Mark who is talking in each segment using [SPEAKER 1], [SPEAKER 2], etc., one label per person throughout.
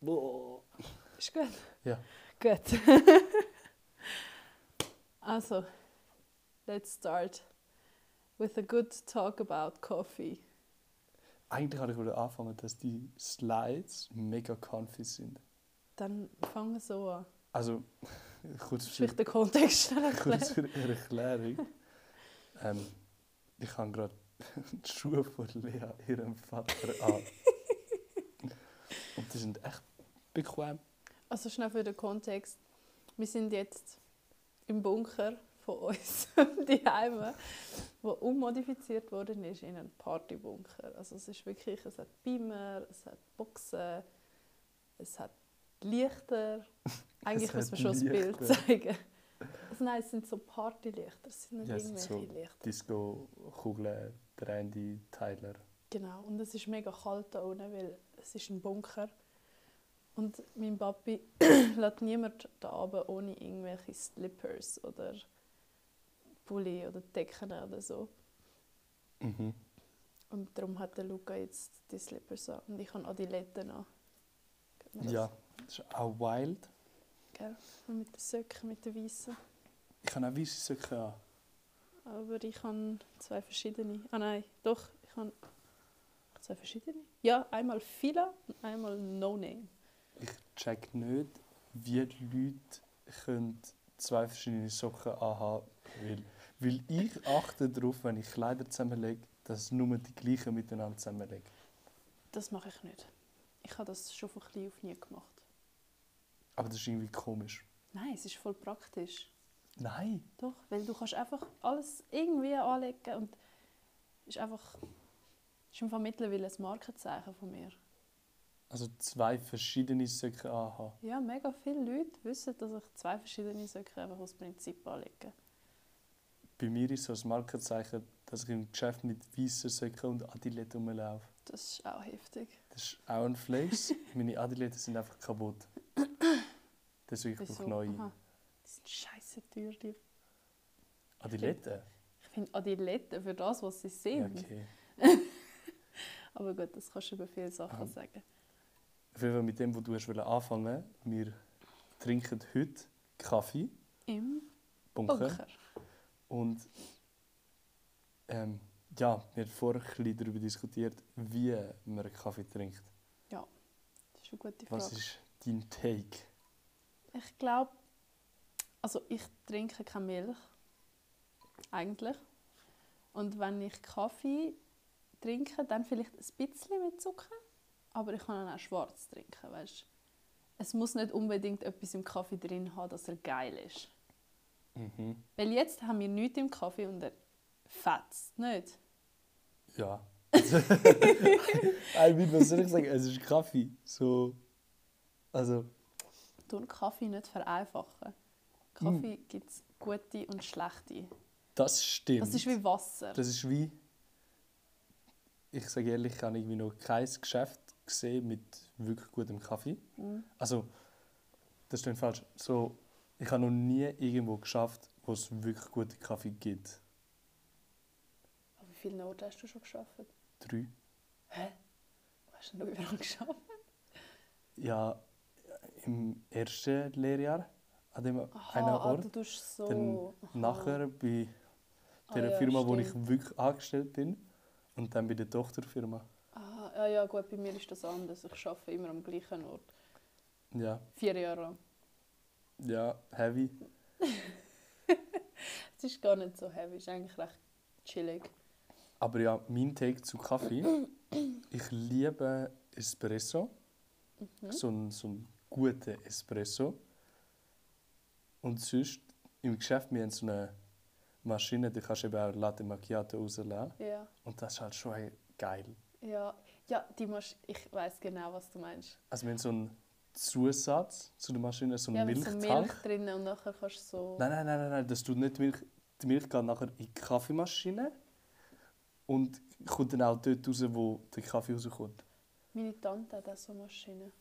[SPEAKER 1] Boah.
[SPEAKER 2] Ist gut?
[SPEAKER 1] Ja.
[SPEAKER 2] Gut. also, let's start with a good talk about coffee.
[SPEAKER 1] Eigentlich hatte ich wieder anfangen, dass die Slides mega comfy sind.
[SPEAKER 2] Dann fangen wir so an.
[SPEAKER 1] Also, kurz für,
[SPEAKER 2] Vielleicht den Kontext schnell
[SPEAKER 1] kurz
[SPEAKER 2] erklären.
[SPEAKER 1] für Ihre Erklärung. ähm, ich habe gerade die Schuhe von Lea, ihrem Vater, an. Und die sind echt bequem.
[SPEAKER 2] Also schnell für den Kontext. Wir sind jetzt im Bunker von uns, die Heime, wo ummodifiziert worden ist in einen Partybunker. Also es ist wirklich, es hat Beamer, es hat Boxen, es hat Lichter. Eigentlich
[SPEAKER 1] Es
[SPEAKER 2] muss
[SPEAKER 1] hat
[SPEAKER 2] man schon das Bild
[SPEAKER 1] Lichter.
[SPEAKER 2] zeigen. Also nein, es sind so Partylichter, es sind nicht
[SPEAKER 1] Ja, es sind
[SPEAKER 2] irgendwelche Lichter.
[SPEAKER 1] Disco, Kugeln, Trendy, Tyler.
[SPEAKER 2] Genau, und es ist mega kalt da unten, weil es ist ein Bunker. Und mein Papi lässt niemand da runter ohne irgendwelche Slippers oder Pulli oder Decken oder so.
[SPEAKER 1] Mhm.
[SPEAKER 2] Und darum hat der Luca jetzt die Slippers an und ich habe Adiletten an. Kennt man das?
[SPEAKER 1] Ja, das ist auch wild.
[SPEAKER 2] Gell? Und mit den Söcken, mit den weißen.
[SPEAKER 1] Ich habe auch weiße Socken an.
[SPEAKER 2] Aber ich habe zwei verschiedene. Ah nein, doch, ich habe zwei verschiedene. Ja, einmal Fila und einmal No Name.
[SPEAKER 1] Ich check nicht, wie die Leute können zwei verschiedene Socken anhaben können. Weil ich achte darauf, wenn ich Kleider zusammenlege, dass nur die gleichen miteinander zusammenlege.
[SPEAKER 2] Das mache ich nicht. Ich habe das schon von klein auf nie gemacht.
[SPEAKER 1] Aber das ist irgendwie komisch.
[SPEAKER 2] Nein, es ist voll praktisch.
[SPEAKER 1] Nein,
[SPEAKER 2] Doch, weil du kannst einfach alles irgendwie anlegen und ist einfach ist einfach mittlerweile ein Markenzeichen von mir.
[SPEAKER 1] also zwei verschiedene Socken anhaben.
[SPEAKER 2] Ja, mega viele Leute wissen, dass ich zwei verschiedene Socken einfach aus Prinzip anlege.
[SPEAKER 1] Bei mir ist so das Markenzeichen, dass ich im Geschäft mit weißen Socken und Adiletten rumlaufe.
[SPEAKER 2] Das ist auch heftig.
[SPEAKER 1] Das ist auch ein Flex. Meine Adiletten sind einfach kaputt. Deswegen brauche ich
[SPEAKER 2] Wieso?
[SPEAKER 1] neue.
[SPEAKER 2] Aha. Die sind scheiße teuer. die-
[SPEAKER 1] Adiletten?
[SPEAKER 2] Ich finde Adiletten für das, was sie
[SPEAKER 1] Ja,
[SPEAKER 2] sind.
[SPEAKER 1] okay.
[SPEAKER 2] Aber gut, das kannst du über viele Sachen
[SPEAKER 1] Aha.
[SPEAKER 2] sagen.
[SPEAKER 1] Auf jeden Fall mit dem, was du hast wollen anfangen Wir trinken heute Kaffee,
[SPEAKER 2] Im
[SPEAKER 1] Bunker.
[SPEAKER 2] Bunker.
[SPEAKER 1] Und ähm, ja, wir haben vorher ein bisschen darüber diskutiert, wie man Kaffee trinkt.
[SPEAKER 2] Das ist eine gute Frage.
[SPEAKER 1] Was ist dein Take?
[SPEAKER 2] Ich glaube, also ich trinke keine Milch. Eigentlich. Und wenn ich Kaffee trinke, dann vielleicht ein bisschen mit Zucker. Aber ich kann dann auch schwarz trinken, weißt Es muss nicht unbedingt etwas im Kaffee drin haben, dass er geil ist.
[SPEAKER 1] Mhm.
[SPEAKER 2] Weil jetzt haben wir nichts im Kaffee und er fetzt nicht.
[SPEAKER 1] Ja. I mean, was soll ich sagen? Es ist Kaffee. So. Also,
[SPEAKER 2] Tun Kaffee nicht vereinfachen. Kaffee gibt es gute und schlechte.
[SPEAKER 1] das stimmt.
[SPEAKER 2] Das ist wie Wasser.
[SPEAKER 1] Das ist wie. Ich sage ehrlich, ich habe irgendwie noch kein Geschäft gesehen mit wirklich gutem Kaffee.
[SPEAKER 2] Mhm.
[SPEAKER 1] Also, das stimmt falsch. So, ich habe noch nie irgendwo geschafft, wo es wirklich guten Kaffee gibt.
[SPEAKER 2] An wie vielen Orten hast du schon geschafft?
[SPEAKER 1] Drei.
[SPEAKER 2] Hä? Du hast noch überall geschafft.
[SPEAKER 1] Ja, im ersten Lehrjahr an dem einen
[SPEAKER 2] ah,
[SPEAKER 1] Ort.
[SPEAKER 2] du tust so.
[SPEAKER 1] Dann
[SPEAKER 2] Aha.
[SPEAKER 1] nachher bei
[SPEAKER 2] Ah
[SPEAKER 1] der
[SPEAKER 2] ja,
[SPEAKER 1] Firma, wo ich
[SPEAKER 2] stimmt.
[SPEAKER 1] wirklich angestellt bin. Und dann bei der Tochterfirma.
[SPEAKER 2] Ah, ja, ja, gut, bei mir ist das anders. Ich arbeite immer am gleichen Ort.
[SPEAKER 1] Ja,
[SPEAKER 2] Vier Jahre lang.
[SPEAKER 1] ja, heavy.
[SPEAKER 2] Es ist gar nicht so heavy, es ist eigentlich recht chillig.
[SPEAKER 1] Aber ja, mein Take zu Kaffee. Ich liebe Espresso.
[SPEAKER 2] Mhm.
[SPEAKER 1] So einen so einen guten Espresso. Und sonst im Geschäft, wir haben so eine Maschine, da kannst du eben auch Latte Macchiato rauslassen.
[SPEAKER 2] Ja,
[SPEAKER 1] Und das ist halt schon he- geil.
[SPEAKER 2] ja. Ja, die Masch ich weiß genau, was du meinst.
[SPEAKER 1] Also wir haben so einen Zusatz zu der Maschine, so einen
[SPEAKER 2] ja, mit so
[SPEAKER 1] Milchtank.
[SPEAKER 2] Milch drin und nachher kannst du so.
[SPEAKER 1] Nein, nein, nein, nein, nein, das tut nicht die Milch. Die Milch geht nachher in die Kaffeemaschine und kommt dann auch dort raus, wo der Kaffee rauskommt.
[SPEAKER 2] Meine Tante hat auch so eine Maschine.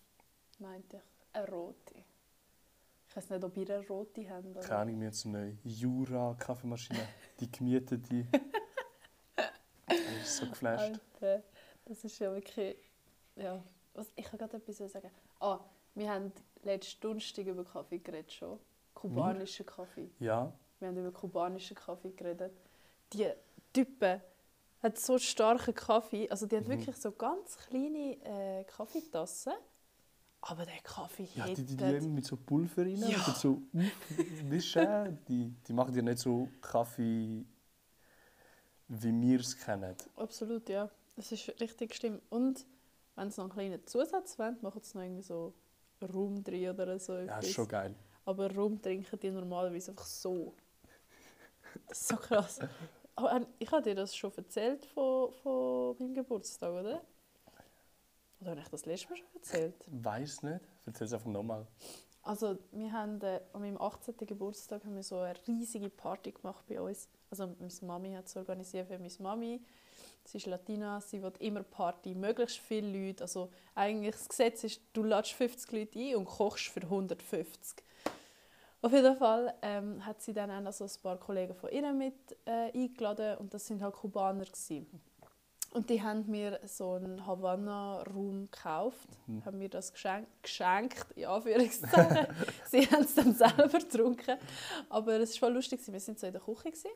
[SPEAKER 2] Meinte ich. Eine rote. Ich weiß nicht, ob ihr eine rote habt. oder-
[SPEAKER 1] Keine Ahnung, wir haben so eine Jura-Kaffeemaschine, die gemietete. Ich war so geflasht.
[SPEAKER 2] Alter, das ist ja wirklich. Ja, Was, ich kann gerade etwas sagen. Ah, wir haben letzten Donnerstag über Kaffee geredet schon. Kubanischen Kaffee.
[SPEAKER 1] Ja,
[SPEAKER 2] Wir haben über kubanischen Kaffee geredet. Die Typen hat so starken Kaffee. Also
[SPEAKER 1] Mhm.
[SPEAKER 2] die hat wirklich so ganz kleine äh, Kaffeetassen. Aber der Kaffee
[SPEAKER 1] ja die, die, die
[SPEAKER 2] hittet.
[SPEAKER 1] eben mit so Pulver rein
[SPEAKER 2] Ja.
[SPEAKER 1] oder so aufwischen, die, die machen ja nicht so Kaffee, wie wir es kennen.
[SPEAKER 2] Absolut, ja. Das ist richtig schlimm. Und wenn es noch einen kleinen Zusatz wollt, machen sie noch irgendwie so Rum drin oder so.
[SPEAKER 1] Ja,
[SPEAKER 2] etwas.
[SPEAKER 1] ist schon geil.
[SPEAKER 2] Aber Rum trinken die normalerweise einfach so. Das ist so krass. Aber ähm, ich habe dir das schon erzählt von, von meinem Geburtstag, oder? Oder habe ich das letztes Mal schon erzählt?
[SPEAKER 1] Weiß nicht, erzähl es einfach nochmal.
[SPEAKER 2] Also wir haben äh, an meinem 18. Geburtstag haben wir so eine riesige Party gemacht bei uns. Also meine Mami hat es organisiert für meine Mami. Sie ist Latina, sie will immer Party, möglichst viele Leute. Also eigentlich das Gesetz ist, du ladest 50 Leute ein und kochst für 150. Auf jeden Fall ähm, hat sie dann auch noch so ein paar Kollegen von ihnen mit äh, eingeladen und das sind halt Kubaner gewesen. Und die haben mir so einen Havanna-Raum gekauft, haben mir das geschenkt, geschenkt in Anführungszeichen. Sie haben es dann selber getrunken. Aber es war voll lustig, gewesen. wir sind so in der Küche gewesen.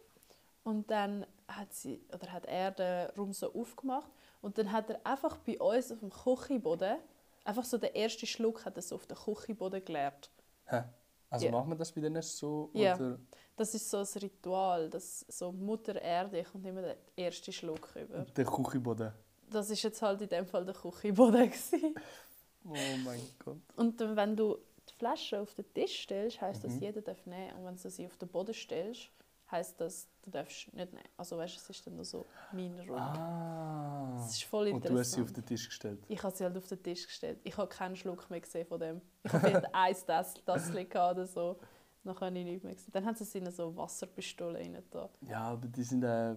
[SPEAKER 2] und dann hat, sie, oder hat er den Raum so aufgemacht und dann hat er einfach bei uns auf dem Küchenboden, einfach so den ersten Schluck hat er so auf den Küchenboden geleert.
[SPEAKER 1] Hä? Also
[SPEAKER 2] Ja.
[SPEAKER 1] machen wir das bei denen so?
[SPEAKER 2] Ja.
[SPEAKER 1] Oder?
[SPEAKER 2] Das ist so ein Ritual, dass so Mutter Erde kommt immer der erste Schluck über.
[SPEAKER 1] Der Küchenboden.
[SPEAKER 2] Das ist jetzt halt in dem Fall der Küchenboden gewesen.
[SPEAKER 1] Oh mein Gott.
[SPEAKER 2] Und dann, wenn du die Flasche auf den Tisch stellst, heißt das,
[SPEAKER 1] Mhm.
[SPEAKER 2] jeder darf nehmen. Und wenn du sie auf den Boden stellst, heißt das, du darfst nicht nehmen. Also weißt, du, es ist dann nur so mein Raum.
[SPEAKER 1] Ah.
[SPEAKER 2] oh. Das ist voll
[SPEAKER 1] Und du hast sie auf
[SPEAKER 2] interessant.
[SPEAKER 1] den Tisch gestellt.
[SPEAKER 2] Ich habe sie halt auf den Tisch gestellt. Ich habe keinen Schluck mehr gesehen von dem. Ich habe vielleicht ein Tassel Tassel gehabt oder so. Dann habe ich nichts mehr gesehen. Dann haben sie es in so Wasserpistole rein da.
[SPEAKER 1] Ja, aber die sind äh,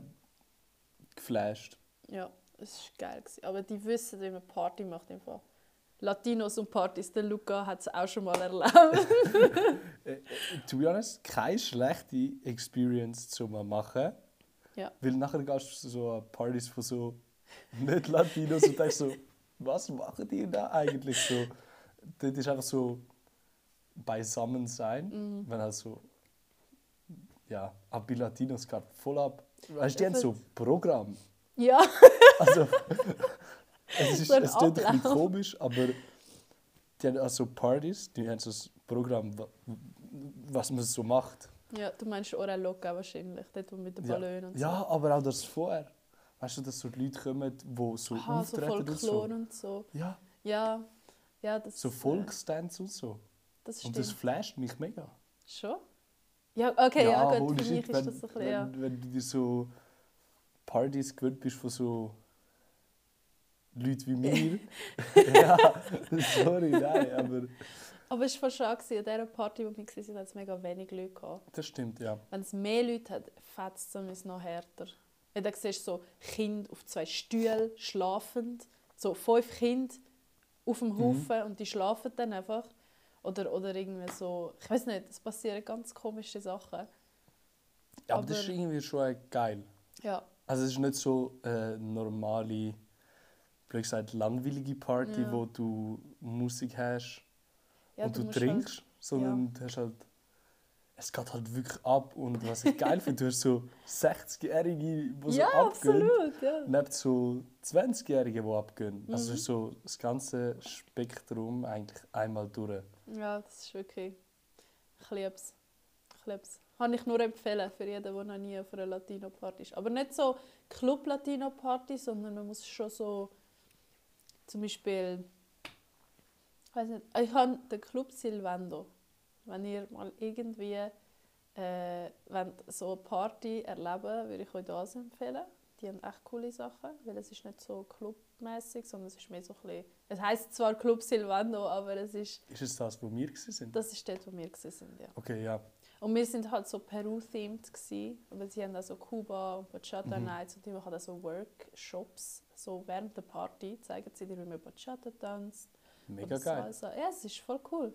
[SPEAKER 1] geflasht.
[SPEAKER 2] Ja, es war geil. Gewesen. Aber die wissen, wie man Party macht im Fall. Latinos und Partys, der Luca hat es auch schon mal erlebt.
[SPEAKER 1] To be honest, keine schlechte Experience zu machen.
[SPEAKER 2] Ja.
[SPEAKER 1] Weil nachher gehst du zu so an Partys von so nicht Latinos und denkst so, was machen die da eigentlich so? Das ist einfach so beisammen sein, wenn halt so, ja, aber bei Latinos geht voll ab. Weißt du, die haben so Programm.
[SPEAKER 2] ja.
[SPEAKER 1] Also, es, ist,
[SPEAKER 2] So ein
[SPEAKER 1] es klingt ein bisschen
[SPEAKER 2] Ablauf.
[SPEAKER 1] komisch, aber die haben also Partys, die haben so ein Programm, wa- was man so macht.
[SPEAKER 2] Ja, du meinst Oreloca wahrscheinlich, dort wo mit den
[SPEAKER 1] Ja,
[SPEAKER 2] Ballon und so.
[SPEAKER 1] ja aber auch das vorher. Weißt du, dass so die Leute kommen, die so
[SPEAKER 2] Aha, so
[SPEAKER 1] auftreten und so.
[SPEAKER 2] Folklore und so.
[SPEAKER 1] Ja,
[SPEAKER 2] Ja, ja das,
[SPEAKER 1] so
[SPEAKER 2] äh,
[SPEAKER 1] Volkstanz und so.
[SPEAKER 2] das
[SPEAKER 1] Und
[SPEAKER 2] stimmt.
[SPEAKER 1] das flasht mich mega.
[SPEAKER 2] Schon? Ja, okay, ja,
[SPEAKER 1] holy
[SPEAKER 2] gut, für mich
[SPEAKER 1] shit,
[SPEAKER 2] ist
[SPEAKER 1] wenn,
[SPEAKER 2] das ein bisschen,
[SPEAKER 1] wenn,
[SPEAKER 2] ja.
[SPEAKER 1] wenn du dir so Partys gewöhnt bist von so Leuten wie mir. ja, sorry, nein, aber
[SPEAKER 2] Aber es war schon schade, gewesen, an dieser Party, wo wir waren, hat es mega wenig Leute gehabt.
[SPEAKER 1] das stimmt, ja.
[SPEAKER 2] Wenn es mehr Leute hat, fetzt es noch härter. Wenn du siehst, so Kind auf zwei Stühlen, schlafend, so fünf Kinder auf
[SPEAKER 1] Mhm.
[SPEAKER 2] dem Haufen und die schlafen dann einfach. Oder, oder irgendwie so, ich weiß nicht, es passieren ganz komische Sachen.
[SPEAKER 1] Ja, aber das ist
[SPEAKER 2] Aber-
[SPEAKER 1] irgendwie schon äh, geil.
[SPEAKER 2] Ja,
[SPEAKER 1] Also es ist nicht so eine normale, blöd gesagt, langweilige Party,
[SPEAKER 2] Ja.
[SPEAKER 1] wo du Musik hast
[SPEAKER 2] ja
[SPEAKER 1] und du,
[SPEAKER 2] musst halt,
[SPEAKER 1] trinkst, sondern
[SPEAKER 2] ja.
[SPEAKER 1] du hast halt, es geht halt wirklich ab. Und was ich geil finde, du hast so 60-Jährige, die
[SPEAKER 2] Halt ja,
[SPEAKER 1] so abgehen,
[SPEAKER 2] absolut, ja.
[SPEAKER 1] neben so 20-Jährige, die abgehen. Also
[SPEAKER 2] Mhm.
[SPEAKER 1] es ist so das ganze Spektrum eigentlich einmal durch.
[SPEAKER 2] Ja, das ist wirklich. Ich liebe es. Ich liebe es. Kann ich nur empfehlen für jeden, der noch nie auf einer Latino-Party ist. Aber nicht so Club-Latino-Party, sondern man muss schon so. Zum Beispiel. Ich weiß nicht. Ich habe den Club Silvando. Wenn ihr mal irgendwie äh, wollt, so eine Party erleben würde ich euch das empfehlen. Die haben echt coole Sachen, weil es ist nicht so clubmäßig, sondern es ist mehr so ein bisschen... Es heisst zwar Club Silvando, aber es ist
[SPEAKER 1] Ist es das, wo wir gewesen sind?
[SPEAKER 2] das ist dort, wo wir waren, ja.
[SPEAKER 1] Okay, ja.
[SPEAKER 2] Und wir sind halt so Peru-themed. gsi. Aber sie haben also Kuba und Bachata
[SPEAKER 1] Mhm.
[SPEAKER 2] Nights und die machen auch so Workshops. So während der Party zeigen sie dir, wie man Bachata tanzt.
[SPEAKER 1] Mega
[SPEAKER 2] oder
[SPEAKER 1] geil.
[SPEAKER 2] Salsa. Ja, es ist voll cool.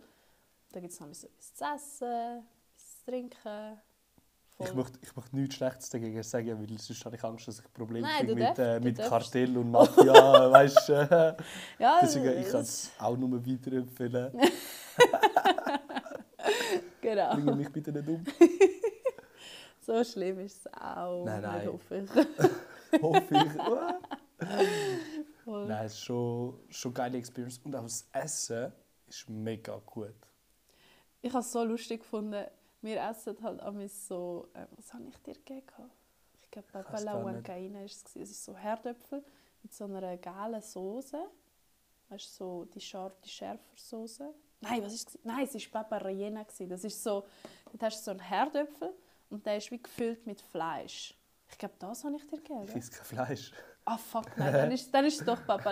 [SPEAKER 2] Da gibt es noch ein bisschen was zu essen, was zu trinken.
[SPEAKER 1] Ich möchte, ich möchte nichts Schlechtes dagegen sagen, weil sonst habe ich Angst, dass ich Probleme
[SPEAKER 2] Nein,
[SPEAKER 1] kriege
[SPEAKER 2] du
[SPEAKER 1] mit,
[SPEAKER 2] darfst,
[SPEAKER 1] äh,
[SPEAKER 2] du
[SPEAKER 1] mit
[SPEAKER 2] darfst.
[SPEAKER 1] Kartell und Mafia, weißt du. Äh,
[SPEAKER 2] ja,
[SPEAKER 1] deswegen, ich kann
[SPEAKER 2] Also, das-
[SPEAKER 1] es auch nur weiterempfehlen. Bringe
[SPEAKER 2] Genau.
[SPEAKER 1] mich bitte nicht um.
[SPEAKER 2] So schlimm ist es auch.
[SPEAKER 1] Nein, nein.
[SPEAKER 2] nicht, Hoffe ich.
[SPEAKER 1] Hoffe ich. Ah.
[SPEAKER 2] Voll.
[SPEAKER 1] Nein, es ist schon, schon eine geile Experience. Und auch das Essen ist mega gut.
[SPEAKER 2] Ich habe es so lustig gefunden. Wir essen halt am so. Ähm, was habe ich dir gegeben? Ich glaube,
[SPEAKER 1] weiss
[SPEAKER 2] Papala
[SPEAKER 1] gar nicht.
[SPEAKER 2] Huancaina war es. Es ist so Herdöpfel mit so einer gelben Soße. Weißt du, so die scharfe Schärfersoße. Nein, was ist es? Nein, es war Papa Rellena. gewesen. Das ist so. Dort hast du so einen Herdöpfel und der ist wie gefüllt mit Fleisch. Ich glaube, das habe ich dir gegeben.
[SPEAKER 1] Ich
[SPEAKER 2] oder?
[SPEAKER 1] esse kein Fleisch.
[SPEAKER 2] Ah, fuck, nein, dann ist, dann ist es doch Papa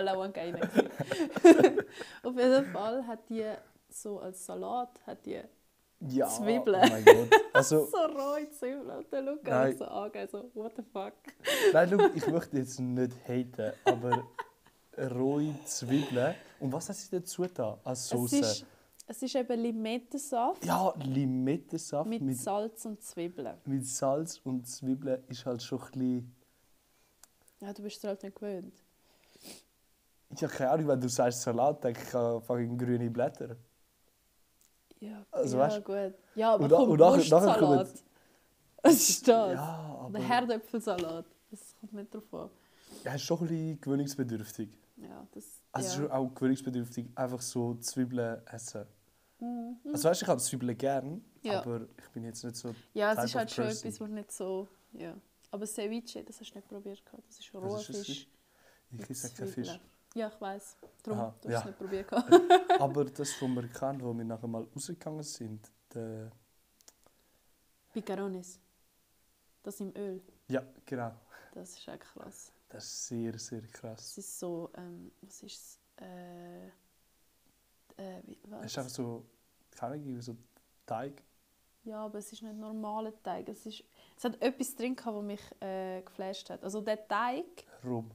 [SPEAKER 2] Lawangeina. Auf jeden Fall hat die so als Salat hat die
[SPEAKER 1] Ja,
[SPEAKER 2] Zwiebeln.
[SPEAKER 1] Oh mein Gott. Also,
[SPEAKER 2] so rohe Zwiebeln und der Luca
[SPEAKER 1] Nein.
[SPEAKER 2] hat so angegangen, so, what the fuck.
[SPEAKER 1] Nein, schau, ich möchte jetzt nicht haten, aber rohe Zwiebeln. Und was hat sie dazu da als Soße?
[SPEAKER 2] Es, ist, es ist eben Limettensaft
[SPEAKER 1] ja, Limettensaft
[SPEAKER 2] mit,
[SPEAKER 1] mit, mit,
[SPEAKER 2] Salz und Zwiebeln.
[SPEAKER 1] Salz und Zwiebeln ist halt schon ein bisschen...
[SPEAKER 2] Ja, du bist dir halt nicht gewöhnt.
[SPEAKER 1] Ich habe keine Ahnung, wenn du sagst Salat, denke ich an fucking grüne Blätter.
[SPEAKER 2] Ja,
[SPEAKER 1] Also,
[SPEAKER 2] ja
[SPEAKER 1] weißt-
[SPEAKER 2] gut. Ja, aber
[SPEAKER 1] Und da-
[SPEAKER 2] komm,
[SPEAKER 1] und nachher-
[SPEAKER 2] Wurstsalat.
[SPEAKER 1] nachher kommt-
[SPEAKER 2] Was ist
[SPEAKER 1] Ja,
[SPEAKER 2] das? der
[SPEAKER 1] aber...
[SPEAKER 2] Herdöpfelsalat. Das kommt nicht drauf an.
[SPEAKER 1] Ja, ist schon ein bisschen gewöhnungsbedürftig.
[SPEAKER 2] Ja, das,
[SPEAKER 1] Also
[SPEAKER 2] ja.
[SPEAKER 1] schon auch gewöhnungsbedürftig, einfach so Zwiebeln essen.
[SPEAKER 2] Mhm.
[SPEAKER 1] Also weißt du, ich habe Zwiebeln gern,
[SPEAKER 2] Ja.
[SPEAKER 1] aber ich bin jetzt nicht so...
[SPEAKER 2] Ja, es
[SPEAKER 1] Type
[SPEAKER 2] ist
[SPEAKER 1] of
[SPEAKER 2] halt schon
[SPEAKER 1] person.
[SPEAKER 2] etwas, was nicht so. Ja. Aber Ceviche, das hast du nicht probiert. gehabt. Das ist roher
[SPEAKER 1] Was ist das?
[SPEAKER 2] Fisch.
[SPEAKER 1] Ich
[SPEAKER 2] mit
[SPEAKER 1] esse keinen
[SPEAKER 2] Zwiebeln.
[SPEAKER 1] Fisch.
[SPEAKER 2] Ja, ich weiß. Darum
[SPEAKER 1] Aha,
[SPEAKER 2] du hast es
[SPEAKER 1] ja.
[SPEAKER 2] nicht probiert. gehabt.
[SPEAKER 1] Aber das vom Merkan, wo wir nachher mal rausgegangen sind, der
[SPEAKER 2] Picarones. Das im Öl.
[SPEAKER 1] ja, genau.
[SPEAKER 2] Das ist auch krass.
[SPEAKER 1] Das ist sehr, sehr
[SPEAKER 2] Das
[SPEAKER 1] krass.
[SPEAKER 2] ist so. Ähm, was ist es? Äh, äh, wie-
[SPEAKER 1] Es
[SPEAKER 2] was?
[SPEAKER 1] ist einfach so, keine Ahnung, irgendwie so Teig.
[SPEAKER 2] Ja, aber es ist nicht normaler Teig. Es, ist, es hat etwas drin, gehabt, was mich äh, geflasht hat. Also der Teig.
[SPEAKER 1] Rum.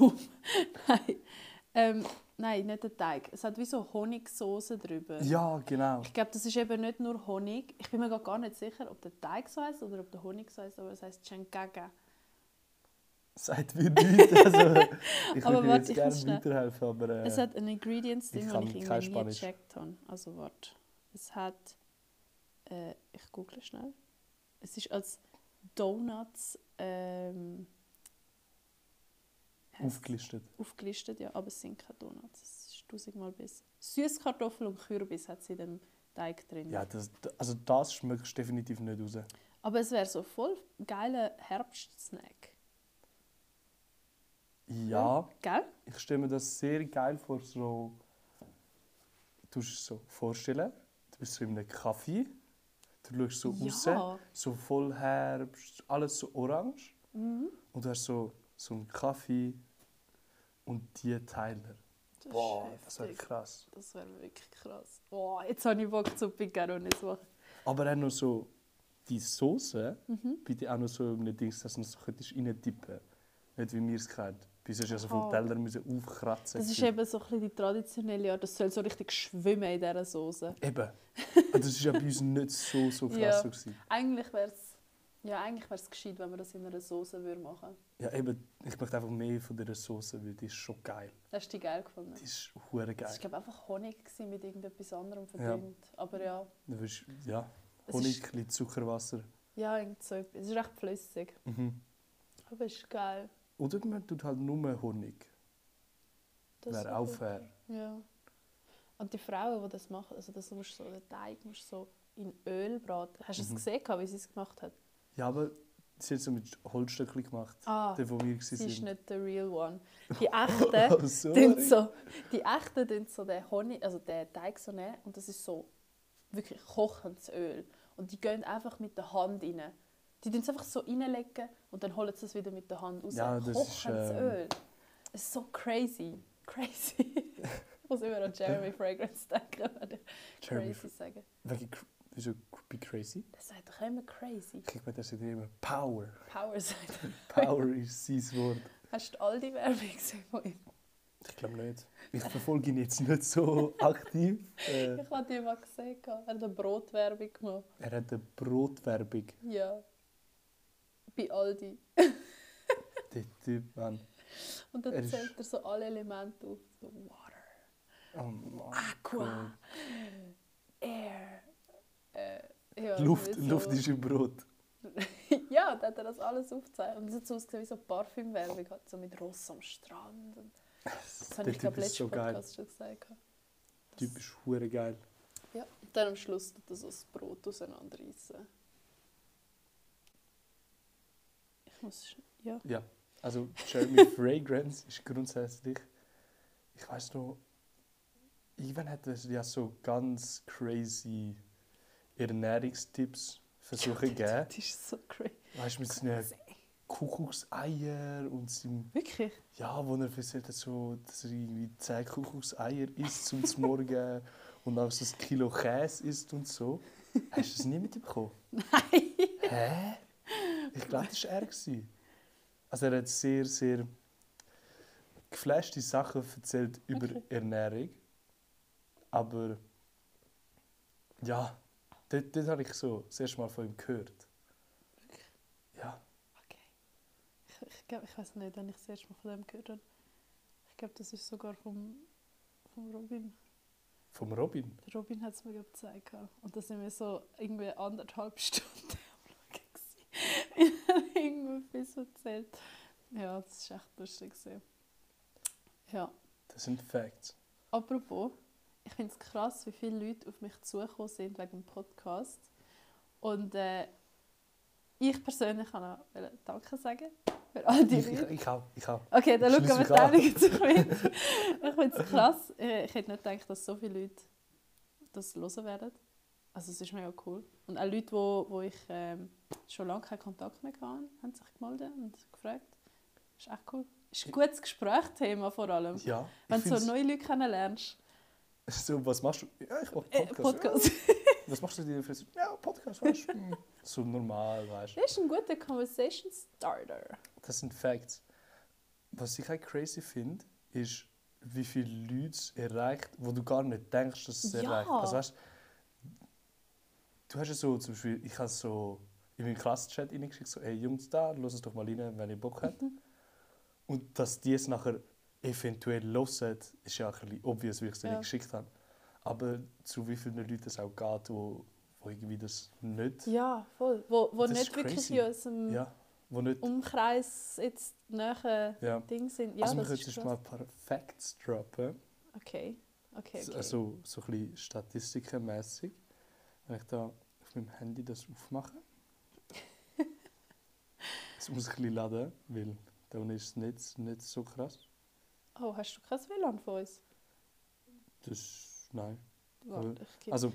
[SPEAKER 2] Rum. nein. Ähm, nein, nicht der Teig. Es hat wie so Honigsoße drüber.
[SPEAKER 1] Ja, genau.
[SPEAKER 2] Ich glaube, das ist eben nicht nur Honig. Ich bin mir grad gar nicht sicher, ob der Teig so heißt oder ob der Honig so heißt, aber es heißt Chancaga.
[SPEAKER 1] Seid mir nichts. Also, ich
[SPEAKER 2] Aber
[SPEAKER 1] würde dir jetzt
[SPEAKER 2] warte, ich muss
[SPEAKER 1] gerne
[SPEAKER 2] schnell-
[SPEAKER 1] weiterhelfen, aber äh,
[SPEAKER 2] Es hat ein Ingredients drin,
[SPEAKER 1] ich
[SPEAKER 2] den
[SPEAKER 1] kann
[SPEAKER 2] ich
[SPEAKER 1] kein
[SPEAKER 2] irgendwie nie
[SPEAKER 1] Spanisch.
[SPEAKER 2] gecheckt habe. Also warte. Es hat. Äh, ich google schnell. Es ist als Donuts ähm, heisst-
[SPEAKER 1] aufgelistet.
[SPEAKER 2] aufgelistet, ja, aber es sind keine Donuts. Es ist tausendmal besser. Süßkartoffel und Kürbis hat sie in dem Teig drin.
[SPEAKER 1] Ja, das, also das schmeckst du definitiv nicht raus.
[SPEAKER 2] Aber es wäre so voll geiler Herbstsnack.
[SPEAKER 1] Ja,
[SPEAKER 2] Gell?
[SPEAKER 1] ich stelle mir das sehr geil vor, so... Du musst es so vorstellen, du bist so in einem Kaffee, du schaust so raus.
[SPEAKER 2] Ja.
[SPEAKER 1] so voll Herbst, alles so orange.
[SPEAKER 2] Mhm.
[SPEAKER 1] Und du hast so, so einen Kaffee und die Teiler.
[SPEAKER 2] Das ist
[SPEAKER 1] Boah, das wäre
[SPEAKER 2] heftig.
[SPEAKER 1] krass.
[SPEAKER 2] Das wäre wirklich krass. Boah, jetzt habe ich Bock zu Picarones machen.
[SPEAKER 1] Aber auch noch so die Soße,
[SPEAKER 2] Mhm.
[SPEAKER 1] bitte auch noch so in Ding, dass man es so könntest reintippen Nicht wie wir es kennen. Bis hast du ja so
[SPEAKER 2] Aha.
[SPEAKER 1] vom Teller müssen aufkratzen
[SPEAKER 2] Oh. Das ist
[SPEAKER 1] gewesen.
[SPEAKER 2] eben so ein bisschen die traditionelle Art. Das soll so richtig schwimmen in dieser Soße.
[SPEAKER 1] Eben. Und das ist ja bei uns nicht so, so krass
[SPEAKER 2] Ja.
[SPEAKER 1] so gewesen.
[SPEAKER 2] Eigentlich wäre es ja, eigentlich wär's gescheit, wenn man das in einer Soße würde machen würde.
[SPEAKER 1] Ja, eben, ich möchte einfach mehr von dieser Soße, weil die ist schon geil.
[SPEAKER 2] Das hast du geil gefunden.
[SPEAKER 1] Die ist hure
[SPEAKER 2] Das
[SPEAKER 1] geil.
[SPEAKER 2] war, glaube einfach Honig gewesen mit irgendetwas anderem
[SPEAKER 1] Ja.
[SPEAKER 2] verdünnt. Aber ja,
[SPEAKER 1] Dann wirst du- Ja,
[SPEAKER 2] Es
[SPEAKER 1] Honig,
[SPEAKER 2] ist-
[SPEAKER 1] ein bisschen Zuckerwasser.
[SPEAKER 2] ja, irgend so etwas. Es ist recht flüssig.
[SPEAKER 1] Mhm.
[SPEAKER 2] Aber es ist geil.
[SPEAKER 1] Oder man tut halt nur Honig.
[SPEAKER 2] Das
[SPEAKER 1] Wäre
[SPEAKER 2] wär
[SPEAKER 1] auch
[SPEAKER 2] gut.
[SPEAKER 1] fair.
[SPEAKER 2] Ja. Und die Frauen, die das machen, also das musst du so, den Teig musst du so in Öl braten. Hast du es
[SPEAKER 1] Mhm.
[SPEAKER 2] gesehen, wie sie es gemacht hat?
[SPEAKER 1] Ja, aber sie hat so mit Holzstöckchen gemacht.
[SPEAKER 2] Ah,
[SPEAKER 1] Der, wo wir waren.
[SPEAKER 2] sie ist nicht der real one. Die echten,
[SPEAKER 1] oh, sorry.
[SPEAKER 2] tun so, die echten tun so den Honig, also den Teig so nehmen und das ist so wirklich kochendes Öl. Und die gehen einfach mit der Hand rein. Die tun es einfach so reinlegen und dann holen sie es wieder mit der Hand raus.
[SPEAKER 1] Ja, das ist,
[SPEAKER 2] kochendes
[SPEAKER 1] ähm,
[SPEAKER 2] Öl. Es ist so crazy. Crazy. ich muss immer an Jeremy Fragrance denken, wenn ich
[SPEAKER 1] Jeremy
[SPEAKER 2] crazy sage.
[SPEAKER 1] Wegen cr- Wieso cr- be crazy?
[SPEAKER 2] Das sagt doch immer crazy.
[SPEAKER 1] Ich meine, der sagt immer Power.
[SPEAKER 2] Power sagt.
[SPEAKER 1] Power ist sein Wort.
[SPEAKER 2] Hast du all die Werbung gesehen von ihm?
[SPEAKER 1] Ich glaube nicht. Ich verfolge ihn jetzt nicht so aktiv. Äh,
[SPEAKER 2] Ich habe ihn mal gesehen. Er hat eine Brotwerbung gemacht.
[SPEAKER 1] er hat eine Brotwerbung.
[SPEAKER 2] Ja. Bei Aldi.
[SPEAKER 1] Der Typ, Mann.
[SPEAKER 2] Und dann
[SPEAKER 1] Er ist-
[SPEAKER 2] zählt er so alle Elemente auf. So Water,
[SPEAKER 1] Oh Mann.
[SPEAKER 2] Aqua, Air. Äh, ja,
[SPEAKER 1] Luft,
[SPEAKER 2] irgendwie so.
[SPEAKER 1] Luft ist im Brot.
[SPEAKER 2] ja, dann hat er das alles aufgezeichnet. Und es hat so ausgesehen wie so Parfümwerbung, halt so mit Ross am Strand. Und das habe
[SPEAKER 1] Der
[SPEAKER 2] ich, glaube
[SPEAKER 1] Typ ist
[SPEAKER 2] letztes
[SPEAKER 1] so geil.
[SPEAKER 2] Podcast schon gesagt.
[SPEAKER 1] Der Typ ist hure geil.
[SPEAKER 2] Ja. Und dann am Schluss tut er so das Brot auseinanderreißen. Ich muss... sch- Ja.
[SPEAKER 1] Ja, also Jeremy Fragrance ist grundsätzlich, ich weiß noch, irgendwann hat er ja so ganz crazy Ernährungstipps versuchen gegeben.
[SPEAKER 2] Das ist so crazy.
[SPEAKER 1] Weißt du, mit seinen Kuckuckseier und seinem,
[SPEAKER 2] Wirklich?
[SPEAKER 1] ja, wo er erzählt hat, so, dass er irgendwie 10 Kuckuckseier isst zum Morgen und auch so ein Kilo Käse isst und so. Hast du das nie mitbekommen?
[SPEAKER 2] Nein.
[SPEAKER 1] Hä? Ich glaube, das war er. gewesen. Also er hat sehr, sehr geflashte Sachen erzählt über
[SPEAKER 2] Okay.
[SPEAKER 1] Ernährung. Aber ja, das, das habe ich so das erste Mal von ihm gehört. Ja,
[SPEAKER 2] Okay. Ich, ich, glaub, ich weiß nicht, wenn ich das erste Mal von dem gehört habe. Ich glaube, das ist sogar vom, vom Robin.
[SPEAKER 1] vom Robin.
[SPEAKER 2] Der Robin hat es mir glaub, gezeigt. gehabt. Und da sind wir so irgendwie anderthalb Stunden am Schauen. gewesen. Ich habe irgendwie viel so erzählt. Ja, das war echt lustig. gewesen. Ja.
[SPEAKER 1] Das sind Facts.
[SPEAKER 2] Apropos, ich finde es krass, wie viele Leute auf mich zugekommen sind wegen dem Podcast. Und äh, ich persönlich kann auch wollen Danke sagen für all die
[SPEAKER 1] Ich, ich,
[SPEAKER 2] Leute.
[SPEAKER 1] ich auch, ich auch.
[SPEAKER 2] Okay, dann
[SPEAKER 1] Schließ
[SPEAKER 2] schauen wir
[SPEAKER 1] mich
[SPEAKER 2] da
[SPEAKER 1] an.
[SPEAKER 2] nicht zu mit. Ich finde es krass. Äh, Ich hätte nicht gedacht, dass so viele Leute das hören werden. Also es ist mega cool. Und auch Leute, wo, wo ich ähm, schon lange keinen Kontakt mehr hatte, haben sich gemeldet und gefragt. Ist echt cool. Ist ein gutes Gesprächsthema vor allem.
[SPEAKER 1] Ja, ich
[SPEAKER 2] Ähm, Wenn du
[SPEAKER 1] find's-
[SPEAKER 2] so neue Leute kennenlernst.
[SPEAKER 1] so, was machst du? Ja, ich mache
[SPEAKER 2] Äh,
[SPEAKER 1] Podcast.
[SPEAKER 2] Podcast.
[SPEAKER 1] Ja, was machst du dir für Ja, Podcast, weißt du? hm, So normal, weißt du?
[SPEAKER 2] Das ist ein guter Conversation Starter.
[SPEAKER 1] Das sind Facts. Was ich auch crazy finde, ist, wie viele Leute es erreicht, wo du gar nicht denkst, dass es
[SPEAKER 2] Ja.
[SPEAKER 1] erreicht. Also weißt, du hast ja so, zum Beispiel, ich habe so in meinen Klassenchat reingeschickt, so, hey Jungs da, los es doch mal rein, wenn ihr Bock habt.
[SPEAKER 2] Mhm.
[SPEAKER 1] Und dass die es nachher eventuell hören, ist ja auch ein bisschen obvious, wie ich es ihnen
[SPEAKER 2] Ja.
[SPEAKER 1] geschickt habe. Aber zu wie vielen Leuten es auch geht, wo, wo irgendwie das nicht,
[SPEAKER 2] Ja, voll. Wo, wo
[SPEAKER 1] Das ist
[SPEAKER 2] nicht wirklich
[SPEAKER 1] crazy.
[SPEAKER 2] in unserem
[SPEAKER 1] ja, wo nicht,
[SPEAKER 2] Um Umkreis jetzt näher
[SPEAKER 1] ja.
[SPEAKER 2] Ding sind. Ja,
[SPEAKER 1] also wir
[SPEAKER 2] das
[SPEAKER 1] können
[SPEAKER 2] ist
[SPEAKER 1] jetzt
[SPEAKER 2] krass.
[SPEAKER 1] mal ein paar Facts droppen.
[SPEAKER 2] Okay, okay, okay.
[SPEAKER 1] Also so ein bisschen statistikenmässig. Wenn ich da auf meinem Handy das aufmache. Jetzt muss ich ein bisschen laden, weil da unten ist das Netz nicht so krass.
[SPEAKER 2] oh, hast du kein WLAN von uns?
[SPEAKER 1] Das, nein.
[SPEAKER 2] Warte,
[SPEAKER 1] Cool.
[SPEAKER 2] ich gebe-
[SPEAKER 1] Also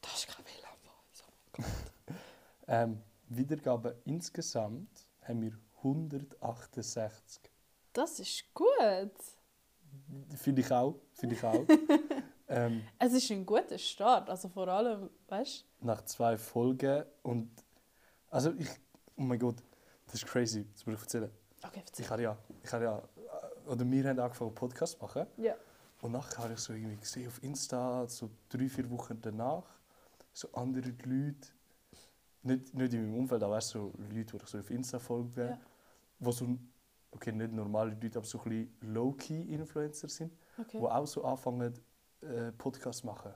[SPEAKER 2] das ist kein WLAN von uns.
[SPEAKER 1] ähm, Wiedergaben insgesamt haben wir 168.
[SPEAKER 2] Das ist gut.
[SPEAKER 1] Finde ich auch, finde ich auch. ähm,
[SPEAKER 2] Es ist ein guter Start. Also vor allem, weißt
[SPEAKER 1] nach zwei Folgen und also ich, oh mein Gott, das ist crazy, das muss ich erzählen.
[SPEAKER 2] du? Okay,
[SPEAKER 1] Ich
[SPEAKER 2] verzeih.
[SPEAKER 1] habe ja, ich habe ja, äh, oder wir haben angefangen Podcast zu machen
[SPEAKER 2] Ja.
[SPEAKER 1] und nachher habe ich so irgendwie gesehen auf Insta, so drei, vier Wochen danach, so andere Leute, nicht, nicht in meinem Umfeld, aber weißt, so Leute, die ich so auf Insta folge,
[SPEAKER 2] Ja.
[SPEAKER 1] wo so, okay, nicht normale Leute, aber so ein bisschen Low-Key-Influencer sind, die
[SPEAKER 2] Okay.
[SPEAKER 1] auch so anfangen, äh, Podcast zu machen.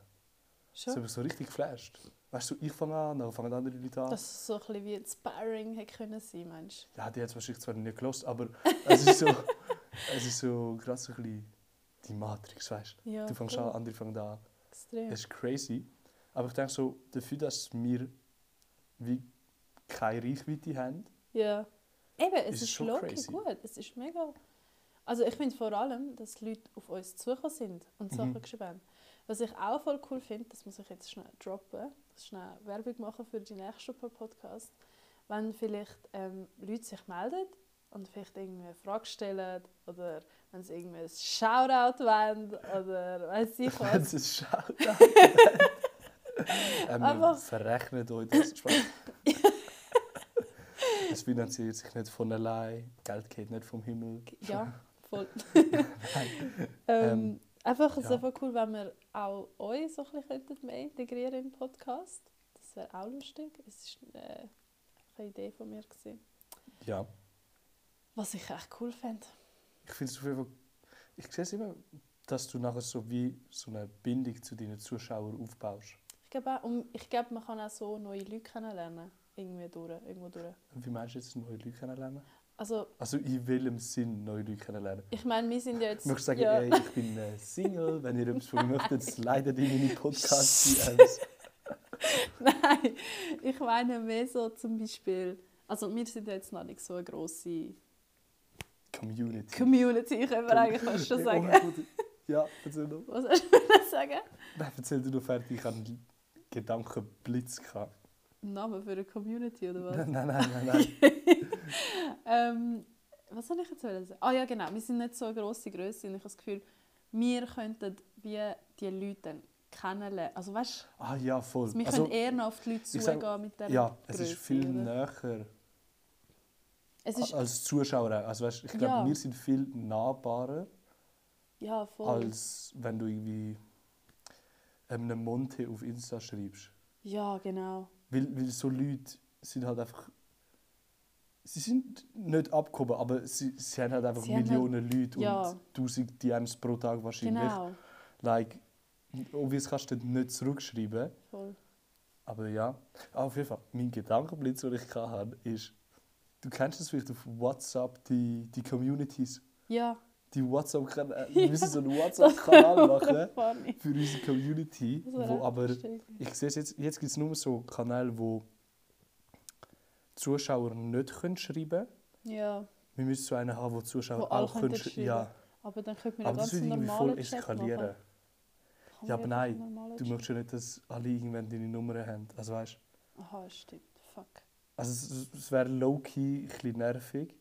[SPEAKER 1] Das
[SPEAKER 2] Schon?
[SPEAKER 1] hat mich so richtig geflasht. Weißt du, ich fange an, dann fangen andere Leute an.
[SPEAKER 2] Dass es so ein bisschen wie inspiring hätte können sein, meinst
[SPEAKER 1] Ja, die hat es wahrscheinlich zwar nicht gelost, aber es ist so, es ist so gerade so ein bisschen die Matrix, weißt
[SPEAKER 2] du? Ja,
[SPEAKER 1] du? Du fängst
[SPEAKER 2] voll.
[SPEAKER 1] an, andere fangen an.
[SPEAKER 2] Extrem.
[SPEAKER 1] Es ist crazy. Aber ich denke so, dafür, dass wir wie keine Reichweite haben,
[SPEAKER 2] Ja. Eben, es
[SPEAKER 1] Ist
[SPEAKER 2] ist,
[SPEAKER 1] schon
[SPEAKER 2] logisch
[SPEAKER 1] crazy.
[SPEAKER 2] gut. Es ist mega. Also ich finde vor allem, dass die Leute auf uns zugekommen sind und Sachen
[SPEAKER 1] Mhm.
[SPEAKER 2] geschrieben haben. Was ich auch voll cool finde, das muss ich jetzt schnell droppen, schnell Werbung machen für die nächsten paar Podcasts, wenn vielleicht ähm, Leute sich melden und vielleicht irgendwie eine Frage stellen oder wenn sie irgendwie ein Shoutout wollen oder weiß ich
[SPEAKER 1] wenn
[SPEAKER 2] was.
[SPEAKER 1] es ein Shoutout ähm,
[SPEAKER 2] Aber-
[SPEAKER 1] Verrechnet euch das. Spaß. es finanziert sich nicht von allein, Geld geht nicht vom Himmel.
[SPEAKER 2] Ja, voll.
[SPEAKER 1] Genau. Nein.
[SPEAKER 2] ähm,
[SPEAKER 1] Ähm,
[SPEAKER 2] Einfach, es
[SPEAKER 1] Ja.
[SPEAKER 2] ist einfach cool, wenn wir auch euch so ein bisschen könntet mehr integrieren im Podcast. Das wäre auch lustig. Es war äh, einfach eine Idee von mir. Gewesen.
[SPEAKER 1] Ja.
[SPEAKER 2] Was ich echt cool fände.
[SPEAKER 1] Ich finde es auf jeden Fall. Ich sehe es immer, dass du nachher so wie so eine Bindung zu deinen Zuschauern aufbaust.
[SPEAKER 2] Ich glaube, auch- und ich glaube, man kann auch so neue Leute kennenlernen. Irgendwie durch, irgendwo durch.
[SPEAKER 1] Wie meinst du jetzt neue Leute kennenlernen?
[SPEAKER 2] Also,
[SPEAKER 1] Also in welchem Sinn neue Leute kennenlernen?
[SPEAKER 2] ich meine, wir sind ja jetzt...
[SPEAKER 1] Ich möchte sagen,
[SPEAKER 2] ja,
[SPEAKER 1] ey, ich bin äh, Single, wenn ihr etwas von mir möchtet, leidet in meine Podcast-DMs.
[SPEAKER 2] Nein, ich meine mehr so zum Beispiel... Also, wir sind ja jetzt noch nicht so eine grosse
[SPEAKER 1] Community.
[SPEAKER 2] Community, können wir eigentlich fast schon
[SPEAKER 1] Ey,
[SPEAKER 2] sagen.
[SPEAKER 1] oh mein Gott. Ja, erzähl doch.
[SPEAKER 2] Was hast du sagen?
[SPEAKER 1] Nein, erzähl du noch fertig. Ich hatte einen Gedankenblitz. Gehabt.
[SPEAKER 2] Name für eine Community oder was?
[SPEAKER 1] Nein, nein, nein, nein. nein.
[SPEAKER 2] ähm, was soll ich jetzt wollen sagen? Ah ja, genau. Wir sind nicht so eine grosse Größe und ich habe das Gefühl, wir könnten wie die Leute dann kennenlernen. Also weißt
[SPEAKER 1] Ah ja, voll.
[SPEAKER 2] du, wir
[SPEAKER 1] Also,
[SPEAKER 2] können eher noch auf die Leute
[SPEAKER 1] ich
[SPEAKER 2] zugehen
[SPEAKER 1] sag-
[SPEAKER 2] mit dieser
[SPEAKER 1] ja, es ist
[SPEAKER 2] Grösse,
[SPEAKER 1] viel
[SPEAKER 2] oder?
[SPEAKER 1] näher.
[SPEAKER 2] Es ist
[SPEAKER 1] als Zuschauer. auch. Also, weißt, ich glaube,
[SPEAKER 2] Ja.
[SPEAKER 1] wir sind viel nahbarer,
[SPEAKER 2] ja voll.
[SPEAKER 1] als wenn du irgendwie ähm, einen Monte auf Insta schreibst.
[SPEAKER 2] Ja, genau.
[SPEAKER 1] Weil, weil so Leute sind halt einfach. Sie sind nicht abgehoben, aber sie, sie haben halt einfach
[SPEAKER 2] Sie haben
[SPEAKER 1] Millionen Leute
[SPEAKER 2] Ja.
[SPEAKER 1] und tausend DMs pro Tag wahrscheinlich.
[SPEAKER 2] Genau.
[SPEAKER 1] Like, obvious kannst du dort nicht zurückschreiben,
[SPEAKER 2] Voll.
[SPEAKER 1] aber ja. Ah, auf jeden Fall, mein Gedankenblitz, den ich hatte, ist, du kennst das vielleicht auf WhatsApp, die, die Communities.
[SPEAKER 2] Ja.
[SPEAKER 1] die WhatsApp-Kanal. Wir müssen so einen WhatsApp-Kanal machen
[SPEAKER 2] Funny.
[SPEAKER 1] für unsere Community.
[SPEAKER 2] Das wäre
[SPEAKER 1] Wo
[SPEAKER 2] echt
[SPEAKER 1] aber
[SPEAKER 2] lustig.
[SPEAKER 1] ich sehe es jetzt, jetzt gibt es nur so Kanäle, wo Zuschauer nicht können schreiben können.
[SPEAKER 2] Ja,
[SPEAKER 1] Wir müssen so einen haben, wo die Zuschauer
[SPEAKER 2] Wo alle
[SPEAKER 1] auch können
[SPEAKER 2] können
[SPEAKER 1] schreiben
[SPEAKER 2] schreiben.
[SPEAKER 1] Ja,
[SPEAKER 2] aber dann könnte man
[SPEAKER 1] aber
[SPEAKER 2] einen
[SPEAKER 1] das
[SPEAKER 2] ganz
[SPEAKER 1] würde irgendwie voll
[SPEAKER 2] normalen Chat
[SPEAKER 1] eskalieren.
[SPEAKER 2] machen.
[SPEAKER 1] Ja,
[SPEAKER 2] Kann man
[SPEAKER 1] aber
[SPEAKER 2] einfach
[SPEAKER 1] nein,
[SPEAKER 2] einen normalen
[SPEAKER 1] Du möchtest ja nicht, dass alle irgendwann deine Nummern haben. Also weißt
[SPEAKER 2] Aha, stimmt. Fuck.
[SPEAKER 1] also es, es wäre low-key ein bisschen nervig.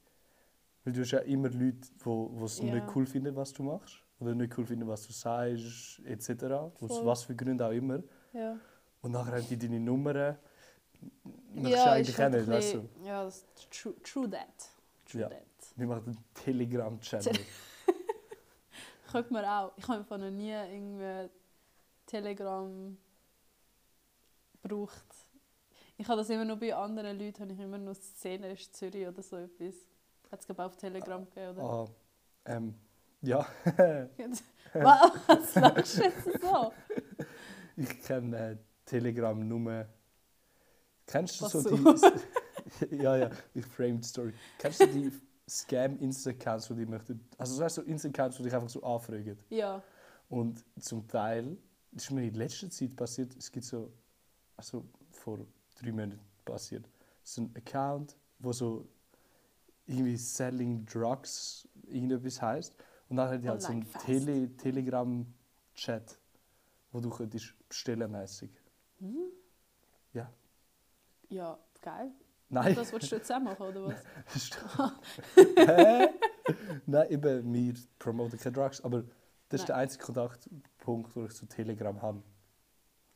[SPEAKER 1] Weil du hast ja immer Leute, die wo, es
[SPEAKER 2] Ja.
[SPEAKER 1] nicht cool finden, was du machst. Oder nicht cool finden, was du sagst, etc. Aus
[SPEAKER 2] Voll.
[SPEAKER 1] was für Gründen auch immer.
[SPEAKER 2] Ja.
[SPEAKER 1] Und nachher haben die deine Nummern. Möchtest du eigentlich auch nicht, weißt du?
[SPEAKER 2] halt Ja, das ist true, true that. True
[SPEAKER 1] Ja.
[SPEAKER 2] that.
[SPEAKER 1] Wir machen einen Telegram-Channel.
[SPEAKER 2] Könnte man auch. Ich habe einfach noch nie irgendwie Telegram gebraucht. Ich habe das immer nur bei anderen Leuten, habe ich immer nur Szene ist Zürich oder so etwas. Hat es, glaube ich, auf Telegram gegeben, oder?
[SPEAKER 1] ah, ähm, ja,
[SPEAKER 2] Wa- Was lachst du jetzt so?
[SPEAKER 1] ich kenne äh, Telegram nur. Kennst du so
[SPEAKER 2] Basur.
[SPEAKER 1] die. ja, ja, ich frame die Story. Kennst du die Scam-Insta-Accounts, die ich möchte. Also, weißt du, so Insta-Accounts, die dich einfach so anfragen.
[SPEAKER 2] Ja,
[SPEAKER 1] Und zum Teil, das ist mir in letzter Zeit passiert, es gibt so, also vor drei Monaten passiert, so ein Account, wo so irgendwie Selling Drugs irgendetwas heißt. Und dann hat die halt so einen
[SPEAKER 2] Online-Fest.
[SPEAKER 1] Tele Telegram-Chat, wo du könntest bestellen mäßig. Ja.
[SPEAKER 2] ja, geil.
[SPEAKER 1] Nein,
[SPEAKER 2] Das willst du jetzt auch machen, oder was?
[SPEAKER 1] Stimmt. Hä? Nein, eben, wir promoten keine Drugs, aber das ist
[SPEAKER 2] Nein.
[SPEAKER 1] der einzige Kontaktpunkt, den ich zu Telegram habe.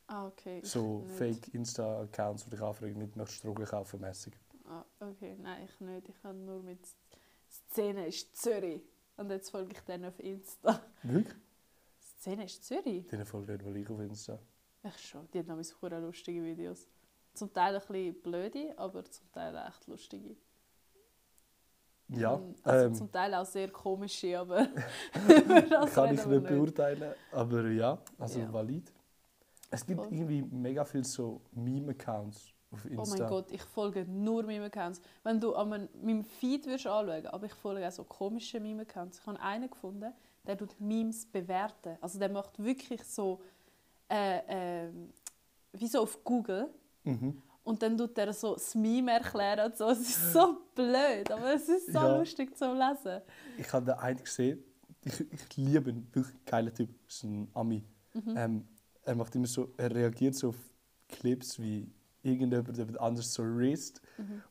[SPEAKER 2] Ah, okay. ich
[SPEAKER 1] So
[SPEAKER 2] nicht.
[SPEAKER 1] fake Insta-Accounts, die dich anfragen, mit möchtest du Drogen kaufen mäßig.
[SPEAKER 2] Ah, okay, nein, ich nicht. Ich kann nur mit Szene ist Zürich. Und jetzt folge ich denen auf Insta.
[SPEAKER 1] Wirklich?
[SPEAKER 2] Szene ist Zürich?
[SPEAKER 1] Den folge nicht, weil ich auf Insta.
[SPEAKER 2] Echt schon, die hat nämlich super lustige Videos. Zum Teil ein bisschen blöde, aber zum Teil auch echt lustige.
[SPEAKER 1] Ja,
[SPEAKER 2] Mm, Also
[SPEAKER 1] ähm,
[SPEAKER 2] zum Teil auch sehr komische, aber über das
[SPEAKER 1] kann ich nicht
[SPEAKER 2] reden wir
[SPEAKER 1] beurteilen, aber ja, also
[SPEAKER 2] Ja.
[SPEAKER 1] valid. Es gibt
[SPEAKER 2] Voll.
[SPEAKER 1] irgendwie mega viele so Meme-Accounts auf
[SPEAKER 2] Oh
[SPEAKER 1] Insta.
[SPEAKER 2] mein Gott, ich folge nur Meme-Accounts. Wenn du an meinem- meinem Feed würdest anschauen aber ich folge auch so komische Meme-Accounts. Ich habe einen gefunden, der tut Memes bewerten. Also der macht wirklich so, äh, ähm, wie so auf Google.
[SPEAKER 1] Mhm.
[SPEAKER 2] Und dann tut er so das Meme erklären und so. Es ist so blöd, aber es ist so
[SPEAKER 1] Ja.
[SPEAKER 2] lustig zu lesen.
[SPEAKER 1] Ich habe den einen gesehen, ich, ich liebe ihn, wirklich geiler Typ, das ist ein Ami. Ähm, er macht immer so, er reagiert so auf Clips wie irgendjemand anders so rest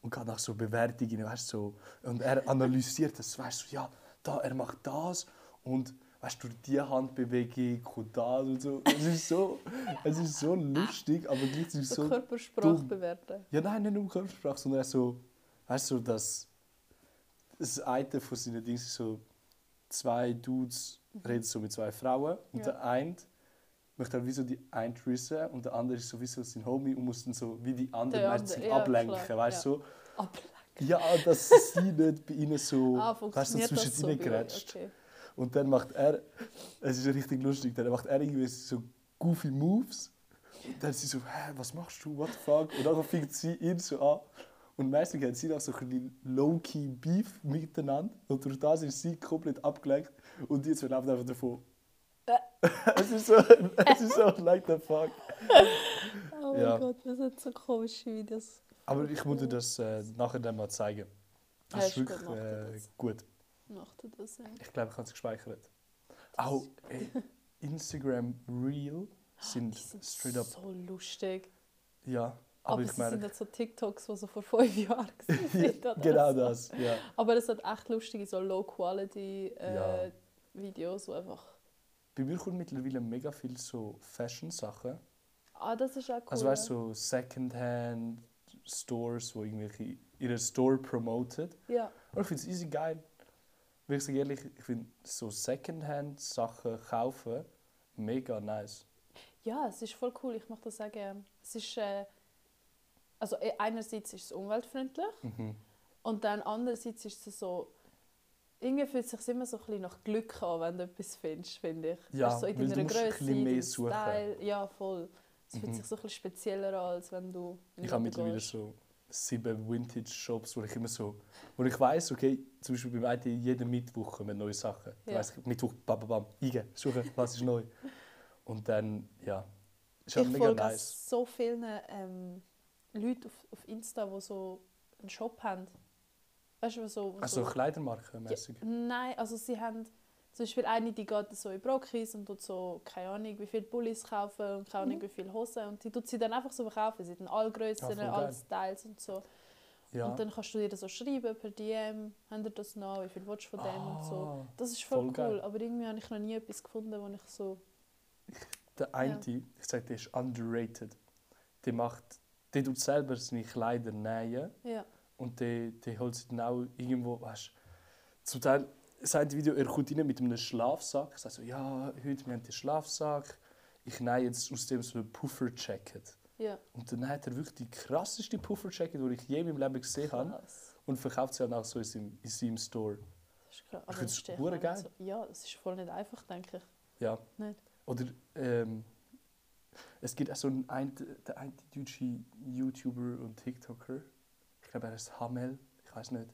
[SPEAKER 1] und kann nach so Bewertungen, weißt du, so, und er analysiert das, weißt du, so, ja, da, er macht das und weißt du, durch die Handbewegung kommt das und so. Es ist so, es ist so lustig, aber gleichzeitig
[SPEAKER 2] So,
[SPEAKER 1] so
[SPEAKER 2] Körpersprache
[SPEAKER 1] dumm.
[SPEAKER 2] bewerten.
[SPEAKER 1] ja, nein, nicht nur Körpersprache, sondern auch so, weißt du, das, das eine von seinen Dings ist so zwei Dudes, redest du mit zwei Frauen und
[SPEAKER 2] Ja.
[SPEAKER 1] der eine möchte halt wie so die eine wissen und der andere ist sowieso sein Homie und muss dann so wie die anderen
[SPEAKER 2] Der
[SPEAKER 1] meistens
[SPEAKER 2] andere, ja,
[SPEAKER 1] ablenken,
[SPEAKER 2] klar,
[SPEAKER 1] weißt du?
[SPEAKER 2] Ablecken.
[SPEAKER 1] Ja, dass sie nicht bei ihnen so,
[SPEAKER 2] Ah,
[SPEAKER 1] weißt du,
[SPEAKER 2] funktioniert
[SPEAKER 1] zwischen
[SPEAKER 2] das so?
[SPEAKER 1] ihnen
[SPEAKER 2] bei euch?
[SPEAKER 1] geratscht.
[SPEAKER 2] Okay.
[SPEAKER 1] Und dann macht er, es ist richtig lustig, dann macht er irgendwie so goofy Moves. Und dann sie so, hä, was machst du, what the fuck? Und dann fängt sie ihn so an. Und meistens haben sie dann so ein bisschen low-key Beef miteinander. Und durch das ist sie komplett abgelenkt. Und die zwei laufen einfach davon.
[SPEAKER 2] Äh.
[SPEAKER 1] es ist so, es ist so like the fuck.
[SPEAKER 2] Oh mein
[SPEAKER 1] Ja.
[SPEAKER 2] Gott, das sind so komische Videos.
[SPEAKER 1] Aber ich muss dir das äh, nachher dann mal zeigen. Das
[SPEAKER 2] Ja,
[SPEAKER 1] ist
[SPEAKER 2] ist gut,
[SPEAKER 1] wirklich
[SPEAKER 2] mach dir
[SPEAKER 1] äh,
[SPEAKER 2] das.
[SPEAKER 1] gut.
[SPEAKER 2] Macht ihr das? Ja.
[SPEAKER 1] Ich glaube, ich habe es gespeichert. Auch ey, Instagram Reel sind
[SPEAKER 2] Ah, Die sind
[SPEAKER 1] straight up.
[SPEAKER 2] so lustig.
[SPEAKER 1] Ja, aber,
[SPEAKER 2] Aber,
[SPEAKER 1] ich
[SPEAKER 2] es sind
[SPEAKER 1] meine.
[SPEAKER 2] nicht so TikToks, die so vor fünf Jahren sind.
[SPEAKER 1] Ja,
[SPEAKER 2] oder
[SPEAKER 1] genau
[SPEAKER 2] so.
[SPEAKER 1] das, ja.
[SPEAKER 2] Aber das sind echt lustige, so Low-Quality-Videos, äh,
[SPEAKER 1] Ja.
[SPEAKER 2] Videos, die einfach...
[SPEAKER 1] Bei mir kommt mittlerweile mega viel so Fashion-Sachen.
[SPEAKER 2] Ah, das ist auch cool.
[SPEAKER 1] Also weißt du, so Secondhand Stores, wo irgendwelche ihre Store promotet.
[SPEAKER 2] Ja,
[SPEAKER 1] Aber ich finde es easy geil. Weil ich sage ehrlich, ich finde so Secondhand Sachen kaufen mega nice.
[SPEAKER 2] ja es ist voll cool, ich mache das auch gerne. Es ist... Äh, also eh, einerseits ist es umweltfreundlich
[SPEAKER 1] Mhm.
[SPEAKER 2] und dann andererseits ist es so... Irgendwie fühlt es sich immer so ein bisschen nach Glück an, wenn du etwas findest, finde ich.
[SPEAKER 1] Ja,
[SPEAKER 2] Weisst du, so in
[SPEAKER 1] weil du
[SPEAKER 2] deiner
[SPEAKER 1] musst ein
[SPEAKER 2] Größe,
[SPEAKER 1] bisschen mehr
[SPEAKER 2] deinem
[SPEAKER 1] suchen.
[SPEAKER 2] Style. Ja, voll. Es fühlt
[SPEAKER 1] Mhm.
[SPEAKER 2] sich so ein bisschen spezieller an, als wenn du... in
[SPEAKER 1] Ich habe
[SPEAKER 2] den
[SPEAKER 1] mittlerweile
[SPEAKER 2] gehst.
[SPEAKER 1] so sieben Vintage-Shops, wo ich immer so, wo ich weiß, okay, zum Beispiel beim einen jeden Mittwoch kommen neue Sachen. Dann
[SPEAKER 2] Ja.
[SPEAKER 1] weiss ich, Mittwoch, bam, bam, bam, eingehen, suchen, was ist neu. Und dann, ja, ist halt
[SPEAKER 2] ich
[SPEAKER 1] mega
[SPEAKER 2] folge auch
[SPEAKER 1] nice.
[SPEAKER 2] so vielen ähm, Leuten auf, auf Insta, die so einen Shop haben. Weißt du, wo so. wo
[SPEAKER 1] Also
[SPEAKER 2] so
[SPEAKER 1] Kleidermarkenmäßig.
[SPEAKER 2] ja, nein, also sie haben zum Beispiel eine, die geht so in Brokis und tut so, keine Ahnung, wie viele Pullis kaufen und keine Ahnung, wie viele Hosen. Und die tut sie dann einfach so verkaufen. Sie haben alle
[SPEAKER 1] Ah,
[SPEAKER 2] Grössen,
[SPEAKER 1] voll
[SPEAKER 2] alle
[SPEAKER 1] geil.
[SPEAKER 2] Styles und so.
[SPEAKER 1] Ja.
[SPEAKER 2] Und dann kannst du dir das so schreiben per DM, haben ihr das noch, wie viel willst du von dem und so.
[SPEAKER 1] Ah,
[SPEAKER 2] Das ist voll,
[SPEAKER 1] voll
[SPEAKER 2] cool,
[SPEAKER 1] geil.
[SPEAKER 2] aber irgendwie habe ich noch nie etwas gefunden, wo ich so...
[SPEAKER 1] Der eine, ich sage, der ist underrated. Der macht, der tut selber seine Kleider nähen.
[SPEAKER 2] Ja,
[SPEAKER 1] Und der, der holt sich dann auch irgendwo, weißt zum Teil, sein Video, er kommt rein mit einem Schlafsack, sagt so, ja, heute, wir haben den Schlafsack, ich nähe jetzt aus dem so einen Puffer-Jacket.
[SPEAKER 2] ja.
[SPEAKER 1] Und dann hat er wirklich die krasseste Puffer-Jacket, die ich je in meinem Leben gesehen habe
[SPEAKER 2] Krass.
[SPEAKER 1] und verkauft sie dann auch so in seinem, in seinem Store.
[SPEAKER 2] Das ist krass.
[SPEAKER 1] Ich
[SPEAKER 2] Aber
[SPEAKER 1] find's
[SPEAKER 2] das ist echt
[SPEAKER 1] hure
[SPEAKER 2] nicht
[SPEAKER 1] geil.
[SPEAKER 2] So, ja, es ist voll nicht einfach, denke ich.
[SPEAKER 1] Ja.
[SPEAKER 2] Nicht?
[SPEAKER 1] Oder, ähm, es gibt auch so einen, ein- der eine deutsche YouTuber und TikToker, ich glaube, er ist Hamel, ich weiß nicht,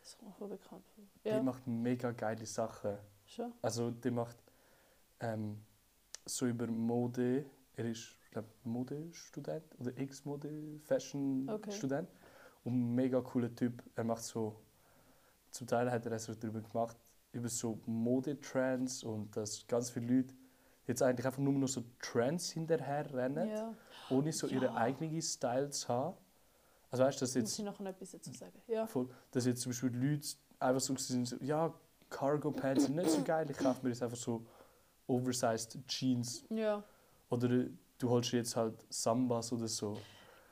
[SPEAKER 2] Das ist mir voll bekannt. vor.
[SPEAKER 1] der
[SPEAKER 2] Ja,
[SPEAKER 1] macht mega geile Sachen.
[SPEAKER 2] schon.
[SPEAKER 1] Also der macht ähm, so über Mode. Er ist, ich glaube, Modestudent oder Ex-Mode-Fashion-Student. Und ein mega cooler Typ. Er macht so, zum Teil hat er es darüber gemacht, über so Modetrends und dass ganz viele Leute jetzt eigentlich einfach nur noch so Trends hinterher rennen,
[SPEAKER 2] Ja.
[SPEAKER 1] ohne so ihre
[SPEAKER 2] Ja.
[SPEAKER 1] eigenen Style zu haben. Also weißt du, dass
[SPEAKER 2] Muss
[SPEAKER 1] jetzt
[SPEAKER 2] ich nachher noch etwas dazu sagen? Ja.
[SPEAKER 1] Voll. Dass jetzt zum Beispiel Leute einfach so gewesen sind, so, ja, Cargo Pants sind nicht so geil, ich kaufe mir jetzt einfach so oversized Jeans.
[SPEAKER 2] ja.
[SPEAKER 1] Oder äh, du holst dir jetzt halt Sambas oder so.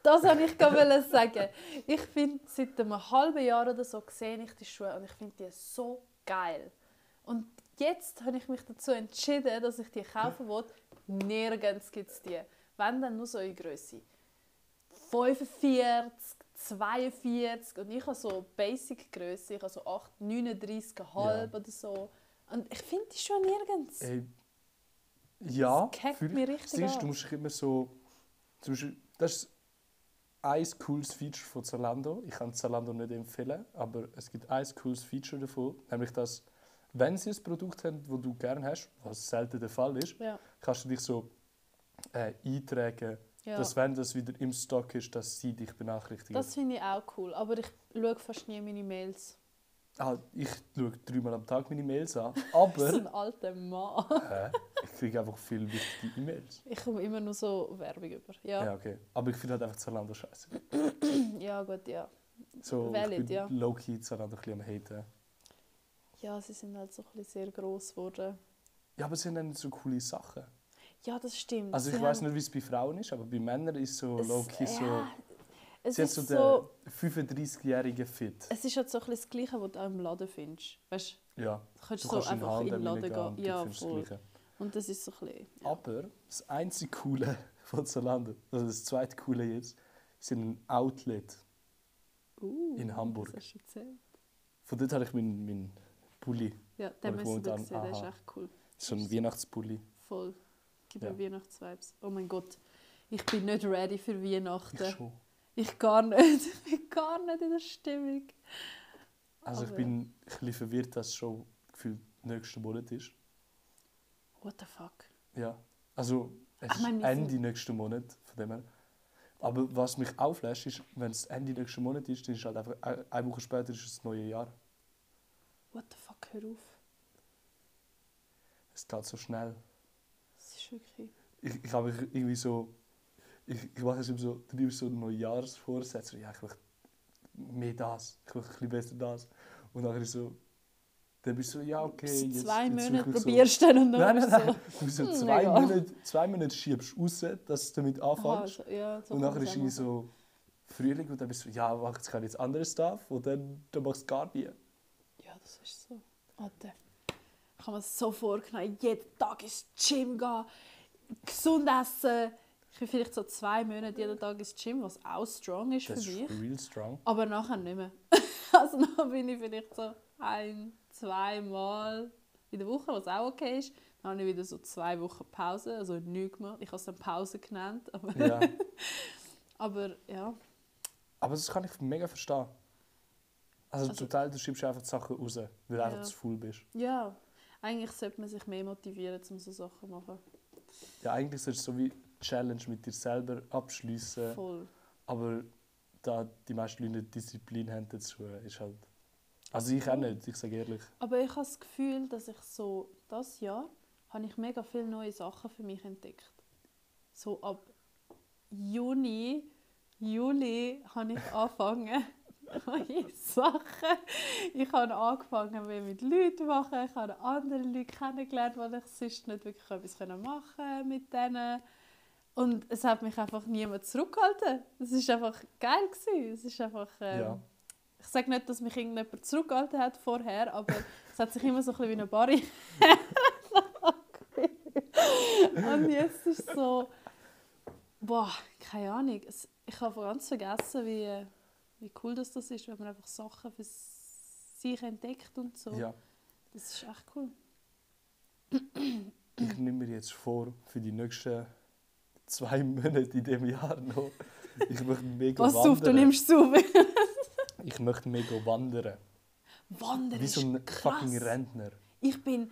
[SPEAKER 2] Das wollte ich gerade wollen sagen. Ich finde, seit einem halben Jahr oder so sehe ich die Schuhe und ich finde die so geil. Und jetzt habe ich mich dazu entschieden, dass ich die kaufen will. Nirgends gibt es die. Wenn, dann nur so in Größe. 45, 42 und ich habe so basic Größe, ich habe so 8, 39,5
[SPEAKER 1] Ja.
[SPEAKER 2] oder so. Und ich finde die Schuhe nirgends.
[SPEAKER 1] Ey, ja,
[SPEAKER 2] Das kackt
[SPEAKER 1] fühl ich.
[SPEAKER 2] mich
[SPEAKER 1] Das
[SPEAKER 2] richtig
[SPEAKER 1] Ding ist,
[SPEAKER 2] an.
[SPEAKER 1] du musst dich immer so. Zum Beispiel, das ist ein cooles Feature von Zalando. Ich kann Zalando nicht empfehlen, aber es gibt ein cooles Feature davon, nämlich dass, wenn sie ein Produkt haben, das du gerne hast, was selten der Fall ist,
[SPEAKER 2] Ja,
[SPEAKER 1] kannst du dich so äh, eintragen,
[SPEAKER 2] ja.
[SPEAKER 1] dass
[SPEAKER 2] Das,
[SPEAKER 1] wenn das wieder im Stock ist, dass sie dich benachrichtigen.
[SPEAKER 2] finde ich auch cool, aber ich schaue fast nie meine Mails.
[SPEAKER 1] Ah, ich schaue dreimal am Tag meine Mails an,
[SPEAKER 2] Das ist
[SPEAKER 1] aber
[SPEAKER 2] ein alter Mann.
[SPEAKER 1] Hä? ich kriege einfach viel wichtige E-Mails.
[SPEAKER 2] Ich komme immer nur so Werbung über.
[SPEAKER 1] Ja.
[SPEAKER 2] Ja, ja,
[SPEAKER 1] okay. Aber ich finde halt einfach Zalando scheiße.
[SPEAKER 2] gut, ja.
[SPEAKER 1] So,
[SPEAKER 2] Valid,
[SPEAKER 1] ich bin
[SPEAKER 2] ja.
[SPEAKER 1] low-key Zalando ein bisschen am haten.
[SPEAKER 2] Ja, sie sind halt so ein bisschen sehr gross geworden.
[SPEAKER 1] Ja, aber sie haben nicht so coole Sachen.
[SPEAKER 2] Ja, das stimmt.
[SPEAKER 1] Also
[SPEAKER 2] Sie
[SPEAKER 1] ich weiß
[SPEAKER 2] haben-
[SPEAKER 1] nicht, wie es bei Frauen ist, aber bei Männern ist so
[SPEAKER 2] Es-
[SPEAKER 1] low-key so...
[SPEAKER 2] ja, Es
[SPEAKER 1] Sie haben
[SPEAKER 2] ist
[SPEAKER 1] so
[SPEAKER 2] so,
[SPEAKER 1] den 35-jährigen Fit.
[SPEAKER 2] es ist halt so ein bisschen das Gleiche, was du auch im Laden findest. Weißt
[SPEAKER 1] Ja,
[SPEAKER 2] Du kannst
[SPEAKER 1] du
[SPEAKER 2] so
[SPEAKER 1] kannst in den
[SPEAKER 2] einfach in den
[SPEAKER 1] Handel
[SPEAKER 2] Laden
[SPEAKER 1] reingehen
[SPEAKER 2] gehen.
[SPEAKER 1] und
[SPEAKER 2] Ja,
[SPEAKER 1] ja, findest das
[SPEAKER 2] voll.
[SPEAKER 1] Gleiche.
[SPEAKER 2] Und das ist so ein bisschen... Ja.
[SPEAKER 1] Aber das einzige Coole von Zalando, also das zweite Coole jetzt, sind ein Outlet.
[SPEAKER 2] Uh,
[SPEAKER 1] in Hamburg.
[SPEAKER 2] Das hast du erzählt.
[SPEAKER 1] Von dort habe ich meinen, meinen Pulli.
[SPEAKER 2] Ja, den
[SPEAKER 1] Wo ich
[SPEAKER 2] müssen wir
[SPEAKER 1] momentan-
[SPEAKER 2] sehen, der ist
[SPEAKER 1] aha.
[SPEAKER 2] echt cool.
[SPEAKER 1] So ein Weihnachtspulli.
[SPEAKER 2] Voll. Gib
[SPEAKER 1] Ja.
[SPEAKER 2] mir Weihnachtsvibes. Oh mein Gott, ich bin nicht ready für Weihnachten.
[SPEAKER 1] Ich schon.
[SPEAKER 2] Ich gar nicht. Ich bin gar nicht in der Stimmung.
[SPEAKER 1] Also ich
[SPEAKER 2] Aber-
[SPEAKER 1] bin ein bisschen verwirrt, dass es schon gefühlt nächsten Monat ist.
[SPEAKER 2] What the fuck?
[SPEAKER 1] Ja. Also es
[SPEAKER 2] Ich meine,
[SPEAKER 1] ist
[SPEAKER 2] wir
[SPEAKER 1] Ende nächsten Monat, von dem her. Aber was mich auflässt, ist, wenn es Ende nächsten Monat ist, dann ist halt einfach ein- eine Woche später ist das neue Jahr.
[SPEAKER 2] What the fuck, hör auf.
[SPEAKER 1] Es geht so schnell.
[SPEAKER 2] Das ist wirklich...
[SPEAKER 1] Ich, ich habe mich irgendwie so. Ich, ich mache es immer so, du nimmst so einen Neujahrsvorsatz. so, Ja, ich will mehr das, ich will ein bisschen besser das. Und dann ist so. Dann bist du so, ja, okay.
[SPEAKER 2] Bis in
[SPEAKER 1] jetzt-
[SPEAKER 2] zwei
[SPEAKER 1] jetzt
[SPEAKER 2] Monate
[SPEAKER 1] wirklich so-
[SPEAKER 2] probierst du dann und
[SPEAKER 1] Nein,
[SPEAKER 2] dann
[SPEAKER 1] nein,
[SPEAKER 2] ist
[SPEAKER 1] nein.
[SPEAKER 2] so...
[SPEAKER 1] Du bist so
[SPEAKER 2] Hm,
[SPEAKER 1] zwei,
[SPEAKER 2] egal.
[SPEAKER 1] Monate, zwei Monate schiebst raus, dass du damit
[SPEAKER 2] Aha,
[SPEAKER 1] anfängst.
[SPEAKER 2] so, ja, so
[SPEAKER 1] und
[SPEAKER 2] kann
[SPEAKER 1] nachher
[SPEAKER 2] man's
[SPEAKER 1] ist
[SPEAKER 2] auch
[SPEAKER 1] irgendwie
[SPEAKER 2] machen.
[SPEAKER 1] so Frühling und dann bist du so, ja, mach jetzt kann ich jetzt anderes Stuff und dann, dann machst du gar nie.
[SPEAKER 2] Ja, das ist so. Alter, ich habe mir so vorgenommen, jeden Tag ins Gym gehen, gesund essen. Ich bin vielleicht so zwei Monate jeden Tag ins Gym, was auch strong ist
[SPEAKER 1] Das
[SPEAKER 2] für
[SPEAKER 1] ist
[SPEAKER 2] mich.
[SPEAKER 1] real strong.
[SPEAKER 2] Aber nachher nicht mehr. Also dann bin ich vielleicht so ein, zweimal in der Woche, was auch okay ist. Dann habe ich wieder so zwei Wochen Pause, also nichts gemacht. Ich habe es dann Pause genannt, aber
[SPEAKER 1] Ja.
[SPEAKER 2] aber, ja.
[SPEAKER 1] Aber das kann ich mega verstehen. Also,
[SPEAKER 2] Also-
[SPEAKER 1] zum Teil, du schiebst einfach die Sachen raus, weil du
[SPEAKER 2] Ja.
[SPEAKER 1] einfach zu faul bist.
[SPEAKER 2] ja. Eigentlich sollte man sich mehr motivieren, um so Sachen zu machen.
[SPEAKER 1] Ja, eigentlich solltest du so wie die Challenge mit dir selber abschließen,
[SPEAKER 2] Voll.
[SPEAKER 1] aber da die meisten Leute nicht Disziplin haben dazu, ist halt... Also ich auch nicht, ich sage ehrlich.
[SPEAKER 2] Aber ich habe das Gefühl, dass ich so das Jahr habe ich mega viele neue Sachen für mich entdeckt. So ab Juni, Juli habe ich angefangen. Neue Sachen. Ich habe angefangen, mehr mit Leuten zu machen. Ich habe andere Leute kennengelernt, weil ich sonst nicht wirklich etwas machen konnte mit denen. Und es hat mich einfach niemand zurückgehalten. Es war einfach geil. Gewesen. Es ist einfach... Ähm,
[SPEAKER 1] Ja.
[SPEAKER 2] ich sage nicht, dass mich irgendjemand zurückgehalten hat vorher, aber es hat sich immer so ein bisschen wie eine Barriere Und jetzt ist es so, boah, keine Ahnung. Es- Ich habe ganz vergessen, wie, wie cool das, das ist, wenn man einfach Sachen für sich entdeckt und so.
[SPEAKER 1] Ja.
[SPEAKER 2] Das ist echt cool.
[SPEAKER 1] ich nehme mir jetzt vor, für die nächsten zwei Monate in diesem Jahr noch, ich möchte mega
[SPEAKER 2] Pass
[SPEAKER 1] wandern.
[SPEAKER 2] auf, du nimmst es auf.
[SPEAKER 1] Ich möchte mega wandern.
[SPEAKER 2] Wandern
[SPEAKER 1] Wie so ein
[SPEAKER 2] ist krass.
[SPEAKER 1] fucking Rentner.
[SPEAKER 2] Ich bin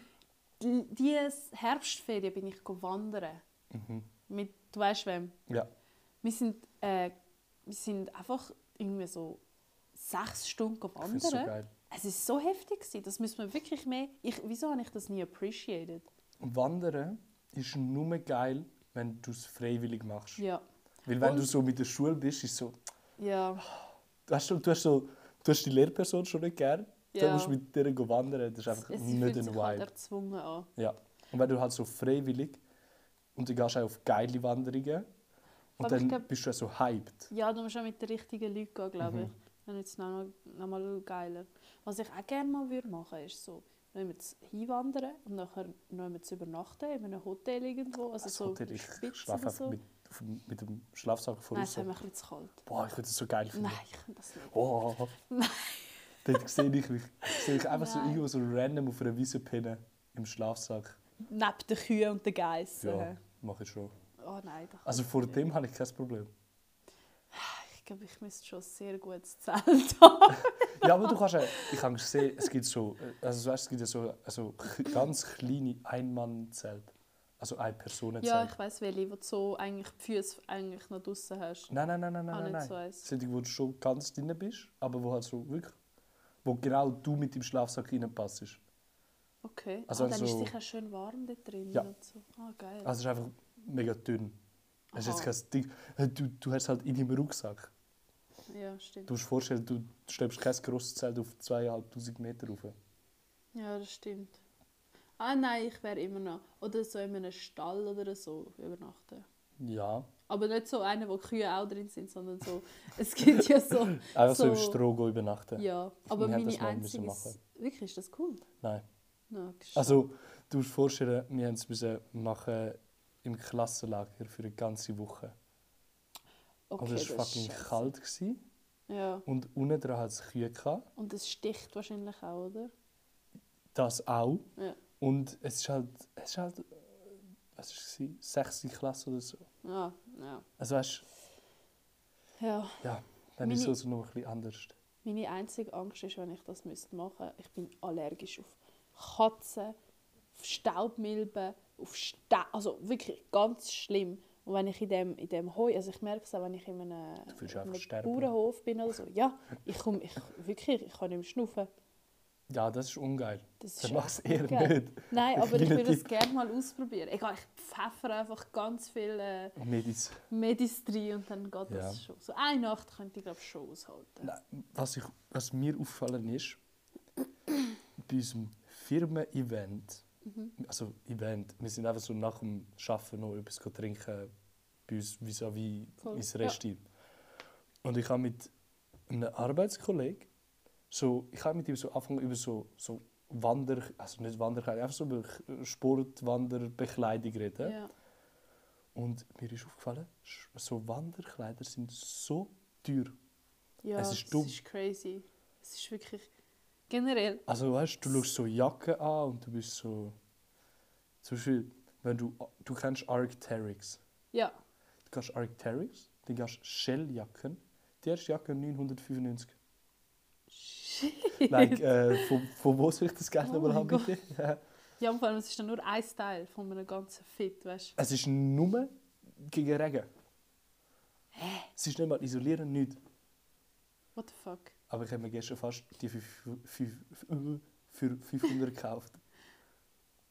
[SPEAKER 2] diese Herbstferien bin ich wandern.
[SPEAKER 1] Mhm.
[SPEAKER 2] Mit, du weißt wem?
[SPEAKER 1] Ja,
[SPEAKER 2] Wir sind, äh, wir sind einfach irgendwie so sechs Stunden
[SPEAKER 1] ich finde es so
[SPEAKER 2] gewandert.
[SPEAKER 1] geil.
[SPEAKER 2] Es ist so heftig gewesen. Das müssen wir wirklich mehr. Ich, wieso habe ich das nie appreciated?
[SPEAKER 1] Wandern ist nur geil, wenn du es freiwillig machst.
[SPEAKER 2] Ja,
[SPEAKER 1] Weil wenn
[SPEAKER 2] Und-
[SPEAKER 1] du so mit der Schule bist, ist so,
[SPEAKER 2] ja,
[SPEAKER 1] du hast, schon- du hast, so, du hast die Lehrperson schon nicht gern,
[SPEAKER 2] Ja.
[SPEAKER 1] dann musst du mit der gehen wandern, das ist einfach
[SPEAKER 2] es
[SPEAKER 1] nicht
[SPEAKER 2] fühlt
[SPEAKER 1] ein
[SPEAKER 2] sich halt
[SPEAKER 1] Vibe.
[SPEAKER 2] erzwungen an.
[SPEAKER 1] Ja. Und wenn du halt so freiwillig und dann gehst du auch auf geile Wanderungen
[SPEAKER 2] Aber
[SPEAKER 1] und dann
[SPEAKER 2] ich glaub-
[SPEAKER 1] bist du auch so hyped.
[SPEAKER 2] Ja, du musst auch mit den richtigen Leuten gehen, glaube
[SPEAKER 1] Mhm.
[SPEAKER 2] ich. Dann ist es nochmal noch mal geiler. Was ich auch gerne mal würde machen würde, ist so, noch einmal zu hinwandern und nachher noch einmal zu übernachten in einem Hotel irgendwo. Also
[SPEAKER 1] Das
[SPEAKER 2] so
[SPEAKER 1] Hotel, ich
[SPEAKER 2] Spitze
[SPEAKER 1] schlafe
[SPEAKER 2] oder
[SPEAKER 1] einfach
[SPEAKER 2] so.
[SPEAKER 1] mit, auf dem- mit dem Schlafsack
[SPEAKER 2] Nein,
[SPEAKER 1] voraus.
[SPEAKER 2] es ist mir ein bisschen zu kalt.
[SPEAKER 1] Boah, ich würde das so geil finden.
[SPEAKER 2] Nein, ich kann das nicht.
[SPEAKER 1] Oh.
[SPEAKER 2] Nein.
[SPEAKER 1] Dort sehe ich mich. Sehe ich einfach so
[SPEAKER 2] Nein.
[SPEAKER 1] irgendwo so random auf einer Wiese pinnen im Schlafsack.
[SPEAKER 2] Neben den Kühen und den Geissen.
[SPEAKER 1] Ja, mache ich schon.
[SPEAKER 2] Oh nein, da
[SPEAKER 1] Also vor dem habe ich kein Problem.
[SPEAKER 2] ich glaube, ich müsste schon ein sehr gutes Zelt haben.
[SPEAKER 1] Ja, aber du kannst ja, ich habe gesehen, es gibt so, äh, also weißt, es gibt ja so also k- ganz kleine Einmannzelt. Also ein Personenzelt.
[SPEAKER 2] ja, ich weiss welche, wo du so eigentlich die Füße eigentlich noch draussen hast.
[SPEAKER 1] Nein, nein, nein, nein,
[SPEAKER 2] Ah,
[SPEAKER 1] nein,
[SPEAKER 2] nicht
[SPEAKER 1] nein.
[SPEAKER 2] so eins.
[SPEAKER 1] Solche, wo du schon ganz drin bist, aber wo halt so wirklich, wo genau du mit dem Schlafsack reinpasst.
[SPEAKER 2] Okay,
[SPEAKER 1] Also
[SPEAKER 2] ah, dann ist
[SPEAKER 1] so-
[SPEAKER 2] es sicher schön warm da drin
[SPEAKER 1] Ja.
[SPEAKER 2] und so. Ah, geil.
[SPEAKER 1] Also es ist einfach mega dünn. Es ist
[SPEAKER 2] Aha.
[SPEAKER 1] jetzt kein Ding. Du, du hast halt in deinem Rucksack.
[SPEAKER 2] ja, stimmt.
[SPEAKER 1] Du musst dir vorstellen, du stellst kein grosses Zelt auf 2500 Meter rauf.
[SPEAKER 2] Ja, das stimmt. Ah nein, ich wäre immer noch... Oder so in einem Stall oder so übernachten.
[SPEAKER 1] Ja.
[SPEAKER 2] Aber nicht so einer, wo die Kühe auch drin sind, sondern so... es gibt ja so...
[SPEAKER 1] Einfach so,
[SPEAKER 2] So-
[SPEAKER 1] im Stroh gehen übernachten.
[SPEAKER 2] Ja, aber
[SPEAKER 1] Wir haben
[SPEAKER 2] meine
[SPEAKER 1] das mal müssen
[SPEAKER 2] einzige
[SPEAKER 1] machen.
[SPEAKER 2] Wirklich, ist das cool?
[SPEAKER 1] Nein.
[SPEAKER 2] No, gest-
[SPEAKER 1] Also, du musst dir vorstellen, wir haben es müssen machen im Klassenlager für eine ganze Woche.
[SPEAKER 2] okay,
[SPEAKER 1] also, es war
[SPEAKER 2] das ist
[SPEAKER 1] fucking
[SPEAKER 2] scheiße.
[SPEAKER 1] kalt. Gewesen.
[SPEAKER 2] Ja.
[SPEAKER 1] Und unten dran hat es Kühe gehabt.
[SPEAKER 2] Und es sticht wahrscheinlich auch, oder?
[SPEAKER 1] Das auch.
[SPEAKER 2] Ja.
[SPEAKER 1] Und es ist halt, es ist halt, äh, was war es? gewesen? Sechste Klasse oder so.
[SPEAKER 2] Ja, ah, ja.
[SPEAKER 1] Also, weißt
[SPEAKER 2] ja.
[SPEAKER 1] du, ja, dann ist
[SPEAKER 2] Meine-
[SPEAKER 1] es also noch ein bisschen anders.
[SPEAKER 2] Meine einzige Angst ist, wenn ich das müsste machen müsste, ich bin allergisch auf Katzen, auf Staubmilben, auf Sta Also wirklich ganz schlimm. Und wenn ich in dem, in dem Heu, also ich merke es auch, wenn ich in einem,
[SPEAKER 1] fühlst
[SPEAKER 2] in
[SPEAKER 1] einfach
[SPEAKER 2] einem
[SPEAKER 1] sterben.
[SPEAKER 2] Bauernhof bin oder so, ja, ich komme, ich, wirklich, ich kann nicht mehr schnaufen.
[SPEAKER 1] Ja, das ist ungeil.
[SPEAKER 2] Das
[SPEAKER 1] Dann
[SPEAKER 2] ist
[SPEAKER 1] mach es
[SPEAKER 2] echt
[SPEAKER 1] eher
[SPEAKER 2] geil.
[SPEAKER 1] nicht.
[SPEAKER 2] Nein, aber ich würde es
[SPEAKER 1] Definitiv.
[SPEAKER 2] gerne mal ausprobieren. Egal, ich pfeffere einfach ganz viel äh,
[SPEAKER 1] Und Medis.
[SPEAKER 2] Medis rein und dann geht das
[SPEAKER 1] Ja.
[SPEAKER 2] schon. So eine Nacht könnte ich glaube ich schon aushalten.
[SPEAKER 1] Nein, was, ich, was mir auffallen ist, bei unserem Firmen-Event,
[SPEAKER 2] Mhm.
[SPEAKER 1] also Event, wir sind einfach so nach dem Arbeiten noch etwas go trinken, bei uns vis-à-vis
[SPEAKER 2] Voll,
[SPEAKER 1] ins
[SPEAKER 2] ja.
[SPEAKER 1] Resti. Und ich habe mit einem Arbeitskollegen, so, ich habe mit ihm so angefangen über so, so Wander, also nicht Wanderkleidung, einfach so über Sportwanderbekleidung reden.
[SPEAKER 2] Ja.
[SPEAKER 1] Und mir ist aufgefallen, sch- so Wanderkleider sind so teuer.
[SPEAKER 2] Ja,
[SPEAKER 1] Es ist
[SPEAKER 2] das
[SPEAKER 1] dumm.
[SPEAKER 2] ist crazy. Es ist wirklich generell.
[SPEAKER 1] Also weißt du, du schaust so Jacken an und du bist so. Zum Beispiel, wenn du. Du kennst Arc'teryx.
[SPEAKER 2] Ja,
[SPEAKER 1] Du kannst Arc'teryx, dann kannst du Shelljacken. Die erste Jacke 995. Shit. Nein, äh, von, von wo soll ich das Geld
[SPEAKER 2] Oh
[SPEAKER 1] nochmal
[SPEAKER 2] mein
[SPEAKER 1] haben, bitte?
[SPEAKER 2] ja und vor allem, es ist dann nur ein Teil von einem ganzen Fit, weißt
[SPEAKER 1] Es ist nur gegen Regen. Es ist nicht mal isolieren, nichts.
[SPEAKER 2] du? What the fuck?
[SPEAKER 1] Aber ich habe mir gestern fast die für, für, für, für 500 gekauft.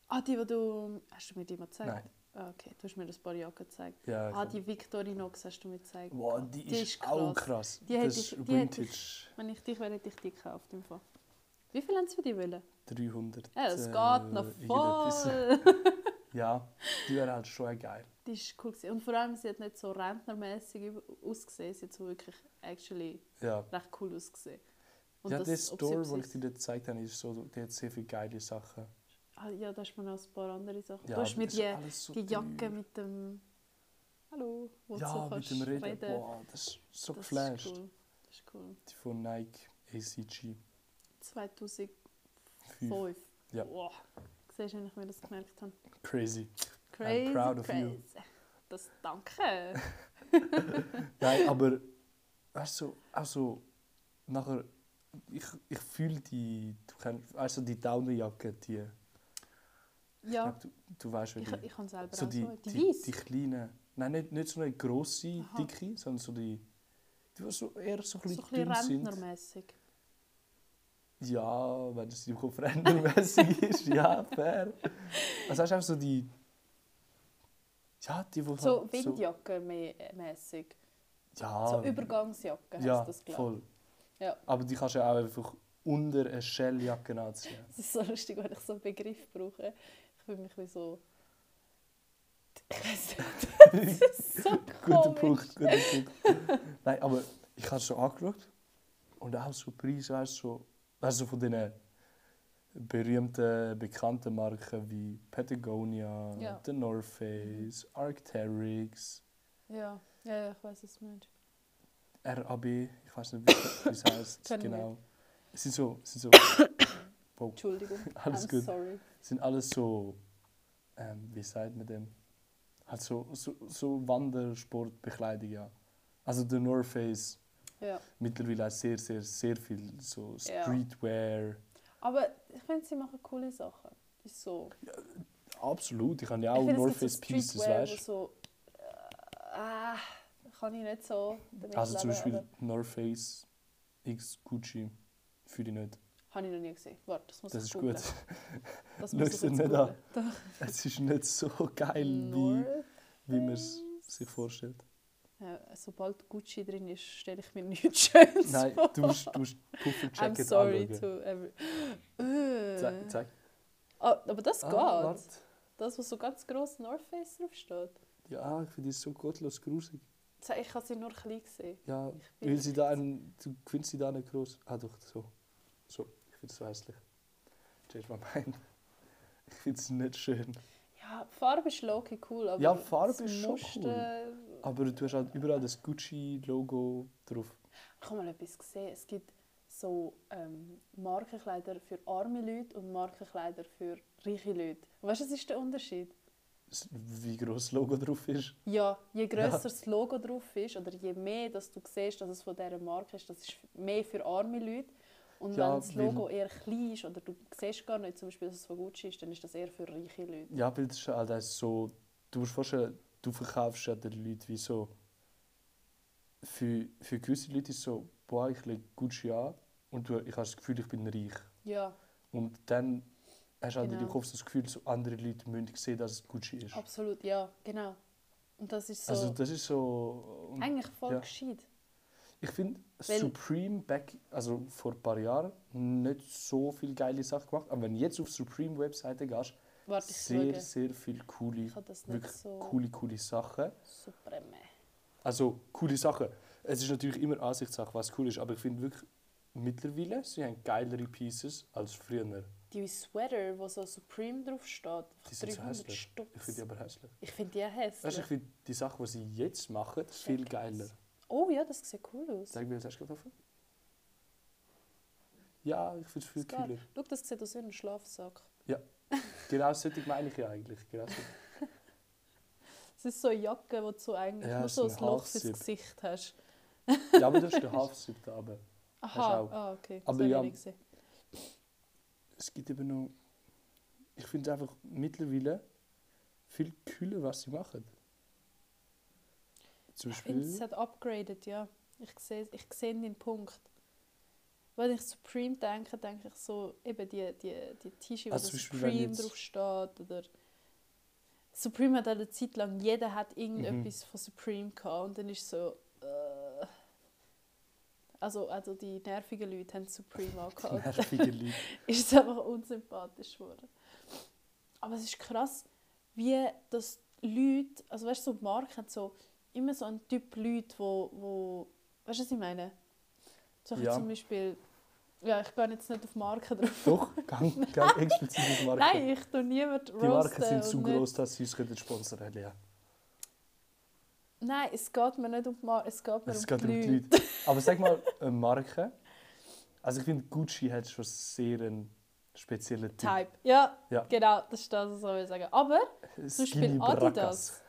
[SPEAKER 2] Ah, die, die du... Hast du mir die mal gezeigt?
[SPEAKER 1] Nein.
[SPEAKER 2] Ah, okay. Du hast mir ein paar Jacken gezeigt.
[SPEAKER 1] Ja,
[SPEAKER 2] Ah,
[SPEAKER 1] komm.
[SPEAKER 2] die Victorinox hast du mir gezeigt.
[SPEAKER 1] Boah, die,
[SPEAKER 2] Die
[SPEAKER 1] ist,
[SPEAKER 2] ist
[SPEAKER 1] auch
[SPEAKER 2] krass.
[SPEAKER 1] krass.
[SPEAKER 2] Die hätte
[SPEAKER 1] das
[SPEAKER 2] ich-
[SPEAKER 1] ist
[SPEAKER 2] die hätte
[SPEAKER 1] Vintage.
[SPEAKER 2] Wenn ich dich wäre, hätte ich die gekauft im Fall. Wie viel haben sie für die wollen?
[SPEAKER 1] 300.
[SPEAKER 2] Ja, es
[SPEAKER 1] äh,
[SPEAKER 2] geht noch
[SPEAKER 1] irgendetwas.
[SPEAKER 2] voll.
[SPEAKER 1] Ja, die wäre halt schon geil.
[SPEAKER 2] Die ist cool gewesen. Und vor allem, sie hat nicht so rentnermäßig über- ausgesehen. Sie hat so wirklich actually
[SPEAKER 1] Ja,
[SPEAKER 2] recht cool ausgesehen.
[SPEAKER 1] ja der
[SPEAKER 2] das- ob sie-
[SPEAKER 1] Store,
[SPEAKER 2] ob
[SPEAKER 1] wo
[SPEAKER 2] sie-
[SPEAKER 1] ich dir dort gezeigt habe, ist so, der hat sehr viele geile Sachen.
[SPEAKER 2] Ah, ja, da hast du mir noch ein paar andere Sachen.
[SPEAKER 1] Ja,
[SPEAKER 2] du hast mir
[SPEAKER 1] das ist
[SPEAKER 2] die,
[SPEAKER 1] alles so
[SPEAKER 2] die Jacke
[SPEAKER 1] teuer.
[SPEAKER 2] mit dem. Hallo, wo du
[SPEAKER 1] Ja,
[SPEAKER 2] so
[SPEAKER 1] mit dem
[SPEAKER 2] kannst
[SPEAKER 1] Reden. Boah, das ist so
[SPEAKER 2] das
[SPEAKER 1] geflasht.
[SPEAKER 2] ist cool. Das ist cool.
[SPEAKER 1] Die von Nike ACG.
[SPEAKER 2] 2005.
[SPEAKER 1] Fünf. Ja.
[SPEAKER 2] Wow. Siehst du, wenn ich mir das gemerkt habe?
[SPEAKER 1] Crazy.
[SPEAKER 2] Crazy,
[SPEAKER 1] proud of you.
[SPEAKER 2] crazy. Das danke.
[SPEAKER 1] Nein, aber weißt du, also nachher, ich, ich fühle die, du kennst, also die Daunenjacke, die,
[SPEAKER 2] Ja,
[SPEAKER 1] ich glaub, du, du weißt, wie
[SPEAKER 2] ich,
[SPEAKER 1] die,
[SPEAKER 2] ich kann selber
[SPEAKER 1] so
[SPEAKER 2] auch
[SPEAKER 1] die,
[SPEAKER 2] so. Die,
[SPEAKER 1] die,
[SPEAKER 2] die
[SPEAKER 1] die,
[SPEAKER 2] weiss.
[SPEAKER 1] kleinen, nein, nicht, nicht so eine grosse,
[SPEAKER 2] Aha.
[SPEAKER 1] dicke, sondern so die, die die so eher so ein
[SPEAKER 2] so
[SPEAKER 1] bisschen
[SPEAKER 2] ein
[SPEAKER 1] dünn
[SPEAKER 2] bisschen
[SPEAKER 1] sind. halt
[SPEAKER 2] rentnermäßig.
[SPEAKER 1] Ja, wenn es im Kopf rentnermässig ist, ja, fair. Also hast du einfach so die, ja, die, die
[SPEAKER 2] So
[SPEAKER 1] halt
[SPEAKER 2] Windjacke-mäßig.
[SPEAKER 1] ja,
[SPEAKER 2] So Übergangsjacke heisst
[SPEAKER 1] ja,
[SPEAKER 2] das, glaube
[SPEAKER 1] voll.
[SPEAKER 2] ich. Ja.
[SPEAKER 1] Aber die kannst du ja auch einfach unter eine Shelljacke anziehen.
[SPEAKER 2] Es ist so lustig, wenn ich so einen Begriff brauche. Ich fühle mich wie so. Ich weiß nicht. Das ist so
[SPEAKER 1] guter
[SPEAKER 2] komisch.
[SPEAKER 1] Punkt, guter Punkt. Nein, aber ich habe es so angeschaut und auch so Preise, weißt du, so, weißt, du, so von diesen berühmten, bekannten Marken wie Patagonia,
[SPEAKER 2] Ja.
[SPEAKER 1] The North Face, Arc'teryx,
[SPEAKER 2] Ja, ja, ja ich weiß, was du meinst.
[SPEAKER 1] RAB, ich weiß nicht, wie es heißt,
[SPEAKER 2] Kennen wir.
[SPEAKER 1] genau. Es sind so, es sind so, wow,
[SPEAKER 2] Entschuldigung.
[SPEAKER 1] Alles
[SPEAKER 2] I'm
[SPEAKER 1] gut.
[SPEAKER 2] sorry.
[SPEAKER 1] es sind alles so, ähm, wie sagt man dem, halt so, so, so Wandersportbekleidung, ja. Also The North Face,
[SPEAKER 2] Ja.
[SPEAKER 1] mittlerweile auch sehr, sehr, sehr viel so
[SPEAKER 2] Ja.
[SPEAKER 1] Streetwear.
[SPEAKER 2] Aber ich finde, sie machen coole Sachen. Ist so.
[SPEAKER 1] Absolut, ich habe ja
[SPEAKER 2] ich
[SPEAKER 1] auch
[SPEAKER 2] finde,
[SPEAKER 1] North
[SPEAKER 2] es gibt
[SPEAKER 1] Face
[SPEAKER 2] so
[SPEAKER 1] Pieces,
[SPEAKER 2] Streetwear, wo
[SPEAKER 1] weißt
[SPEAKER 2] so. äh, Ah, kann ich nicht so damit
[SPEAKER 1] du? Also zum
[SPEAKER 2] leben,
[SPEAKER 1] Beispiel
[SPEAKER 2] aber-
[SPEAKER 1] North Face X Gucci fühle ich nicht.
[SPEAKER 2] Habe ich noch nie gesehen. Warte, das muss
[SPEAKER 1] Das
[SPEAKER 2] ich
[SPEAKER 1] ist
[SPEAKER 2] googlen.
[SPEAKER 1] gut.
[SPEAKER 2] Das
[SPEAKER 1] Schau
[SPEAKER 2] muss ich
[SPEAKER 1] es
[SPEAKER 2] jetzt
[SPEAKER 1] nicht
[SPEAKER 2] googlen.
[SPEAKER 1] an. es ist nicht so geil, wie,
[SPEAKER 2] North
[SPEAKER 1] wie man es
[SPEAKER 2] Face.
[SPEAKER 1] sich vorstellt.
[SPEAKER 2] Ja, Äh, sobald Gucci drin ist, stelle ich mir nichts Schönes
[SPEAKER 1] Nein,
[SPEAKER 2] vor.
[SPEAKER 1] du musst, du musst Puffer
[SPEAKER 2] I'm
[SPEAKER 1] Jacket
[SPEAKER 2] sorry
[SPEAKER 1] anschauen.
[SPEAKER 2] to every... Äh.
[SPEAKER 1] Zeig, zeig.
[SPEAKER 2] Ah, aber das
[SPEAKER 1] Ah,
[SPEAKER 2] geht.
[SPEAKER 1] warte.
[SPEAKER 2] das, was so ganz gross North Face draufsteht.
[SPEAKER 1] Ja, ich finde es so gottlos grusig.
[SPEAKER 2] Zeig, Ich habe sie nur klein gesehen.
[SPEAKER 1] Ja,
[SPEAKER 2] Ich bin
[SPEAKER 1] weil sie da, einen- du gewinnst sie da nicht groß. Ah doch, so. So, ich finde es so hässlich. Verstehst du, was ich meine? Ich finde es nicht schön.
[SPEAKER 2] Ja, die Farbe ist low-key cool, aber
[SPEAKER 1] Ja, die Farbe
[SPEAKER 2] das
[SPEAKER 1] ist schon
[SPEAKER 2] Muster...
[SPEAKER 1] Aber du hast halt überall das Gucci-Logo drauf.
[SPEAKER 2] Ich habe mal etwas gesehen. Es gibt so ähm, Markenkleider für arme Leute und Markenkleider für reiche Leute. Und Weißt du, was ist der Unterschied?
[SPEAKER 1] S- Wie groß das Logo drauf ist.
[SPEAKER 2] Ja, je grösser das Logo drauf ist oder je mehr dass du siehst, dass es von dieser Marke ist, das ist mehr für arme Leute. Und
[SPEAKER 1] Ja, genau.
[SPEAKER 2] wenn das
[SPEAKER 1] weil-
[SPEAKER 2] Logo eher klein ist oder du siehst gar nicht zum Beispiel, dass es von Gucci ist, dann ist das eher für reiche Leute.
[SPEAKER 1] Ja, weil das ist halt auch so... Du musst vorstellen, du verkaufst ja den Leuten wie so... Für, für gewisse Leute ist es so, boah, ich lege Gucci an und du, ich habe das Gefühl, ich bin reich.
[SPEAKER 2] Ja,
[SPEAKER 1] Und dann hast du halt in
[SPEAKER 2] Genau.
[SPEAKER 1] deinem Kopf so das Gefühl, so andere Leute müssen sehen, dass es Gucci ist.
[SPEAKER 2] absolut, ja, genau. Und das ist so
[SPEAKER 1] Also das ist so... und
[SPEAKER 2] eigentlich voll
[SPEAKER 1] ja.
[SPEAKER 2] gescheit.
[SPEAKER 1] Ich finde
[SPEAKER 2] Weil-
[SPEAKER 1] Supreme back, also vor ein paar Jahren nicht so viel geile Sachen gemacht, aber wenn du jetzt auf Supreme Webseite gehst,
[SPEAKER 2] Warte, ich
[SPEAKER 1] sehr,
[SPEAKER 2] schaue.
[SPEAKER 1] sehr viel coole,
[SPEAKER 2] Ich habe das nicht
[SPEAKER 1] wirklich
[SPEAKER 2] so
[SPEAKER 1] coole, coole Sachen.
[SPEAKER 2] supreme.
[SPEAKER 1] Also coole Sachen. Es ist natürlich immer Ansichtssache, was cool ist, aber ich finde wirklich mittlerweile, sie haben geilere Pieces als früher.
[SPEAKER 2] Die Sweater, wo so Supreme draufsteht,
[SPEAKER 1] Die sind so
[SPEAKER 2] 300
[SPEAKER 1] hässlich.
[SPEAKER 2] Stutz.
[SPEAKER 1] Ich finde die aber hässlich.
[SPEAKER 2] Ich finde die auch
[SPEAKER 1] Weißt du, ich
[SPEAKER 2] hässlich.
[SPEAKER 1] finde die Sachen, die sie jetzt machen, viel geiler.
[SPEAKER 2] Oh ja, das sieht cool aus.
[SPEAKER 1] Sag mir, was hast du getroffen? Ja, ich finde es viel
[SPEAKER 2] Das geht.
[SPEAKER 1] cooler.
[SPEAKER 2] Schau, das sieht aus wie ein Schlafsack.
[SPEAKER 1] Genau solche meine ich ja eigentlich. Genau solche.
[SPEAKER 2] Es ist so eine Jacke, wo du so eigentlich
[SPEAKER 1] Ja,
[SPEAKER 2] nur
[SPEAKER 1] es
[SPEAKER 2] so
[SPEAKER 1] ist
[SPEAKER 2] ein
[SPEAKER 1] ein
[SPEAKER 2] Loch fürs
[SPEAKER 1] Halssieb.
[SPEAKER 2] Gesicht hast.
[SPEAKER 1] Ja, aber das ist der Halfsip da aber
[SPEAKER 2] Aha,
[SPEAKER 1] auch.
[SPEAKER 2] ah, okay.
[SPEAKER 1] Aber
[SPEAKER 2] das
[SPEAKER 1] ja.
[SPEAKER 2] habe ich nicht gesehen.
[SPEAKER 1] Es gibt eben noch. Ich finde es einfach mittlerweile viel kühler, was sie machen. Zum
[SPEAKER 2] Ich finde,
[SPEAKER 1] Beispiel.
[SPEAKER 2] es hat upgraded, ja. Ich sehe ich sehe den Punkt. Wenn ich Supreme denke, denke ich so, eben die, die, die T-Shirts,
[SPEAKER 1] Also
[SPEAKER 2] wo
[SPEAKER 1] zum Beispiel, wenn
[SPEAKER 2] Supreme
[SPEAKER 1] jetzt-
[SPEAKER 2] draufsteht. Oder Supreme hat auch eine Zeit lang, jeder hat
[SPEAKER 1] Mhm.
[SPEAKER 2] irgendetwas von Supreme gehabt. Und dann ist so, äh, also, also die nervigen Leute haben Supreme auch gehabt.
[SPEAKER 1] Nervige Leute.
[SPEAKER 2] ist es einfach unsympathisch geworden. Aber es ist krass, wie das Leute, also weißt du, so die Marke hat so immer so einen Typ Leute, wo, wo weißt du, was ich meine? So ein
[SPEAKER 1] Ja.
[SPEAKER 2] zum Beispiel, ja, ich gehe jetzt nicht auf Marken drauf.
[SPEAKER 1] Doch, gang, gang explizit auf die Marke.
[SPEAKER 2] Nein, ich tue niemanden
[SPEAKER 1] die Marken
[SPEAKER 2] roasten
[SPEAKER 1] sind zu
[SPEAKER 2] und
[SPEAKER 1] groß, dass sie uns können sponsern können. Ja.
[SPEAKER 2] Nicht, nein, es geht mir nicht um die Marke, es geht mir
[SPEAKER 1] Es
[SPEAKER 2] um
[SPEAKER 1] geht um die Leute. Aber sag mal, eine Marke. Also ich finde, Gucci hat schon sehr einen speziellen Typ.
[SPEAKER 2] Type. Ja,
[SPEAKER 1] Ja.
[SPEAKER 2] genau, das ist das, was ich soll sagen. Aber Zum Beispiel
[SPEAKER 1] Skinny Brackas.
[SPEAKER 2] Adidas.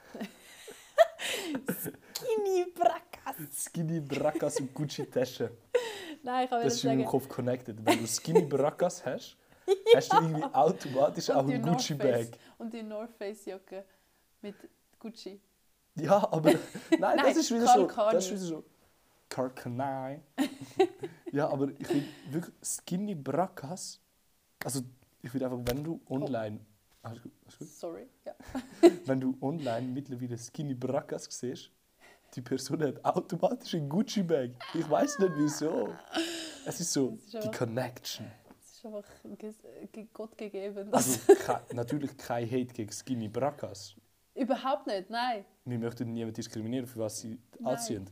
[SPEAKER 2] Kini Brackas.
[SPEAKER 1] Skinny Brackas und Gucci-Taschen.
[SPEAKER 2] Nein, ich kann
[SPEAKER 1] Das
[SPEAKER 2] nicht
[SPEAKER 1] ist in meinem
[SPEAKER 2] sagen.
[SPEAKER 1] Kopf connected. Wenn du Skinny Brackas hast, hast du irgendwie automatisch auch
[SPEAKER 2] die
[SPEAKER 1] ein
[SPEAKER 2] North Face-
[SPEAKER 1] Gucci-Bag.
[SPEAKER 2] Und die North Face Jacke mit Gucci.
[SPEAKER 1] Ja, aber. Nein, das ist wieder so.
[SPEAKER 2] Kalkani.
[SPEAKER 1] Das ist wieder so. Karkanai. ja, aber ich finde wirklich Skinny Brackas. Also, ich finde einfach, wenn du
[SPEAKER 2] Oh.
[SPEAKER 1] online. Alles gut, alles gut.
[SPEAKER 2] Sorry. Ja.
[SPEAKER 1] Wenn du online mittlerweile Skinny Brackas siehst, die Person hat automatisch ein Gucci-Bag. Ich weiß nicht wieso. Es ist so
[SPEAKER 2] Das ist aber-
[SPEAKER 1] die Connection.
[SPEAKER 2] Es ist einfach ges- ge- Gott gegeben.
[SPEAKER 1] Also ke natürlich kein Hate gegen Skinny Brackas.
[SPEAKER 2] Überhaupt nicht, nein.
[SPEAKER 1] Wir möchten niemanden diskriminieren, für was sie
[SPEAKER 2] Nein.
[SPEAKER 1] anziehen.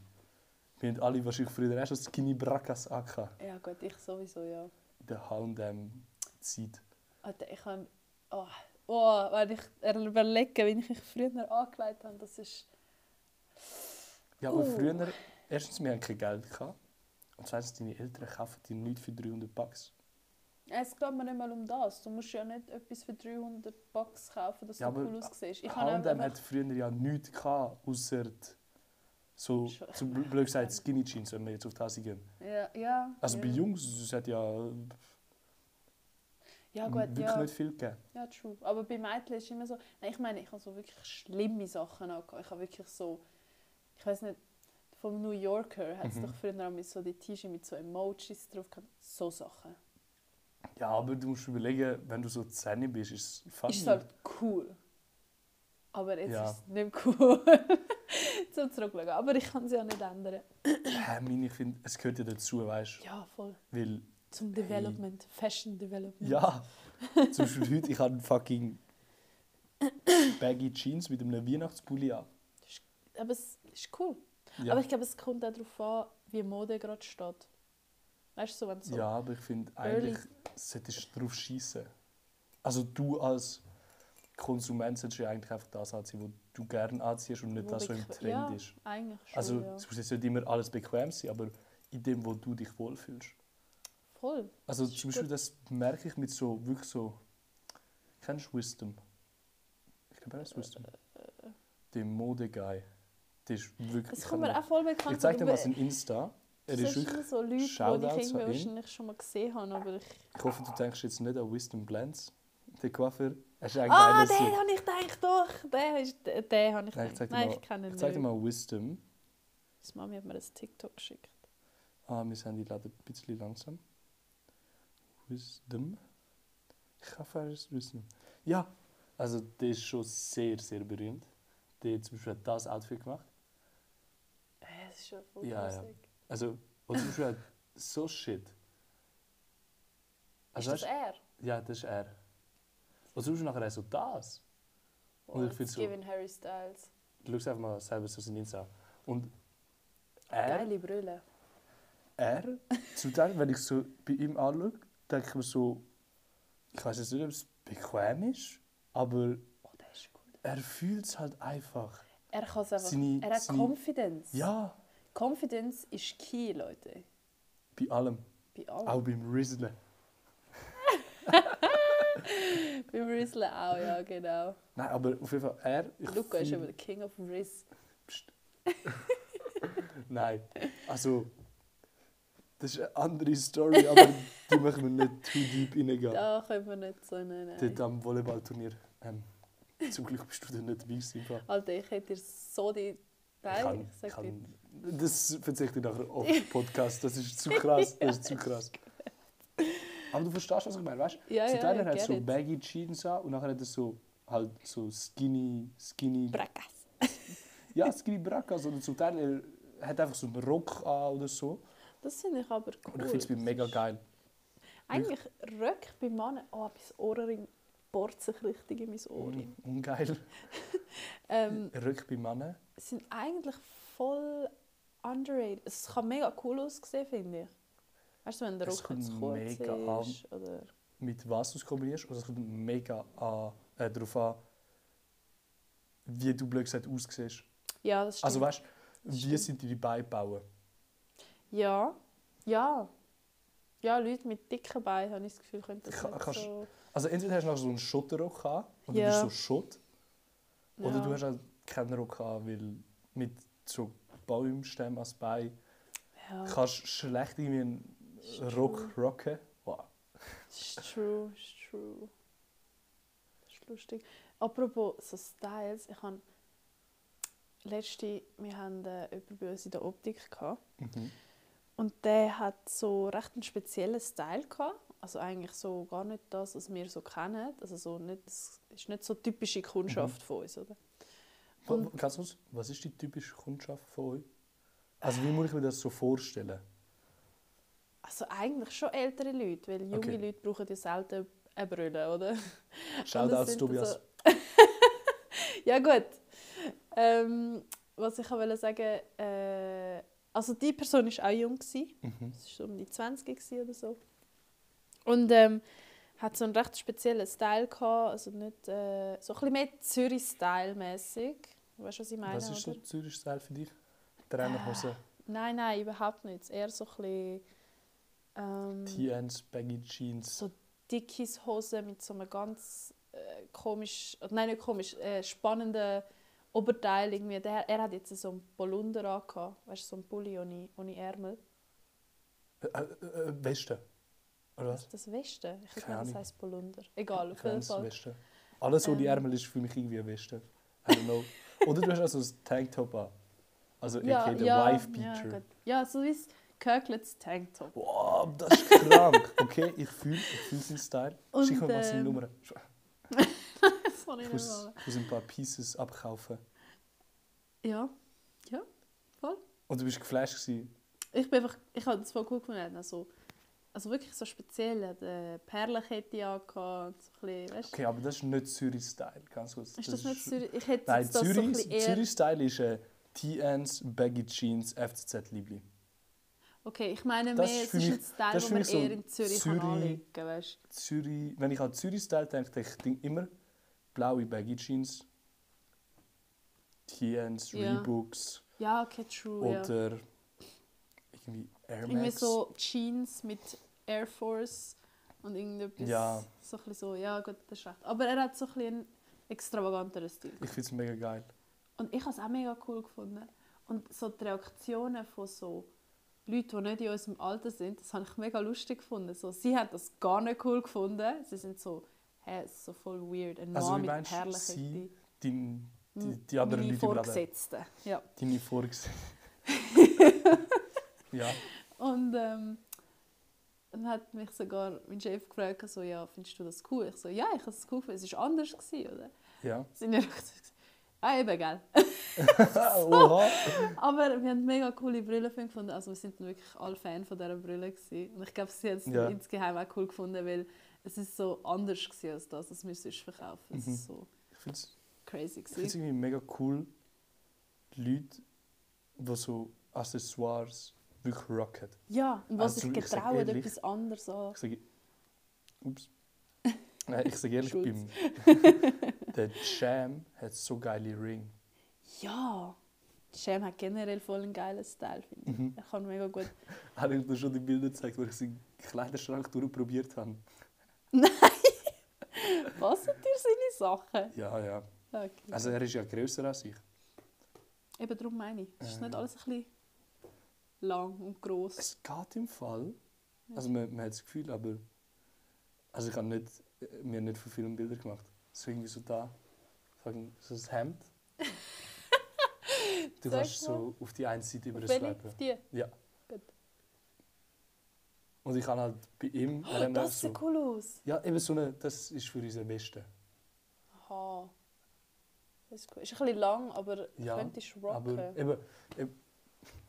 [SPEAKER 1] Wir haben alle wahrscheinlich früher auch schon Skinny Brackas angehabt.
[SPEAKER 2] Ja gut, ich sowieso, ja.
[SPEAKER 1] In der H&M-Zeit.
[SPEAKER 2] Alter, ich habe... Oh, oh, wenn ich überlege, wie ich mich früher angelegt habe, das ist...
[SPEAKER 1] Ja, aber
[SPEAKER 2] Uh.
[SPEAKER 1] früher... Erstens, wir haben kein Geld. Gehabt. Und zweitens, deine Eltern kaufen dir nichts für 300 Bucks.
[SPEAKER 2] Es geht mir nicht mal um das. Du musst ja nicht etwas für 300 Bucks kaufen, dass
[SPEAKER 1] Ja,
[SPEAKER 2] du
[SPEAKER 1] aber
[SPEAKER 2] cool aussiehst. Ich habe
[SPEAKER 1] H&M
[SPEAKER 2] einfach...
[SPEAKER 1] hat früher ja nichts gehabt, außer die- so,
[SPEAKER 2] Schon-
[SPEAKER 1] so bl- blöd gesagt, Skinny Jeans, wenn wir jetzt auf das gehen.
[SPEAKER 2] Ja, ja.
[SPEAKER 1] Also
[SPEAKER 2] ja.
[SPEAKER 1] bei Jungs, es hat ja,
[SPEAKER 2] Ja gut,
[SPEAKER 1] wirklich
[SPEAKER 2] ja.
[SPEAKER 1] nicht viel gegeben.
[SPEAKER 2] Ja, true. Aber bei Mädchen ist immer so. Nein, ich meine, ich habe so wirklich schlimme Sachen angehabt. Ich habe wirklich so. Ich weiß nicht, vom New Yorker hat es
[SPEAKER 1] Mhm.
[SPEAKER 2] doch früher auch mit so die T-Shirts mit so Emojis drauf gehabt. So Sachen.
[SPEAKER 1] Ja, aber du musst überlegen, wenn du so 10 bist, ist es funny.
[SPEAKER 2] Ist halt cool. Aber jetzt
[SPEAKER 1] Ja.
[SPEAKER 2] ist es nicht cool. Zum Zurückschauen. Aber ich kann sie ja nicht ändern.
[SPEAKER 1] Hä, meine, ich finde, es gehört ja dazu, weißt du.
[SPEAKER 2] Ja, voll.
[SPEAKER 1] Weil,
[SPEAKER 2] Zum Development. Fashion Development.
[SPEAKER 1] ja, zum Beispiel heute, ich habe fucking baggy Jeans mit einem Weihnachtspulli an.
[SPEAKER 2] Aber es ist cool.
[SPEAKER 1] Ja,
[SPEAKER 2] Aber ich glaube, es kommt auch darauf an, wie Mode gerade steht. Weißt du, so, wenn so.
[SPEAKER 1] ja, aber ich finde,
[SPEAKER 2] Early-
[SPEAKER 1] eigentlich solltest du drauf schießen. Also du als Konsument solltest ja eigentlich einfach das anziehen, was du gerne anziehst und nicht
[SPEAKER 2] Wo
[SPEAKER 1] das, was im
[SPEAKER 2] bequ-
[SPEAKER 1] Trend
[SPEAKER 2] ja,
[SPEAKER 1] ist.
[SPEAKER 2] Eigentlich schon,
[SPEAKER 1] Also
[SPEAKER 2] ja.
[SPEAKER 1] es muss jetzt nicht immer alles bequem sein, aber in dem, wo du dich wohlfühlst.
[SPEAKER 2] Voll.
[SPEAKER 1] Also
[SPEAKER 2] Das ist
[SPEAKER 1] zum Beispiel,
[SPEAKER 2] gut.
[SPEAKER 1] das merke ich mit so, wirklich so, kennst du Wisdom? Ich glaube, er heißt Wisdom.
[SPEAKER 2] Äh,
[SPEAKER 1] Der Mode-Guy. Der ist wirklich...
[SPEAKER 2] Das
[SPEAKER 1] ich
[SPEAKER 2] kommt
[SPEAKER 1] kann
[SPEAKER 2] mir auch voll bekannt
[SPEAKER 1] Ich zeig dir
[SPEAKER 2] aber
[SPEAKER 1] mal sein Insta. Er
[SPEAKER 2] das
[SPEAKER 1] ist
[SPEAKER 2] sind
[SPEAKER 1] wirklich...
[SPEAKER 2] immer so Leute, die ich
[SPEAKER 1] Shoutouts
[SPEAKER 2] irgendwie
[SPEAKER 1] an ihn.
[SPEAKER 2] wahrscheinlich schon mal gesehen habe, aber ich...
[SPEAKER 1] Ich hoffe, du denkst jetzt nicht an Wisdom Blends. Der Coiffeur. Er ist eigentlich
[SPEAKER 2] Ah,
[SPEAKER 1] einer
[SPEAKER 2] den
[SPEAKER 1] so-
[SPEAKER 2] habe ich gedacht, doch. Den, ist, den, den habe ich
[SPEAKER 1] Nein, ich zeig
[SPEAKER 2] gedacht.
[SPEAKER 1] dir
[SPEAKER 2] Nein,
[SPEAKER 1] mal-
[SPEAKER 2] ich kenne ihn
[SPEAKER 1] Ich zeig dir
[SPEAKER 2] nicht.
[SPEAKER 1] mal Wisdom.
[SPEAKER 2] Meine Mami hat mir ein TikTok geschickt.
[SPEAKER 1] Ah, mein Handy lädt ein bisschen langsam. Wisdom. Ich hoffe, er ist Wisdom. Ja, also der ist schon sehr, sehr berühmt. Der hat zum Beispiel das Outfit gemacht.
[SPEAKER 2] Äh, Das ist ja voll
[SPEAKER 1] Ja, ja.
[SPEAKER 2] grusig.
[SPEAKER 1] Also, und zum Beispiel hat so shit. Also,
[SPEAKER 2] ist das
[SPEAKER 1] weißt,
[SPEAKER 2] er?
[SPEAKER 1] ja, das ist er. Und zum Beispiel nachher auch so das. Und ich
[SPEAKER 2] das
[SPEAKER 1] find's so-
[SPEAKER 2] Gavin Harry Styles.
[SPEAKER 1] Du schaust einfach mal selber so sein Insta. an. Und er,
[SPEAKER 2] Geile Brille.
[SPEAKER 1] er, zum Teil, wenn ich so bei ihm anschaue, denke ich mir so, ich weiß jetzt nicht, ob es bequem ist, aber
[SPEAKER 2] Oh, der ist gut.
[SPEAKER 1] er fühlt es halt einfach.
[SPEAKER 2] Er kann es einfach.
[SPEAKER 1] Seine-
[SPEAKER 2] er hat
[SPEAKER 1] seine-
[SPEAKER 2] Confidence.
[SPEAKER 1] Ja,
[SPEAKER 2] Confidence ist key, Leute.
[SPEAKER 1] bei allem.
[SPEAKER 2] Bei allem.
[SPEAKER 1] Auch beim Rizzlen.
[SPEAKER 2] Beim Rizzle auch, ja, genau.
[SPEAKER 1] Nein, aber auf jeden Fall, er. ich
[SPEAKER 2] Luca ist
[SPEAKER 1] fühl-
[SPEAKER 2] aber der King of Riz.
[SPEAKER 1] Psst. Nein, also, das ist eine andere Story, aber die machen wir nicht zu deep reingehen.
[SPEAKER 2] Da können wir nicht so äh, nennen.
[SPEAKER 1] Dort am Volleyballturnier. Ähm, zum Glück bist du da nicht dabei gewesen. im Fall.
[SPEAKER 2] Alter, ich hätte dir so die. Nein, ich
[SPEAKER 1] ich
[SPEAKER 2] sag dir.
[SPEAKER 1] das erzähle ich dir nachher auf dem Podcast. Das ist zu krass. Das ist zu krass. Aber du verstehst, was ich meine, weißt du?
[SPEAKER 2] Ja,
[SPEAKER 1] Zum
[SPEAKER 2] ja,
[SPEAKER 1] Teil
[SPEAKER 2] I
[SPEAKER 1] hat er
[SPEAKER 2] get
[SPEAKER 1] so
[SPEAKER 2] it.
[SPEAKER 1] baggy Jeans an und nachher hat er so, halt so skinny, skinny,
[SPEAKER 2] Bracas.
[SPEAKER 1] ja, skinny Brackas. Oder zum Teil er hat einfach so einen Rock an oder so.
[SPEAKER 2] Das finde ich aber cool.
[SPEAKER 1] Und ich finde es bei ihm mega geil.
[SPEAKER 2] Eigentlich Röck bei Männern. Oh, mein Ohrring bohrt sich richtig in mein Ohr.
[SPEAKER 1] Un ungeil.
[SPEAKER 2] Ähm,
[SPEAKER 1] Rück bei Männern.
[SPEAKER 2] sind eigentlich voll underrated. Es kann mega cool aussehen, finde ich. Weißt du, wenn der
[SPEAKER 1] Es
[SPEAKER 2] Rock
[SPEAKER 1] kommt
[SPEAKER 2] jetzt kurz
[SPEAKER 1] mega
[SPEAKER 2] ist oder
[SPEAKER 1] mit was du es kombinierst. Und es kommt mega an, äh, darauf an, wie du blöd gesagt aussiehst.
[SPEAKER 2] ja, das stimmt.
[SPEAKER 1] Also weißt du, wie sind deine Beine bauen?
[SPEAKER 2] ja, ja, ja, Leute mit dicken Beinen, habe ich das Gefühl, könnten das
[SPEAKER 1] Ka-
[SPEAKER 2] nicht
[SPEAKER 1] kannst-
[SPEAKER 2] so.
[SPEAKER 1] Also entweder hast du noch so einen Schotterrock an und
[SPEAKER 2] Ja.
[SPEAKER 1] du bist so Schott. Oder
[SPEAKER 2] Ja.
[SPEAKER 1] du hast halt keinen Rock an, weil mit so Baumstämmen als Bein
[SPEAKER 2] Ja,
[SPEAKER 1] kannst du schlecht irgendwie einen Rock rocken. Wow.
[SPEAKER 2] ist true, ist true. Das ist lustig. Apropos so Styles, ich habe letzte, wir haben äh, jemanden bei uns in der Optik gehabt.
[SPEAKER 1] Mhm.
[SPEAKER 2] Und der hat so recht einen speziellen Style gehabt. Also eigentlich so gar nicht das, was wir so kennen. Also so nicht, das ist nicht so typische
[SPEAKER 1] Mhm.
[SPEAKER 2] Kundschaft von uns, oder?
[SPEAKER 1] Wa-
[SPEAKER 2] Und-
[SPEAKER 1] wa- Ganz kurz, was ist die typische Kundschaft von euch? Also wie muss ich mir das so vorstellen?
[SPEAKER 2] Also eigentlich schon ältere Leute, weil junge
[SPEAKER 1] Okay.
[SPEAKER 2] Leute brauchen ja selten eine Brille, oder?
[SPEAKER 1] Shoutouts
[SPEAKER 2] sind
[SPEAKER 1] Tobias.
[SPEAKER 2] also- Ja gut. Ähm, was ich auch wollte sagen, äh, also die Person war auch jung. Gewesen.
[SPEAKER 1] Mhm.
[SPEAKER 2] Es war um die 20 gewesen oder so. Und ähm, hat so einen recht speziellen Style gehabt, also nicht äh, so ein bisschen mehr Zürich-Style-mäßig. Weißt du, was ich meine?
[SPEAKER 1] Was ist so
[SPEAKER 2] oder? Ähm.
[SPEAKER 1] Zürich Style für dich? Trainerhose,
[SPEAKER 2] Nein, nein, überhaupt nicht. Eher so ein bisschen ähm,
[SPEAKER 1] TNs, Baggy Jeans.
[SPEAKER 2] so dickes Hose mit so einem ganz äh, komisch, oder nein, nicht komisch, äh, spannenden Oberteil irgendwie. Der, er hat jetzt so einen Polunder angehabt, weißt du, so einen Pulli ohne, ohne Ärmel.
[SPEAKER 1] Äh, äh, äh, Weste. Oder was?
[SPEAKER 2] Ist das Weste? Ich
[SPEAKER 1] Keine
[SPEAKER 2] glaube, das
[SPEAKER 1] Ahnung.
[SPEAKER 2] heisst Polunder. Egal, auf jeden
[SPEAKER 1] Ganz
[SPEAKER 2] Fall.
[SPEAKER 1] Weste. Alles ohne
[SPEAKER 2] Ähm.
[SPEAKER 1] Ärmel ist für mich irgendwie eine Weste. I don't know. Oder du hast also ein Tanktop an. Also okay,
[SPEAKER 2] Ja,
[SPEAKER 1] der
[SPEAKER 2] ja,
[SPEAKER 1] Wife
[SPEAKER 2] ja,
[SPEAKER 1] Beater.
[SPEAKER 2] gut. ja, so wie es gehökeltes Tanktop.
[SPEAKER 1] wow, das ist krank. Okay, ich fühle ich fühl seinen Style.
[SPEAKER 2] Und,
[SPEAKER 1] Schick mir mal seine
[SPEAKER 2] ähm,
[SPEAKER 1] Nummer.
[SPEAKER 2] Das kann ich
[SPEAKER 1] Ich
[SPEAKER 2] nicht
[SPEAKER 1] muss,
[SPEAKER 2] machen.
[SPEAKER 1] ich muss ein paar Pieces abkaufen.
[SPEAKER 2] Ja,
[SPEAKER 1] Und du bist geflasht gewesen.
[SPEAKER 2] ich bin einfach, ich habe das voll cool gefunden. Also, also wirklich so speziell, er hat eine Perlenkette angehabt, und so ein bisschen, weißt du.
[SPEAKER 1] Okay, aber das ist nicht Zürich Style, ganz kurz.
[SPEAKER 2] Ist das nicht Zürich? Ich hätte
[SPEAKER 1] Nein,
[SPEAKER 2] jetzt das so ein
[SPEAKER 1] Zürich,
[SPEAKER 2] bisschen eher...
[SPEAKER 1] Zürich Style ist äh, TNs, Baggy Jeans, FCZ Liebling.
[SPEAKER 2] Okay, ich meine
[SPEAKER 1] Das ist
[SPEAKER 2] mehr, es
[SPEAKER 1] für
[SPEAKER 2] ist
[SPEAKER 1] mich-
[SPEAKER 2] ein Teil,
[SPEAKER 1] das ist
[SPEAKER 2] wo man
[SPEAKER 1] für mich so
[SPEAKER 2] eher in Zürich,
[SPEAKER 1] Zürich-
[SPEAKER 2] kann anlegen kann, weißt
[SPEAKER 1] Zürich, wenn ich an Zürich Style denke, denke ich denk immer blaue Baggy Jeans, TNs,
[SPEAKER 2] Ja.
[SPEAKER 1] Reeboks
[SPEAKER 2] du? Ja, okay, true, ja.
[SPEAKER 1] oder irgendwie Air äh, Max.
[SPEAKER 2] Irgendwie so Jeans mit Air Force und irgendetwas.
[SPEAKER 1] Ja.
[SPEAKER 2] So ein bisschen so, ja gut, das ist recht. Aber er hat so ein bisschen einen extravaganteren Stil.
[SPEAKER 1] Ich finde es mega geil.
[SPEAKER 2] Und ich habe es auch mega cool gefunden. Und so die Reaktionen von so Leuten, die nicht in unserem Alter sind, das habe ich mega lustig gefunden. So, sie haben das gar nicht cool gefunden. Sie sind so, hä, es ist so voll weird. Ein
[SPEAKER 1] Also,
[SPEAKER 2] Mann
[SPEAKER 1] wie
[SPEAKER 2] mit
[SPEAKER 1] meinst du,
[SPEAKER 2] Perlen
[SPEAKER 1] sie-
[SPEAKER 2] könnte-
[SPEAKER 1] Die, die,
[SPEAKER 2] M-
[SPEAKER 1] die anderen
[SPEAKER 2] meine
[SPEAKER 1] Leute im Laden.
[SPEAKER 2] Vorgesetzten. Ja.
[SPEAKER 1] Deine Vorgesetzten. ja,
[SPEAKER 2] Und ähm, dann hat mich sogar mein Chef gefragt, so, ja, findest du das cool? Ich so, ja, ich habe es cool gefunden. Es war anders, gewesen, oder?
[SPEAKER 1] ja.
[SPEAKER 2] Sind ja Ah, eben, gell.
[SPEAKER 1] Oha.
[SPEAKER 2] Aber wir haben mega coole Brillenfilme gefunden. Also wir sind wirklich alle Fan von dieser Brille. Gewesen. Und ich glaube, sie hat es
[SPEAKER 1] Ja.
[SPEAKER 2] insgeheim auch cool gefunden, weil es ist so anders war als das, was wir sonst verkaufen. Es
[SPEAKER 1] Mhm.
[SPEAKER 2] ist so
[SPEAKER 1] Ich finde es
[SPEAKER 2] crazy. Gewesen.
[SPEAKER 1] irgendwie mega cool, die Leute, die so Accessoires wirklich rocken.
[SPEAKER 2] Ja, und was
[SPEAKER 1] Also,
[SPEAKER 2] sich
[SPEAKER 1] ich sag
[SPEAKER 2] getrauen,
[SPEAKER 1] ehrlich-
[SPEAKER 2] etwas anderes an.
[SPEAKER 1] Ich sage. Ups. Nein, ich sage ehrlich,
[SPEAKER 2] Schulz.
[SPEAKER 1] beim, der Jam hat so geile Ring.
[SPEAKER 2] Ja! Sham hat generell voll einen geilen Style, finde ich.
[SPEAKER 1] Mhm.
[SPEAKER 2] Er kann mega gut.
[SPEAKER 1] Habe ich dir schon die Bilder gezeigt, wo ich seinen Kleiderschrank durchprobiert habe?
[SPEAKER 2] Was sind dir seine Sachen?
[SPEAKER 1] Ja, ja.
[SPEAKER 2] Okay.
[SPEAKER 1] Also er ist ja grösser als ich.
[SPEAKER 2] Eben darum meine ich. Es ist
[SPEAKER 1] Äh.
[SPEAKER 2] nicht alles ein bisschen lang und gross.
[SPEAKER 1] Es geht im Fall. Also man, man hat das Gefühl, aber... Also ich habe nicht, äh, mir nicht von vielen Bilder gemacht. So irgendwie so da. fucking So ein Hemd. Du
[SPEAKER 2] Sag
[SPEAKER 1] kannst so auf die eine Seite über das
[SPEAKER 2] Wenn ich
[SPEAKER 1] Leben.
[SPEAKER 2] auf die.
[SPEAKER 1] Ja.
[SPEAKER 2] Gut.
[SPEAKER 1] Und ich habe halt bei ihm... er hat
[SPEAKER 2] Oh,
[SPEAKER 1] mir
[SPEAKER 2] das
[SPEAKER 1] so,
[SPEAKER 2] sieht cool aus.
[SPEAKER 1] Ja, eben so eine... Das ist für unsere Beste.
[SPEAKER 2] Aha. Das ist cool. Ist ein bisschen lang, aber
[SPEAKER 1] Ja,
[SPEAKER 2] könntest rocken.
[SPEAKER 1] Aber eben...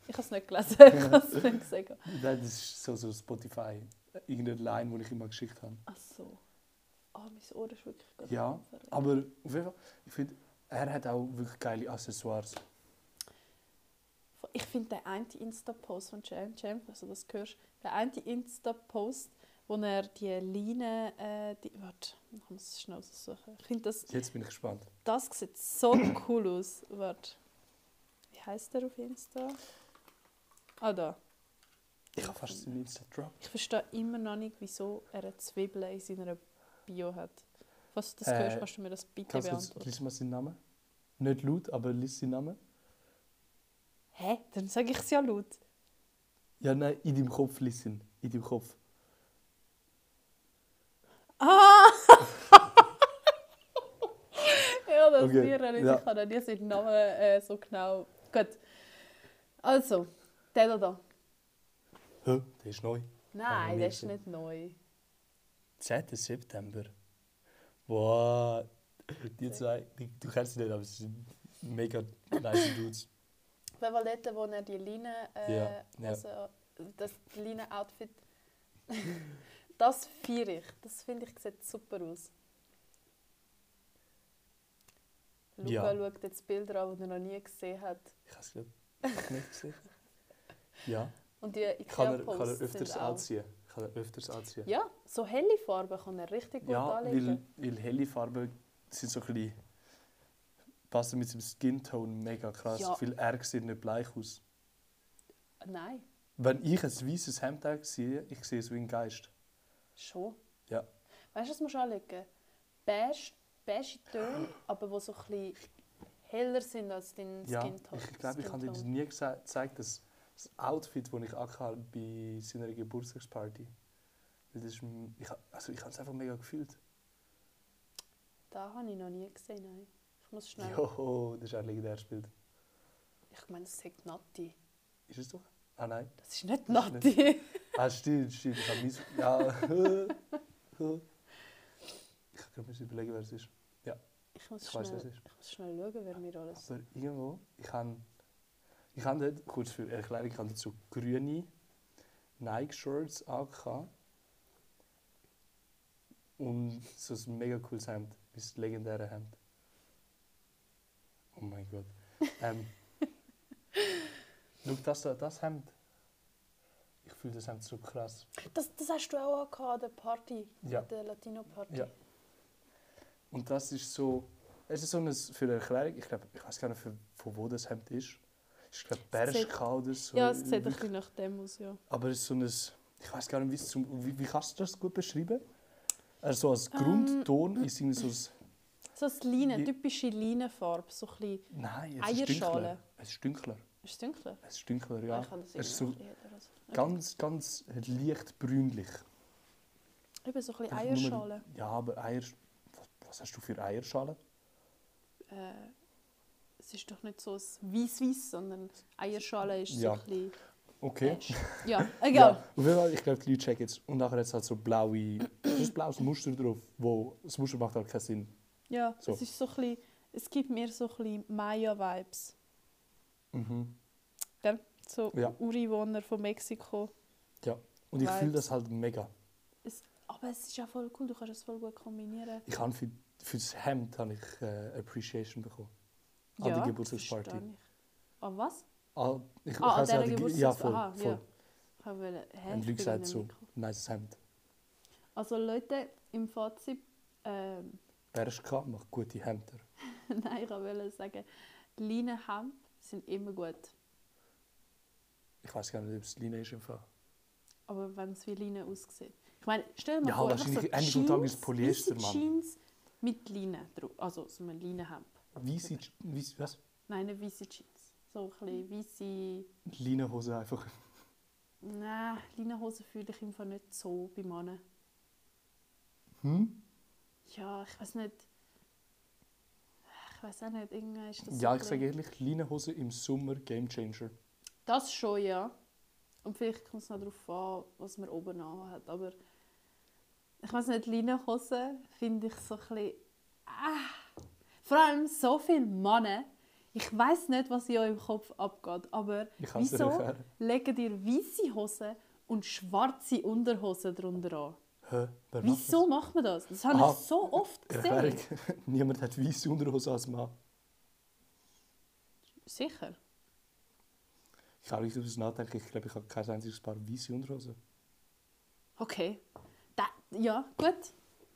[SPEAKER 2] Ich habe es nicht gelesen, ich habe es nicht gesehen.
[SPEAKER 1] Nein, Das ist so, so Spotify. Irgendeine Line, die ich ihm mal geschickt habe.
[SPEAKER 2] Ach so. Ah, mein Ohr ist wirklich gerade
[SPEAKER 1] Ja, Ah,
[SPEAKER 2] verrückt.
[SPEAKER 1] aber auf jeden Fall, ich finde, er hat auch wirklich geile Accessoires.
[SPEAKER 2] Ich finde den einen Insta-Post von Jam Jam, also das hörst, der eine Insta-Post, wo er die Leine, äh, die, warte, ich muss es schnell suchen. Ich finde das,
[SPEAKER 1] Jetzt bin ich gespannt.
[SPEAKER 2] das sieht so cool aus. Warte. Wie heißt der auf Insta? Ah, da.
[SPEAKER 1] Ich habe fast seinen Insta-Drop.
[SPEAKER 2] Ich verstehe immer noch nicht, wieso er eine Zwiebel in seiner Bio hat. Was du das
[SPEAKER 1] Äh,
[SPEAKER 2] hörst, kannst du mir das bitte
[SPEAKER 1] Ganz kurz,
[SPEAKER 2] beantworten.
[SPEAKER 1] lies mal seinen Namen. Nicht laut, aber lies seinen Namen.
[SPEAKER 2] Hä? Dann sage ich es ja laut.
[SPEAKER 1] Ja, nein, in deinem Kopf lies ihn. In deinem Kopf.
[SPEAKER 2] Ah! ja, das
[SPEAKER 1] Okay,
[SPEAKER 2] wir nicht.
[SPEAKER 1] ja.
[SPEAKER 2] Ich kann dir seinen Namen äh, so genau. Gut. Also, der da. da.
[SPEAKER 1] Hä? Der ist neu.
[SPEAKER 2] Nein,
[SPEAKER 1] wir
[SPEAKER 2] der ist
[SPEAKER 1] sind-
[SPEAKER 2] nicht neu.
[SPEAKER 1] 10. September. Wow. Die zwei, die, du kennst sie nicht, aber sie sind mega nice Dudes.
[SPEAKER 2] Wer war dort, wo er die Line, äh,
[SPEAKER 1] Ja, ja.
[SPEAKER 2] Also, das Line-Outfit. das feiere ich. Das finde ich, sieht super aus. Luca
[SPEAKER 1] Ja.
[SPEAKER 2] schaut jetzt Bilder an, die er noch nie gesehen hat.
[SPEAKER 1] Ich habe es nicht gesehen. Ja,
[SPEAKER 2] Und die
[SPEAKER 1] ich kann er,
[SPEAKER 2] Ikea-Posts
[SPEAKER 1] kann er
[SPEAKER 2] sind
[SPEAKER 1] öfters
[SPEAKER 2] auch-
[SPEAKER 1] anziehen. Ich kann er öfters anziehen.
[SPEAKER 2] Ja, so helle Farben kann er richtig gut
[SPEAKER 1] Ja, weil,
[SPEAKER 2] anlegen.
[SPEAKER 1] weil helle Farben sind so ein bisschen, passen mit seinem Skin-Tone mega krass.
[SPEAKER 2] Ja.
[SPEAKER 1] Weil er sieht nicht bleich aus.
[SPEAKER 2] Nein,
[SPEAKER 1] Wenn ich ein weißes Hemd sehe, ich sehe es wie ein Geist.
[SPEAKER 2] schon.
[SPEAKER 1] Ja.
[SPEAKER 2] Weißt du, was musst du anlegen? Beige, beige Töne, aber die so ein bisschen heller sind als dein
[SPEAKER 1] ja.
[SPEAKER 2] Skin-Ton-
[SPEAKER 1] Ich glaube, ich habe dir
[SPEAKER 2] Skin-Tone.
[SPEAKER 1] nie gese- gezeigt, das, das Outfit, das ich angehabt habe bei seiner Geburtstagsparty. Weil das ist, m- ich, ha- also ich habe es einfach mega gefühlt.
[SPEAKER 2] Da habe ich noch nie gesehen, nein. Ich muss schnell.
[SPEAKER 1] Joho, das ist ein legendäres Bild.
[SPEAKER 2] Ich meine, das sagt Natti.
[SPEAKER 1] Ist es doch? Ah nein.
[SPEAKER 2] Das ist nicht
[SPEAKER 1] Das ist
[SPEAKER 2] Natti.
[SPEAKER 1] Ah, stimmt, stimmt. Ich habe mein... Ja. ich kann mir überlegen, wer es ist.
[SPEAKER 2] Ich muss
[SPEAKER 1] Ich
[SPEAKER 2] schnell,
[SPEAKER 1] weiss, was es ist.
[SPEAKER 2] ich muss schnell schauen, wer mir alles.
[SPEAKER 1] Aber Also, irgendwo, ich habe... Ich habe dort, kurz für Erklärung, ich habe dort so grüne Nike-Shirts angehabt. Und so ein mega cooles Hemd. Mein legendäres Hemd. Oh mein Gott. Ähm, schau, das, da, das Hemd. Gefühl, das haben sie so krass.
[SPEAKER 3] Das, das hast du auch an der Party,
[SPEAKER 1] Ja.
[SPEAKER 3] der Latino-Party.
[SPEAKER 1] Ja. Und das ist so. Es ist so eine, für eine Erklärung, ich glaube, ich weiß gar nicht, für, von wo das Hemd ist. Ich glaube,
[SPEAKER 2] sieht-
[SPEAKER 1] Bershka oder so.
[SPEAKER 2] Ja, es sieht ein bisschen nach dem aus, ja.
[SPEAKER 1] Aber es ist so ein. Ich weiß gar nicht, wie, es zum, wie, wie kannst du das gut beschreiben? Also so als
[SPEAKER 2] Ähm,
[SPEAKER 1] Grundton ist irgendwie so ein.
[SPEAKER 2] So eine Leine,
[SPEAKER 1] Wie-
[SPEAKER 2] typische Leinenfarbe, so ein bisschen...
[SPEAKER 1] Nein, es ist dunkler.
[SPEAKER 2] Eierschale.
[SPEAKER 1] Es ist dunkler.
[SPEAKER 2] Ist es dunkler?
[SPEAKER 1] Es ist dunkler,
[SPEAKER 2] Ah,
[SPEAKER 1] ja.
[SPEAKER 2] Ich habe das
[SPEAKER 1] Es ist
[SPEAKER 2] irgendwie
[SPEAKER 1] so
[SPEAKER 2] noch also. ein bisschen oder so.
[SPEAKER 1] ganz, ganz leicht brünlich.
[SPEAKER 2] Eben so ein
[SPEAKER 1] Einfach
[SPEAKER 2] bisschen
[SPEAKER 1] nur mit-
[SPEAKER 2] Eierschale.
[SPEAKER 1] Ja, aber Eier. Was, was hast du für Eierschalen?
[SPEAKER 2] Äh, es ist doch nicht so ein weiß-weiß, sondern Eierschale ist
[SPEAKER 1] Ja.
[SPEAKER 2] so ein bisschen...
[SPEAKER 1] Okay.
[SPEAKER 2] Ash. Ja, egal.
[SPEAKER 1] Ja, auf jeden Fall, ich glaube, die Leute checken es. Und nachher hat es halt so blaue, es ist blaues Muster drauf, wo das Muster macht halt keinen Sinn.
[SPEAKER 2] Ja,
[SPEAKER 1] So.
[SPEAKER 2] es ist so ein bisschen... Es gibt mir so ein bisschen Maya-Vibes.
[SPEAKER 1] Mhm.
[SPEAKER 2] Gell? So
[SPEAKER 1] Ja.
[SPEAKER 2] Ureinwohner von Mexiko.
[SPEAKER 1] Ja, und ich
[SPEAKER 2] Vibes.
[SPEAKER 1] fühle das halt mega.
[SPEAKER 2] Es, aber es ist ja voll cool, du kannst es voll gut kombinieren.
[SPEAKER 1] Ich habe für, für das Hemd habe ich äh, Appreciation bekommen. An
[SPEAKER 2] ja,
[SPEAKER 1] der Ah, Geburtstagsparty.
[SPEAKER 2] verstehe ich. An was?
[SPEAKER 1] Ah, ich,
[SPEAKER 2] Ah, an
[SPEAKER 1] ich
[SPEAKER 2] dieser
[SPEAKER 1] ja, die-
[SPEAKER 2] Geburtstags...
[SPEAKER 1] ja, voll,
[SPEAKER 2] Aha,
[SPEAKER 1] voll.
[SPEAKER 2] ja. Ich habe wollen, hä,
[SPEAKER 1] Und
[SPEAKER 2] ich
[SPEAKER 1] Leute
[SPEAKER 2] bin in
[SPEAKER 1] gesagt halt so,
[SPEAKER 2] einem Mikro-
[SPEAKER 1] nice Hemd.
[SPEAKER 2] Also Leute, im Fazit, ähm,
[SPEAKER 1] Bershka macht gute Hemder.
[SPEAKER 2] nein, ich wollte sagen, Leinenhemden sind immer gut.
[SPEAKER 1] Ich weiß gar nicht, ob es Line ist im Fall.
[SPEAKER 2] Aber wenn es wie Leinen aussieht. Ich meine, stell dir mal
[SPEAKER 1] Ja,
[SPEAKER 2] vor,
[SPEAKER 1] wahrscheinlich
[SPEAKER 2] einfach
[SPEAKER 1] Ende vom Tag ist Polyester,
[SPEAKER 2] weisse
[SPEAKER 1] Mann.
[SPEAKER 2] Jeans mit Leinen drauf, also so ein Leinenhemd.
[SPEAKER 1] Wie sieht, wie, was?
[SPEAKER 2] Nein, eine weisse Jeans. So ein bisschen weisse...
[SPEAKER 1] Leinenhose einfach.
[SPEAKER 2] Nein, Leinenhosen fühle ich im Fall nicht so bei Männern.
[SPEAKER 1] Hm?
[SPEAKER 2] Ja, ich weiß nicht. Ich weiß auch nicht, irgendwie ist das. so
[SPEAKER 1] Ja,
[SPEAKER 2] ein
[SPEAKER 1] ich sage
[SPEAKER 2] bisschen-
[SPEAKER 1] ehrlich, Leinenhose im Sommer Game Changer.
[SPEAKER 2] Das schon, ja. Und vielleicht kommt es noch darauf an, was man oben an hat. Aber ich weiß nicht, Leinenhosen finde ich so ein bisschen. Ah. Vor allem so viele Männer. Ich weiß nicht, was in eurem Kopf abgeht, aber
[SPEAKER 1] Ich kann's dir
[SPEAKER 2] wieso
[SPEAKER 1] erklären.
[SPEAKER 2] legen ihr weiße Hosen und schwarze Unterhosen darunter an?
[SPEAKER 1] Hä? Wer macht
[SPEAKER 2] Wieso macht man das? Das habe
[SPEAKER 1] Aha.
[SPEAKER 2] ich so oft
[SPEAKER 1] das?
[SPEAKER 2] gesehen.
[SPEAKER 1] Ah, Erklärung. Niemand hat weiße Unterhose als Mann.
[SPEAKER 2] Sicher.
[SPEAKER 1] Ich kann nicht über das nachdenken. Ich glaube, ich habe kein einziges Paar weiße Unterhose.
[SPEAKER 2] Okay. Da, ja, gut.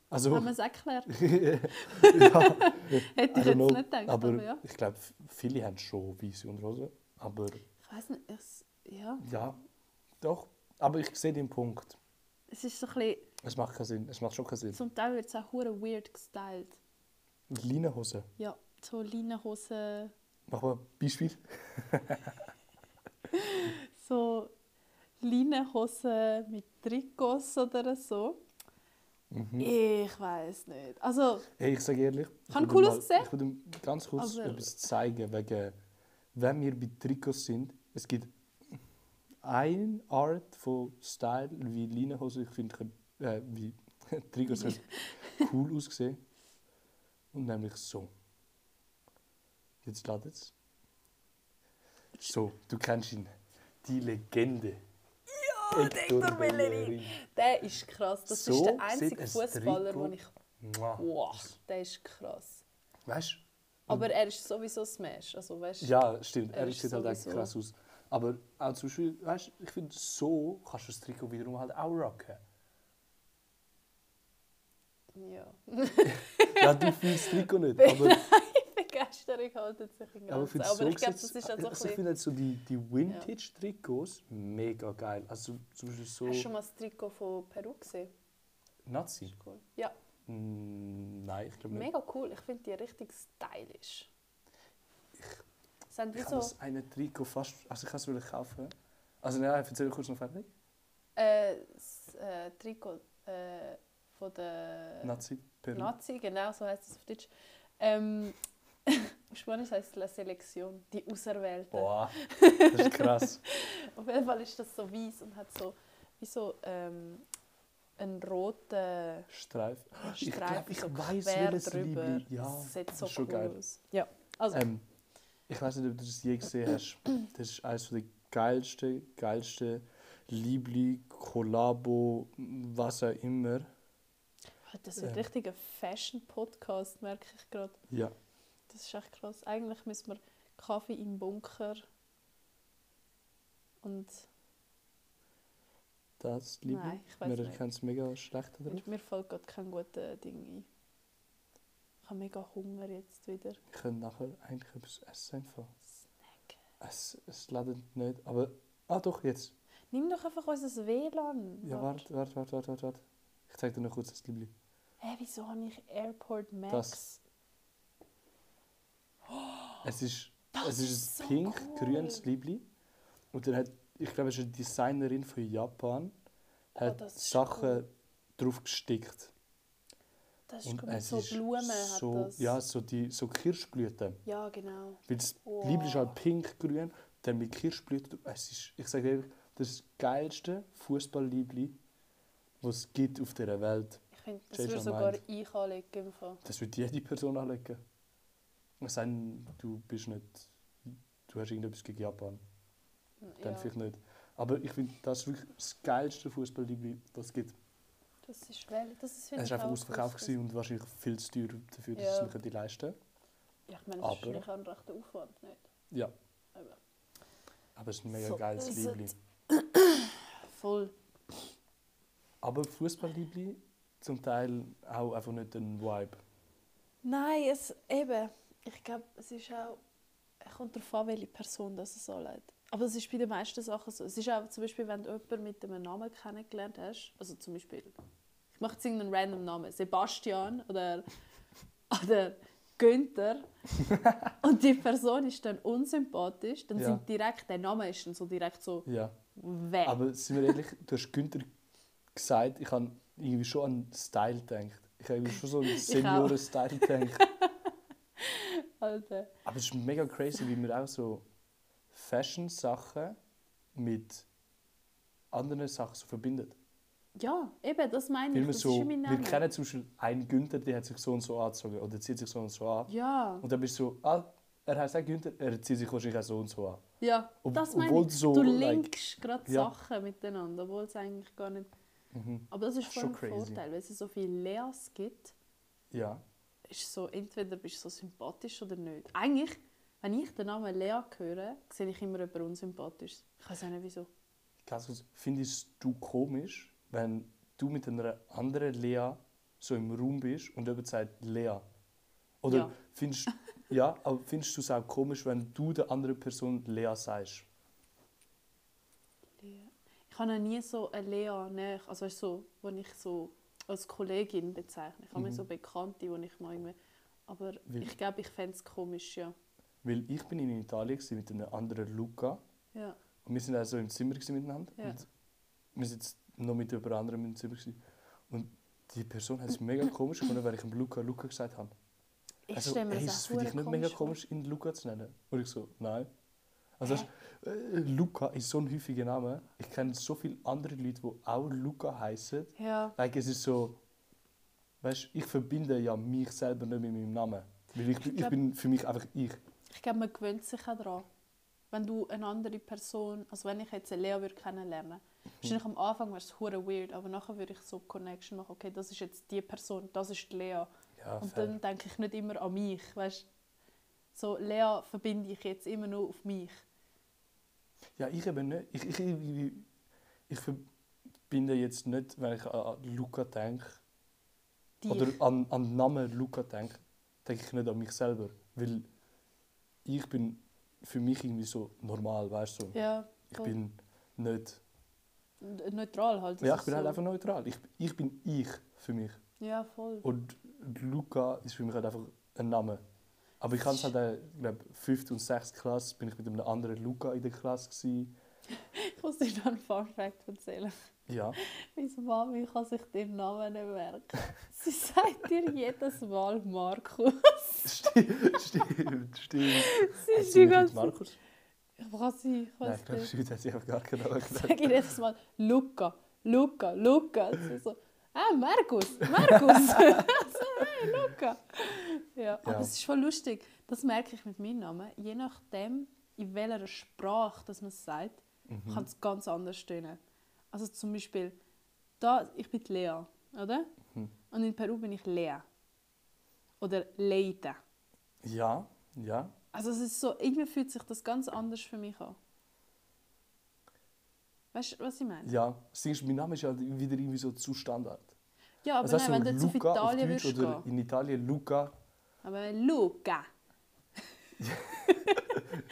[SPEAKER 1] Also,
[SPEAKER 2] Haben wir es erklärt.
[SPEAKER 1] ja,
[SPEAKER 2] Hätte
[SPEAKER 1] I don't
[SPEAKER 2] ich jetzt
[SPEAKER 1] know,
[SPEAKER 2] nicht gedacht. Aber,
[SPEAKER 1] aber
[SPEAKER 2] ja.
[SPEAKER 1] ich glaube, viele haben schon weiße Unterhose. Aber
[SPEAKER 2] Ich weiß nicht, es, ja.
[SPEAKER 1] ja, doch. Aber ich sehe den Punkt.
[SPEAKER 2] Es ist so ein bisschen,
[SPEAKER 1] Es macht keinen Sinn. Es macht schon keinen Sinn.
[SPEAKER 2] zum Teil wird es auch hure weird gestylt.
[SPEAKER 1] Leinenhose.
[SPEAKER 2] Ja, so Leinenhosen,
[SPEAKER 1] Mach mal ein Beispiel.
[SPEAKER 2] so Leinenhosen mit Trikots oder so.
[SPEAKER 1] Mhm.
[SPEAKER 2] Ich weiß nicht. Also,
[SPEAKER 1] Hey, ich sage ehrlich. ich
[SPEAKER 2] Kann
[SPEAKER 1] würde
[SPEAKER 2] cool
[SPEAKER 1] mal-
[SPEAKER 2] aussehen.
[SPEAKER 1] Ich würde ganz kurz
[SPEAKER 2] Also-
[SPEAKER 1] etwas zeigen, wegen, wenn wir bei Trikots sind, es gibt eine Art von Style, wie Leinenhosen, ich finde, können- äh, wie Trikots können cool aussehen. Und nämlich so. Jetzt ladet es. So, du kennst ihn. Die Legende. Ja,
[SPEAKER 2] Hector Bellerin. der ist krass. Das
[SPEAKER 1] So
[SPEAKER 2] ist
[SPEAKER 1] sieht
[SPEAKER 2] der einzige
[SPEAKER 1] ein
[SPEAKER 2] Fußballer,
[SPEAKER 1] Trikot-
[SPEAKER 2] den ich. Wow, der ist krass.
[SPEAKER 1] Weißt du?
[SPEAKER 2] Aber er ist sowieso Smash. Also, weißt,
[SPEAKER 1] Ja, stimmt.
[SPEAKER 2] Er
[SPEAKER 1] Er
[SPEAKER 2] ist
[SPEAKER 1] sieht halt echt
[SPEAKER 2] sowieso-
[SPEAKER 1] krass aus. Aber auch zum Beispiel, weißt du, ich finde, so kannst du das Trikot wiederum halt auch rocken.
[SPEAKER 2] ja.
[SPEAKER 1] Ja, du fühlst das Trikot nicht, aber,
[SPEAKER 2] Begeisterung haltet sich in
[SPEAKER 1] aber ich
[SPEAKER 2] Grenzen.
[SPEAKER 1] finde
[SPEAKER 2] Aber,
[SPEAKER 1] so
[SPEAKER 2] ich glaube,
[SPEAKER 1] sieht's-
[SPEAKER 2] das ist dann so
[SPEAKER 1] also
[SPEAKER 2] ein
[SPEAKER 1] ich
[SPEAKER 2] bisschen...
[SPEAKER 1] finde halt so die, die Vintage-Trikots mega geil. Also zum Beispiel so
[SPEAKER 2] Hast du schon mal das Trikot von Peru gesehen?
[SPEAKER 1] Nazi.
[SPEAKER 2] Cool. Ja,
[SPEAKER 1] Mm, nein, ich glaube nicht.
[SPEAKER 2] mega cool. Ich finde die richtig stylisch. Es sind wie
[SPEAKER 1] Ich habe
[SPEAKER 2] so...
[SPEAKER 1] das eine Trikot fast, also ich kann es wirklich kaufen. Also nein, erzähl kurz noch fertig.
[SPEAKER 2] Äh, das äh, Trikot äh, von der
[SPEAKER 1] Nazi, Peru.
[SPEAKER 2] Äh, Nazi, genau, so heißt es auf Deutsch. Ähm, auf Spanisch heißt es La Selección, die Auserwählten.
[SPEAKER 1] Boah, das ist krass.
[SPEAKER 2] Auf jeden Fall ist das so weiß und hat so... Wie so ähm, einen roten...
[SPEAKER 1] Streif. Ich
[SPEAKER 2] Streifen
[SPEAKER 1] glaube, ich
[SPEAKER 2] so
[SPEAKER 1] weiß,
[SPEAKER 2] quer
[SPEAKER 1] welches
[SPEAKER 2] drüber.
[SPEAKER 1] Liebling. Ja,
[SPEAKER 2] das sieht
[SPEAKER 1] das
[SPEAKER 2] so
[SPEAKER 1] ist schon
[SPEAKER 2] cool
[SPEAKER 1] geil.
[SPEAKER 2] aus. Ja, also
[SPEAKER 1] Ähm, ich weiß nicht, ob du das je gesehen hast. Das ist eines der geilsten, geilsten Liebli, Kollabo, was auch immer.
[SPEAKER 2] das wird
[SPEAKER 1] ähm.
[SPEAKER 2] richtig ein Fashion-Podcast, merke ich gerade.
[SPEAKER 1] Ja.
[SPEAKER 2] Das ist echt krass. Eigentlich müssen wir Kaffee im Bunker und
[SPEAKER 1] Das liebe
[SPEAKER 2] Nein,
[SPEAKER 1] ich.
[SPEAKER 2] ich weiss
[SPEAKER 1] Wir
[SPEAKER 2] nicht. Mhm.
[SPEAKER 1] erkennen es mega schlecht daran.
[SPEAKER 2] Mir fällt gerade kein gutes Ding ein. Ich habe mega Hunger jetzt wieder.
[SPEAKER 1] Wir können nachher eigentlich etwas essen. Einfach.
[SPEAKER 2] Snack.
[SPEAKER 1] Es, es lädt nicht, aber... Ah doch, jetzt.
[SPEAKER 2] Nimm doch einfach unser WLAN.
[SPEAKER 1] Ja, warte, warte, warte, warte, warte. warte. Ich zeig dir noch kurz das Liebling.
[SPEAKER 2] Hä, wieso habe ich Airport Max?
[SPEAKER 1] Das- Es ist,
[SPEAKER 2] Oh, Das
[SPEAKER 1] es ist
[SPEAKER 2] ist
[SPEAKER 1] ein
[SPEAKER 2] so
[SPEAKER 1] pink-grünes
[SPEAKER 2] cool.
[SPEAKER 1] Liebli. Und dann hat, ich glaube, es ist eine Designerin von Japan,
[SPEAKER 2] Oh,
[SPEAKER 1] hat
[SPEAKER 3] das ist
[SPEAKER 1] Sachen
[SPEAKER 3] cool.
[SPEAKER 1] drauf gestickt.
[SPEAKER 3] Das ist
[SPEAKER 1] Und
[SPEAKER 3] gut.
[SPEAKER 1] es
[SPEAKER 2] so
[SPEAKER 1] ist
[SPEAKER 2] Blumen hat
[SPEAKER 1] so,
[SPEAKER 2] das.
[SPEAKER 1] Ja, so, die, so Kirschblüten.
[SPEAKER 3] Ja, genau.
[SPEAKER 1] Weil das
[SPEAKER 2] Oh.
[SPEAKER 3] Wow.
[SPEAKER 1] Liebli ist halt pink-grün, dann mit Kirschblüten. Es ist, ich sage ehrlich, das ist das geilste Fußball-Liebli, was es gibt auf dieser Welt.
[SPEAKER 2] Ich finde, das
[SPEAKER 1] Jason
[SPEAKER 2] würde sogar
[SPEAKER 1] meint.
[SPEAKER 2] ich anlegen. im Fall.
[SPEAKER 1] Das würde jede Person anlegen. Es sei denn, du bist nicht. Du hast irgendetwas gegen Japan. Dann
[SPEAKER 2] Ja,
[SPEAKER 1] vielleicht nicht. Aber ich finde, das ist wirklich das geilste Fußballliebe, das es gibt.
[SPEAKER 3] Das ist well. Das ist, finde
[SPEAKER 1] es
[SPEAKER 3] ich
[SPEAKER 1] war einfach
[SPEAKER 3] auch
[SPEAKER 1] ausverkauft
[SPEAKER 3] cool.
[SPEAKER 1] gewesen und wahrscheinlich viel zu teuer dafür, dass
[SPEAKER 2] Ja.
[SPEAKER 1] es sich die leisten können.
[SPEAKER 3] Ja, ich meine, das ist
[SPEAKER 1] Aber-
[SPEAKER 3] wahrscheinlich auch ein rechter Aufwand, nicht?
[SPEAKER 1] Ja,
[SPEAKER 3] Aber
[SPEAKER 1] aber es ist ein mega
[SPEAKER 2] So
[SPEAKER 1] geiles
[SPEAKER 2] ist es.
[SPEAKER 1] Liebling.
[SPEAKER 2] voll.
[SPEAKER 1] Aber Fußballliebling zum Teil auch einfach nicht ein Vibe.
[SPEAKER 2] Nein, es eben. Ich glaube, es ist auch. Es kommt darauf an, welche Person das es anlegt. Aber es ist bei den meisten Sachen so. Es ist auch zum Beispiel, wenn du jemanden mit einem Namen kennengelernt hast. Also zum Beispiel, ich mache jetzt irgendeinen random Namen. Sebastian oder, oder Günther. Und die Person ist dann unsympathisch. Dann
[SPEAKER 1] Ja.
[SPEAKER 2] sind direkt, der Name ist dann so direkt so
[SPEAKER 1] Ja.
[SPEAKER 2] weg.
[SPEAKER 1] Aber sind wir ehrlich, du hast Günther gesagt, ich habe irgendwie schon an Style gedacht. Ich habe irgendwie schon so an Senioren-Style gedacht.
[SPEAKER 2] Alter.
[SPEAKER 1] Aber es ist mega crazy, wie wir auch so Fashion-Sachen mit anderen Sachen so verbindet.
[SPEAKER 2] Ja, eben, das meine
[SPEAKER 1] Weil wir,
[SPEAKER 2] ich. Mhm. Das
[SPEAKER 1] so,
[SPEAKER 2] ist ja mein
[SPEAKER 1] wir
[SPEAKER 2] Name.
[SPEAKER 1] kennen zum Beispiel einen Günther, der hat sich so und so angezogen oder zieht sich so und so an.
[SPEAKER 2] Ja.
[SPEAKER 1] Und dann bist du so, ah, er heißt auch Günther, er zieht sich wahrscheinlich auch so und so an.
[SPEAKER 2] Ja,
[SPEAKER 1] Ob-
[SPEAKER 2] das meine
[SPEAKER 1] obwohl
[SPEAKER 2] ich.
[SPEAKER 1] so,
[SPEAKER 2] du
[SPEAKER 1] like-
[SPEAKER 2] linkst gerade
[SPEAKER 1] Ja.
[SPEAKER 2] Sachen miteinander, obwohl es eigentlich gar nicht. Aber das ist
[SPEAKER 1] Das ist
[SPEAKER 2] schon ein
[SPEAKER 1] schon crazy.
[SPEAKER 2] Vorteil, weil es so viele Leas gibt.
[SPEAKER 1] Ja.
[SPEAKER 2] Ist so, entweder bist du so sympathisch oder nicht. Eigentlich, wenn ich den Namen Lea höre, sehe ich immer jemanden unsympathisch. Ich weiß auch nicht wieso.
[SPEAKER 1] Kaskus, findest du komisch, wenn du mit einer anderen Lea so im Raum bist und jemand sagt Lea? Oder
[SPEAKER 2] Ja.
[SPEAKER 1] findest ja, aber findest du es auch komisch, wenn du der anderen Person Lea sagst?
[SPEAKER 2] Lea. Ich habe noch nie so eine Lea näher, also weißt du, so, die ich so als Kollegin bezeichne. Ich habe mir so Bekannte, die ich mal irgendwie... Aber
[SPEAKER 1] Mhm. Wie-
[SPEAKER 2] ich glaube, ich fände es komisch, ja.
[SPEAKER 1] Weil ich bin in Italien gewesen mit einem anderen Luca
[SPEAKER 2] Ja,
[SPEAKER 1] und wir sind also im Zimmer gewesen miteinander
[SPEAKER 2] Ja.
[SPEAKER 1] und wir sind jetzt noch mit jemand anderem im Zimmer gewesen. und die Person hat es mega komisch gefunden, weil ich dem Luca Luca gesagt habe.
[SPEAKER 2] ich
[SPEAKER 1] also,
[SPEAKER 2] stelle mir
[SPEAKER 1] ey,
[SPEAKER 2] das
[SPEAKER 1] ist
[SPEAKER 2] auch
[SPEAKER 1] es für dich
[SPEAKER 2] verdammt
[SPEAKER 1] nicht mega
[SPEAKER 2] vor.
[SPEAKER 1] komisch, ihn Luca zu nennen? Und ich so, nein. Also, weißt du, äh, Luca ist so ein häufiger Name. Ich kenne so viele andere Leute, die auch Luca heißen.
[SPEAKER 2] Ja.
[SPEAKER 1] Like, es ist so, weißt du, ich verbinde ja mich selber nicht mit meinem Namen. Weil ich, bin- ich
[SPEAKER 2] glaub-
[SPEAKER 1] bin für mich einfach ich.
[SPEAKER 2] Ich glaube, man gewöhnt sich auch daran. Wenn du eine andere Person, also wenn ich jetzt eine Lea würde kennenlernen
[SPEAKER 1] Mhm.
[SPEAKER 2] wahrscheinlich am Anfang wäre es hure weird, aber nachher würde ich so die Connection machen, okay, das ist jetzt die Person, das ist die Lea.
[SPEAKER 1] Ja,
[SPEAKER 2] Und
[SPEAKER 1] fair.
[SPEAKER 2] dann denke ich nicht immer an mich, weißt So, Lea verbinde ich jetzt immer nur auf mich.
[SPEAKER 1] Ja, ich eben nicht. Ich, ich, ich, ich verbinde jetzt nicht, wenn ich an Luca denke,
[SPEAKER 2] Dich.
[SPEAKER 1] Oder an, an den Namen Luca denke, denke ich nicht an mich selber. Weil ich bin für mich irgendwie so normal, weißt du?
[SPEAKER 2] ja,
[SPEAKER 1] ich
[SPEAKER 2] voll.
[SPEAKER 1] bin nicht.
[SPEAKER 2] N- neutral halt. das
[SPEAKER 1] Ja, ich
[SPEAKER 2] ist
[SPEAKER 1] bin halt
[SPEAKER 2] so-
[SPEAKER 1] einfach neutral. Ich, ich bin ich für mich.
[SPEAKER 2] Ja, voll.
[SPEAKER 1] Und Luca ist für mich halt einfach ein Name. Aber ich habe es halt, auch, ich glaube, 5. und 6. Klasse bin ich mit einem anderen Luca in der Klasse. Gewesen.
[SPEAKER 2] Ich muss dir noch einen Fun Fact erzählen.
[SPEAKER 1] Ja.
[SPEAKER 2] Meine Mami kann sich den Namen nicht merken. Sie sagt dir jedes Mal Markus.
[SPEAKER 1] stimmt, stimmt, stimmt.
[SPEAKER 2] Sie
[SPEAKER 1] Hat
[SPEAKER 2] ist
[SPEAKER 1] sie mich
[SPEAKER 2] die
[SPEAKER 1] mit
[SPEAKER 2] ganze
[SPEAKER 1] Markus?
[SPEAKER 2] Ich weiß nicht, ich
[SPEAKER 1] Nein, ich
[SPEAKER 2] weiß
[SPEAKER 1] glaube,
[SPEAKER 2] nicht.
[SPEAKER 1] heute hat sie einfach gar keinen Namen
[SPEAKER 2] Ich
[SPEAKER 1] genannt.
[SPEAKER 2] sage jedes Mal, Luca, Luca, Luca. Und sie so, ah, Markus, Markus. so, hey, Luca. Ja, aber es ist voll lustig. Das merke ich mit meinem Namen. Je nachdem, in welcher Sprache dass man es sagt,
[SPEAKER 1] Mhm.
[SPEAKER 2] kann es ganz anders tönen. Also zum Beispiel, da, ich bin die Lea, oder?
[SPEAKER 1] Mhm.
[SPEAKER 2] Und in Peru bin ich Lea. Oder Leite.
[SPEAKER 1] Ja, ja.
[SPEAKER 2] Also es ist so, irgendwie fühlt sich das ganz anders für mich an. Weißt du, was ich meine?
[SPEAKER 1] Ja, das Ding ist, mein Name ist halt wieder irgendwie so zu Standard.
[SPEAKER 2] Ja, aber
[SPEAKER 1] Also
[SPEAKER 2] nein, wenn du
[SPEAKER 1] du
[SPEAKER 2] jetzt auf Italien
[SPEAKER 1] auf
[SPEAKER 2] würdest
[SPEAKER 1] Deutsch oder
[SPEAKER 2] gehen.
[SPEAKER 1] in Italien Luca,
[SPEAKER 2] Aber Luca.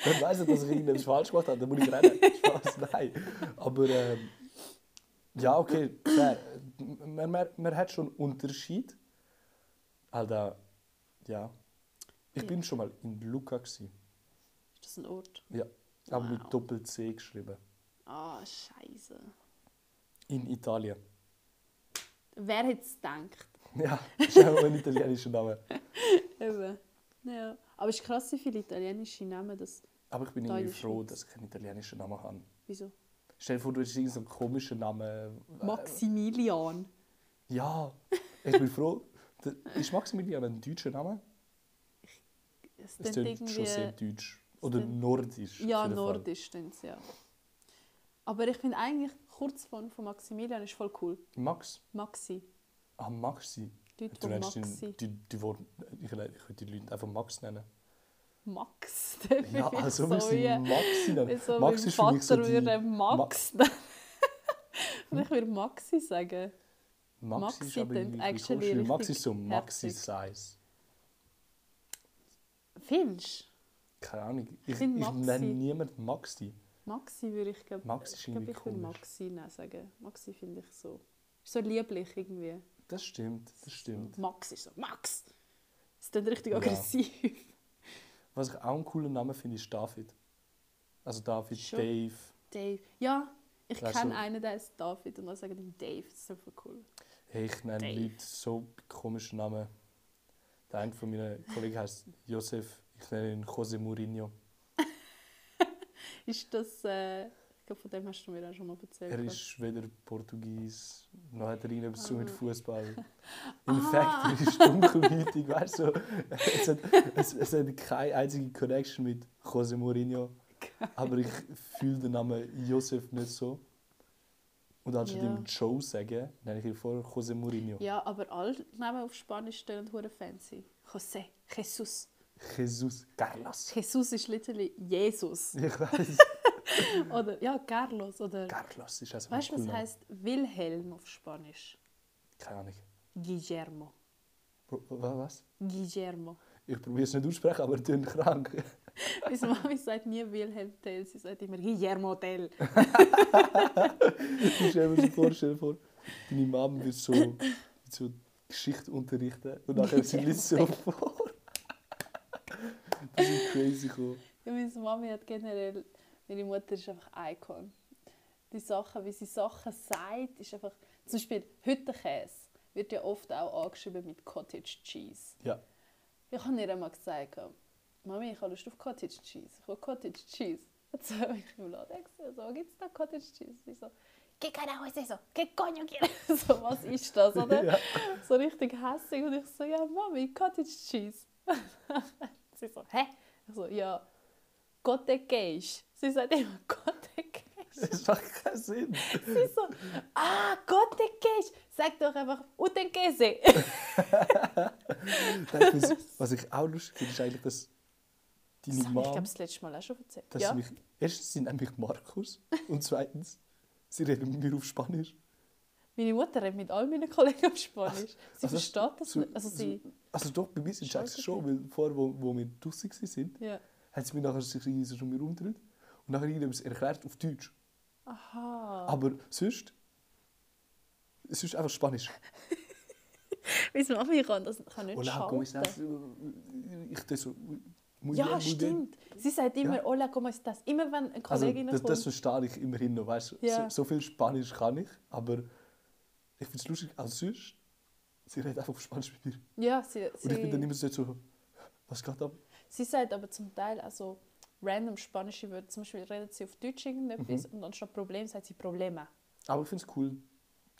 [SPEAKER 1] dann weiss ich, dass ich irgendetwas falsch gemacht habe, dann muss ich rennen. Spaß, nein. Aber ähm, ja, okay, fair. Man, man, man hat schon Unterschied. Also, ja. Ich bin schon mal in Luca. Gewesen.
[SPEAKER 2] Ist das ein Ort?
[SPEAKER 1] Ja, aber
[SPEAKER 2] Wow.
[SPEAKER 1] mit Doppel-C geschrieben.
[SPEAKER 2] Ah, scheiße.
[SPEAKER 1] In Italien.
[SPEAKER 2] Wer hätte es gedacht?
[SPEAKER 1] Ja, das ist auch ein italienischer Name.
[SPEAKER 2] Eben. Ja. Aber es ist krass, wie viele italienische Namen das...
[SPEAKER 1] Aber ich bin
[SPEAKER 2] Da in
[SPEAKER 1] irgendwie
[SPEAKER 2] der
[SPEAKER 1] froh,
[SPEAKER 2] Schweiz.
[SPEAKER 1] dass ich einen italienischen Namen habe.
[SPEAKER 2] Wieso?
[SPEAKER 1] Stell dir vor, du hast irgendeinen komischen Namen.
[SPEAKER 2] Maximilian.
[SPEAKER 1] Ja, ich bin froh. D- Ist Maximilian ein deutscher Name?
[SPEAKER 2] Es
[SPEAKER 1] Es
[SPEAKER 2] klingt
[SPEAKER 1] klingt schon sehr
[SPEAKER 2] irgendwie...
[SPEAKER 1] deutsch. Oder
[SPEAKER 2] klingt-
[SPEAKER 1] nordisch.
[SPEAKER 2] Ja,
[SPEAKER 1] auf jeden Fall.
[SPEAKER 2] nordisch sind's, ja. Aber ich finde eigentlich, die Kurzform von Maximilian ist voll cool.
[SPEAKER 1] Max?
[SPEAKER 2] Maxi.
[SPEAKER 1] Ah, Maxi.
[SPEAKER 2] Die Leute,
[SPEAKER 1] Du
[SPEAKER 2] die
[SPEAKER 1] nennst
[SPEAKER 2] Maxi.
[SPEAKER 1] ihn, die, die Wort, ich, ich würde die Leute einfach Max nennen.
[SPEAKER 2] Max.
[SPEAKER 1] Ja, also wir
[SPEAKER 2] so
[SPEAKER 1] sind
[SPEAKER 2] wie,
[SPEAKER 1] Maxi nennen.
[SPEAKER 2] so
[SPEAKER 1] Max
[SPEAKER 2] mein
[SPEAKER 1] ist für
[SPEAKER 2] Vater
[SPEAKER 1] mich so
[SPEAKER 2] würde
[SPEAKER 1] die,
[SPEAKER 2] Max nennen. Und ich würde Maxi sagen.
[SPEAKER 1] Max ist
[SPEAKER 2] Maxi
[SPEAKER 1] aber
[SPEAKER 2] klingt
[SPEAKER 1] irgendwie ein bisschen
[SPEAKER 2] actually
[SPEAKER 1] komisch. Max
[SPEAKER 2] richtig
[SPEAKER 1] ist so Maxi-Size.
[SPEAKER 2] Findest
[SPEAKER 1] Keine Ahnung. Ich, ich
[SPEAKER 2] finde Maxi.
[SPEAKER 1] nenne niemanden Maxi.
[SPEAKER 2] Maxi würde ich glaube
[SPEAKER 1] Maxi ist
[SPEAKER 2] ich, glaub,
[SPEAKER 1] irgendwie
[SPEAKER 2] ich würde
[SPEAKER 1] komisch.
[SPEAKER 2] Maxi nennen sagen. Maxi finde ich so. Ist so lieblich irgendwie.
[SPEAKER 1] Das stimmt, das stimmt.
[SPEAKER 2] Max ist so. Max! Ist dann richtig
[SPEAKER 1] Ja.
[SPEAKER 2] aggressiv.
[SPEAKER 1] Was ich auch einen coolen Namen finde, ist David. Also David,
[SPEAKER 2] Schon.
[SPEAKER 1] Dave.
[SPEAKER 2] Dave. Ja, ich
[SPEAKER 1] Also-
[SPEAKER 2] kenne einen, der heißt David und dann sagen ihm Dave. Das ist super cool.
[SPEAKER 1] Hey, ich nenne
[SPEAKER 2] Dave.
[SPEAKER 1] Leute so komischen Namen. Der eine von meinen Kollegen heißt Josef. Ich nenne ihn José Mourinho.
[SPEAKER 2] Ist das. Äh, ich glaube, von dem hast du mir auch schon mal erzählt.
[SPEAKER 1] Er
[SPEAKER 2] oder?
[SPEAKER 1] ist weder Portugies, noch hat er irgendwas zu tun mit
[SPEAKER 2] Ah.
[SPEAKER 1] Fußball. In
[SPEAKER 2] Ah.
[SPEAKER 1] fact, er ist dunkelhäutig, weißt du. Es hat, es, es hat keine einzige Connection mit José Mourinho. Aber ich fühle den Namen Josef nicht so. Und anstatt
[SPEAKER 2] Ja.
[SPEAKER 1] ihm Joe sagen, nenne ich ihn vor José Mourinho.
[SPEAKER 2] Ja, aber alle Namen auf Spanisch stehen hure fancy. José, Jesus.
[SPEAKER 1] Jesus Carlos.
[SPEAKER 2] Jesus ist literally
[SPEAKER 1] Ich
[SPEAKER 2] Jesus.
[SPEAKER 1] weiß.
[SPEAKER 2] Oder ja, Carlos. Oder
[SPEAKER 1] Carlos ist also ein
[SPEAKER 2] weißt du, was
[SPEAKER 1] cooler Name.
[SPEAKER 2] heißt Wilhelm auf Spanisch?
[SPEAKER 1] Keine Ahnung.
[SPEAKER 2] Guillermo.
[SPEAKER 1] Pro- wa- Was?
[SPEAKER 2] Guillermo.
[SPEAKER 1] Ich probiere es nicht aussprechen, aber tönt krank.
[SPEAKER 2] Meine Mami sagt nie Wilhelm Tell, sie sagt immer Guillermo Tell.
[SPEAKER 1] Ich stelle mir so vor, stell dir vor, deine Mom wird so, wird so Geschichte unterrichten und nachher sie liest so vor. Das ist crazy gekommen.
[SPEAKER 2] Ja, meine Mami hat generell, meine Mutter ist einfach Icon. Die Sachen, wie sie Sachen sagt, ist einfach, zum Beispiel Hüttenkäse wird ja oft auch angeschrieben mit Cottage Cheese.
[SPEAKER 1] Ja,
[SPEAKER 2] Ich habe ihr einmal gesagt, Mami, ich habe Lust auf Cottage Cheese. Ich will Cottage Cheese. Jetzt habe ich im Laden gesehen, so, gibt es da Cottage Cheese? Sie so, «Que carajo es eso? Que coño quieres?» So, was ist das, oder?
[SPEAKER 1] Ja.
[SPEAKER 2] So richtig hässlich. Und ich so, ja, Mami, Cottage Cheese. Sie so, hä? Ich so, ja, Cotte Cage. Sie sagt immer, Cotte Cage.
[SPEAKER 1] das macht keinen Sinn.
[SPEAKER 2] Sie so, ah, Cotte Cage. Sag doch einfach, Uten Käse.
[SPEAKER 1] Nein, was, was ich auch lustig finde, ist eigentlich, dass deine
[SPEAKER 2] Das habe ich,
[SPEAKER 1] Mom...
[SPEAKER 2] glaube das letzte Mal auch schon erzählt.
[SPEAKER 1] dass
[SPEAKER 2] ja.
[SPEAKER 1] sie mich, erstens, sie nennt mich Markus und zweitens, sie reden mit mir auf Spanisch.
[SPEAKER 2] Meine Mutter redet mit all meinen Kollegen auf Spanisch. Sie
[SPEAKER 1] also-
[SPEAKER 2] versteht das
[SPEAKER 1] so-
[SPEAKER 2] nicht. Also sie,
[SPEAKER 1] Also doch, bei mir sind
[SPEAKER 2] Scheiße.
[SPEAKER 1] Checks schon, weil vorher, wo, wo wir draussen waren,
[SPEAKER 2] ja.
[SPEAKER 1] hat sie mir nachher sich irgendwie so um mich umgedreht und nachher irgendwas erklärt auf Deutsch.
[SPEAKER 2] Aha.
[SPEAKER 1] Aber sonst. Sonst einfach Spanisch.
[SPEAKER 2] Meine Mami kann das kann nicht
[SPEAKER 1] Hola, ¿cómo estás?
[SPEAKER 2] schalten.
[SPEAKER 1] Ich tue so. Muy bien,
[SPEAKER 2] Ja,
[SPEAKER 1] muy bien.
[SPEAKER 2] stimmt. Sie sagt immer,
[SPEAKER 1] Ja.
[SPEAKER 2] hola, ¿cómo estás? Immer wenn eine
[SPEAKER 1] Also,
[SPEAKER 2] Kollegin
[SPEAKER 1] das, das
[SPEAKER 2] kommt.
[SPEAKER 1] verstehe ich immerhin noch. Weißt, du.
[SPEAKER 2] Ja.
[SPEAKER 1] so, so viel Spanisch kann ich, aber ich finde es lustig, auch sonst. Sie redet einfach auf Spanisch mit mir.
[SPEAKER 2] Ja, sie,
[SPEAKER 1] Und ich bin dann
[SPEAKER 2] sie,
[SPEAKER 1] immer so, so was geht ab?
[SPEAKER 2] sie sagt aber zum Teil also random spanische Wörter. Zum Beispiel redet sie auf Deutsch irgendetwas
[SPEAKER 1] Mhm.
[SPEAKER 2] und anstatt Problem sagt sie Probleme.
[SPEAKER 1] Aber ich finde es cool.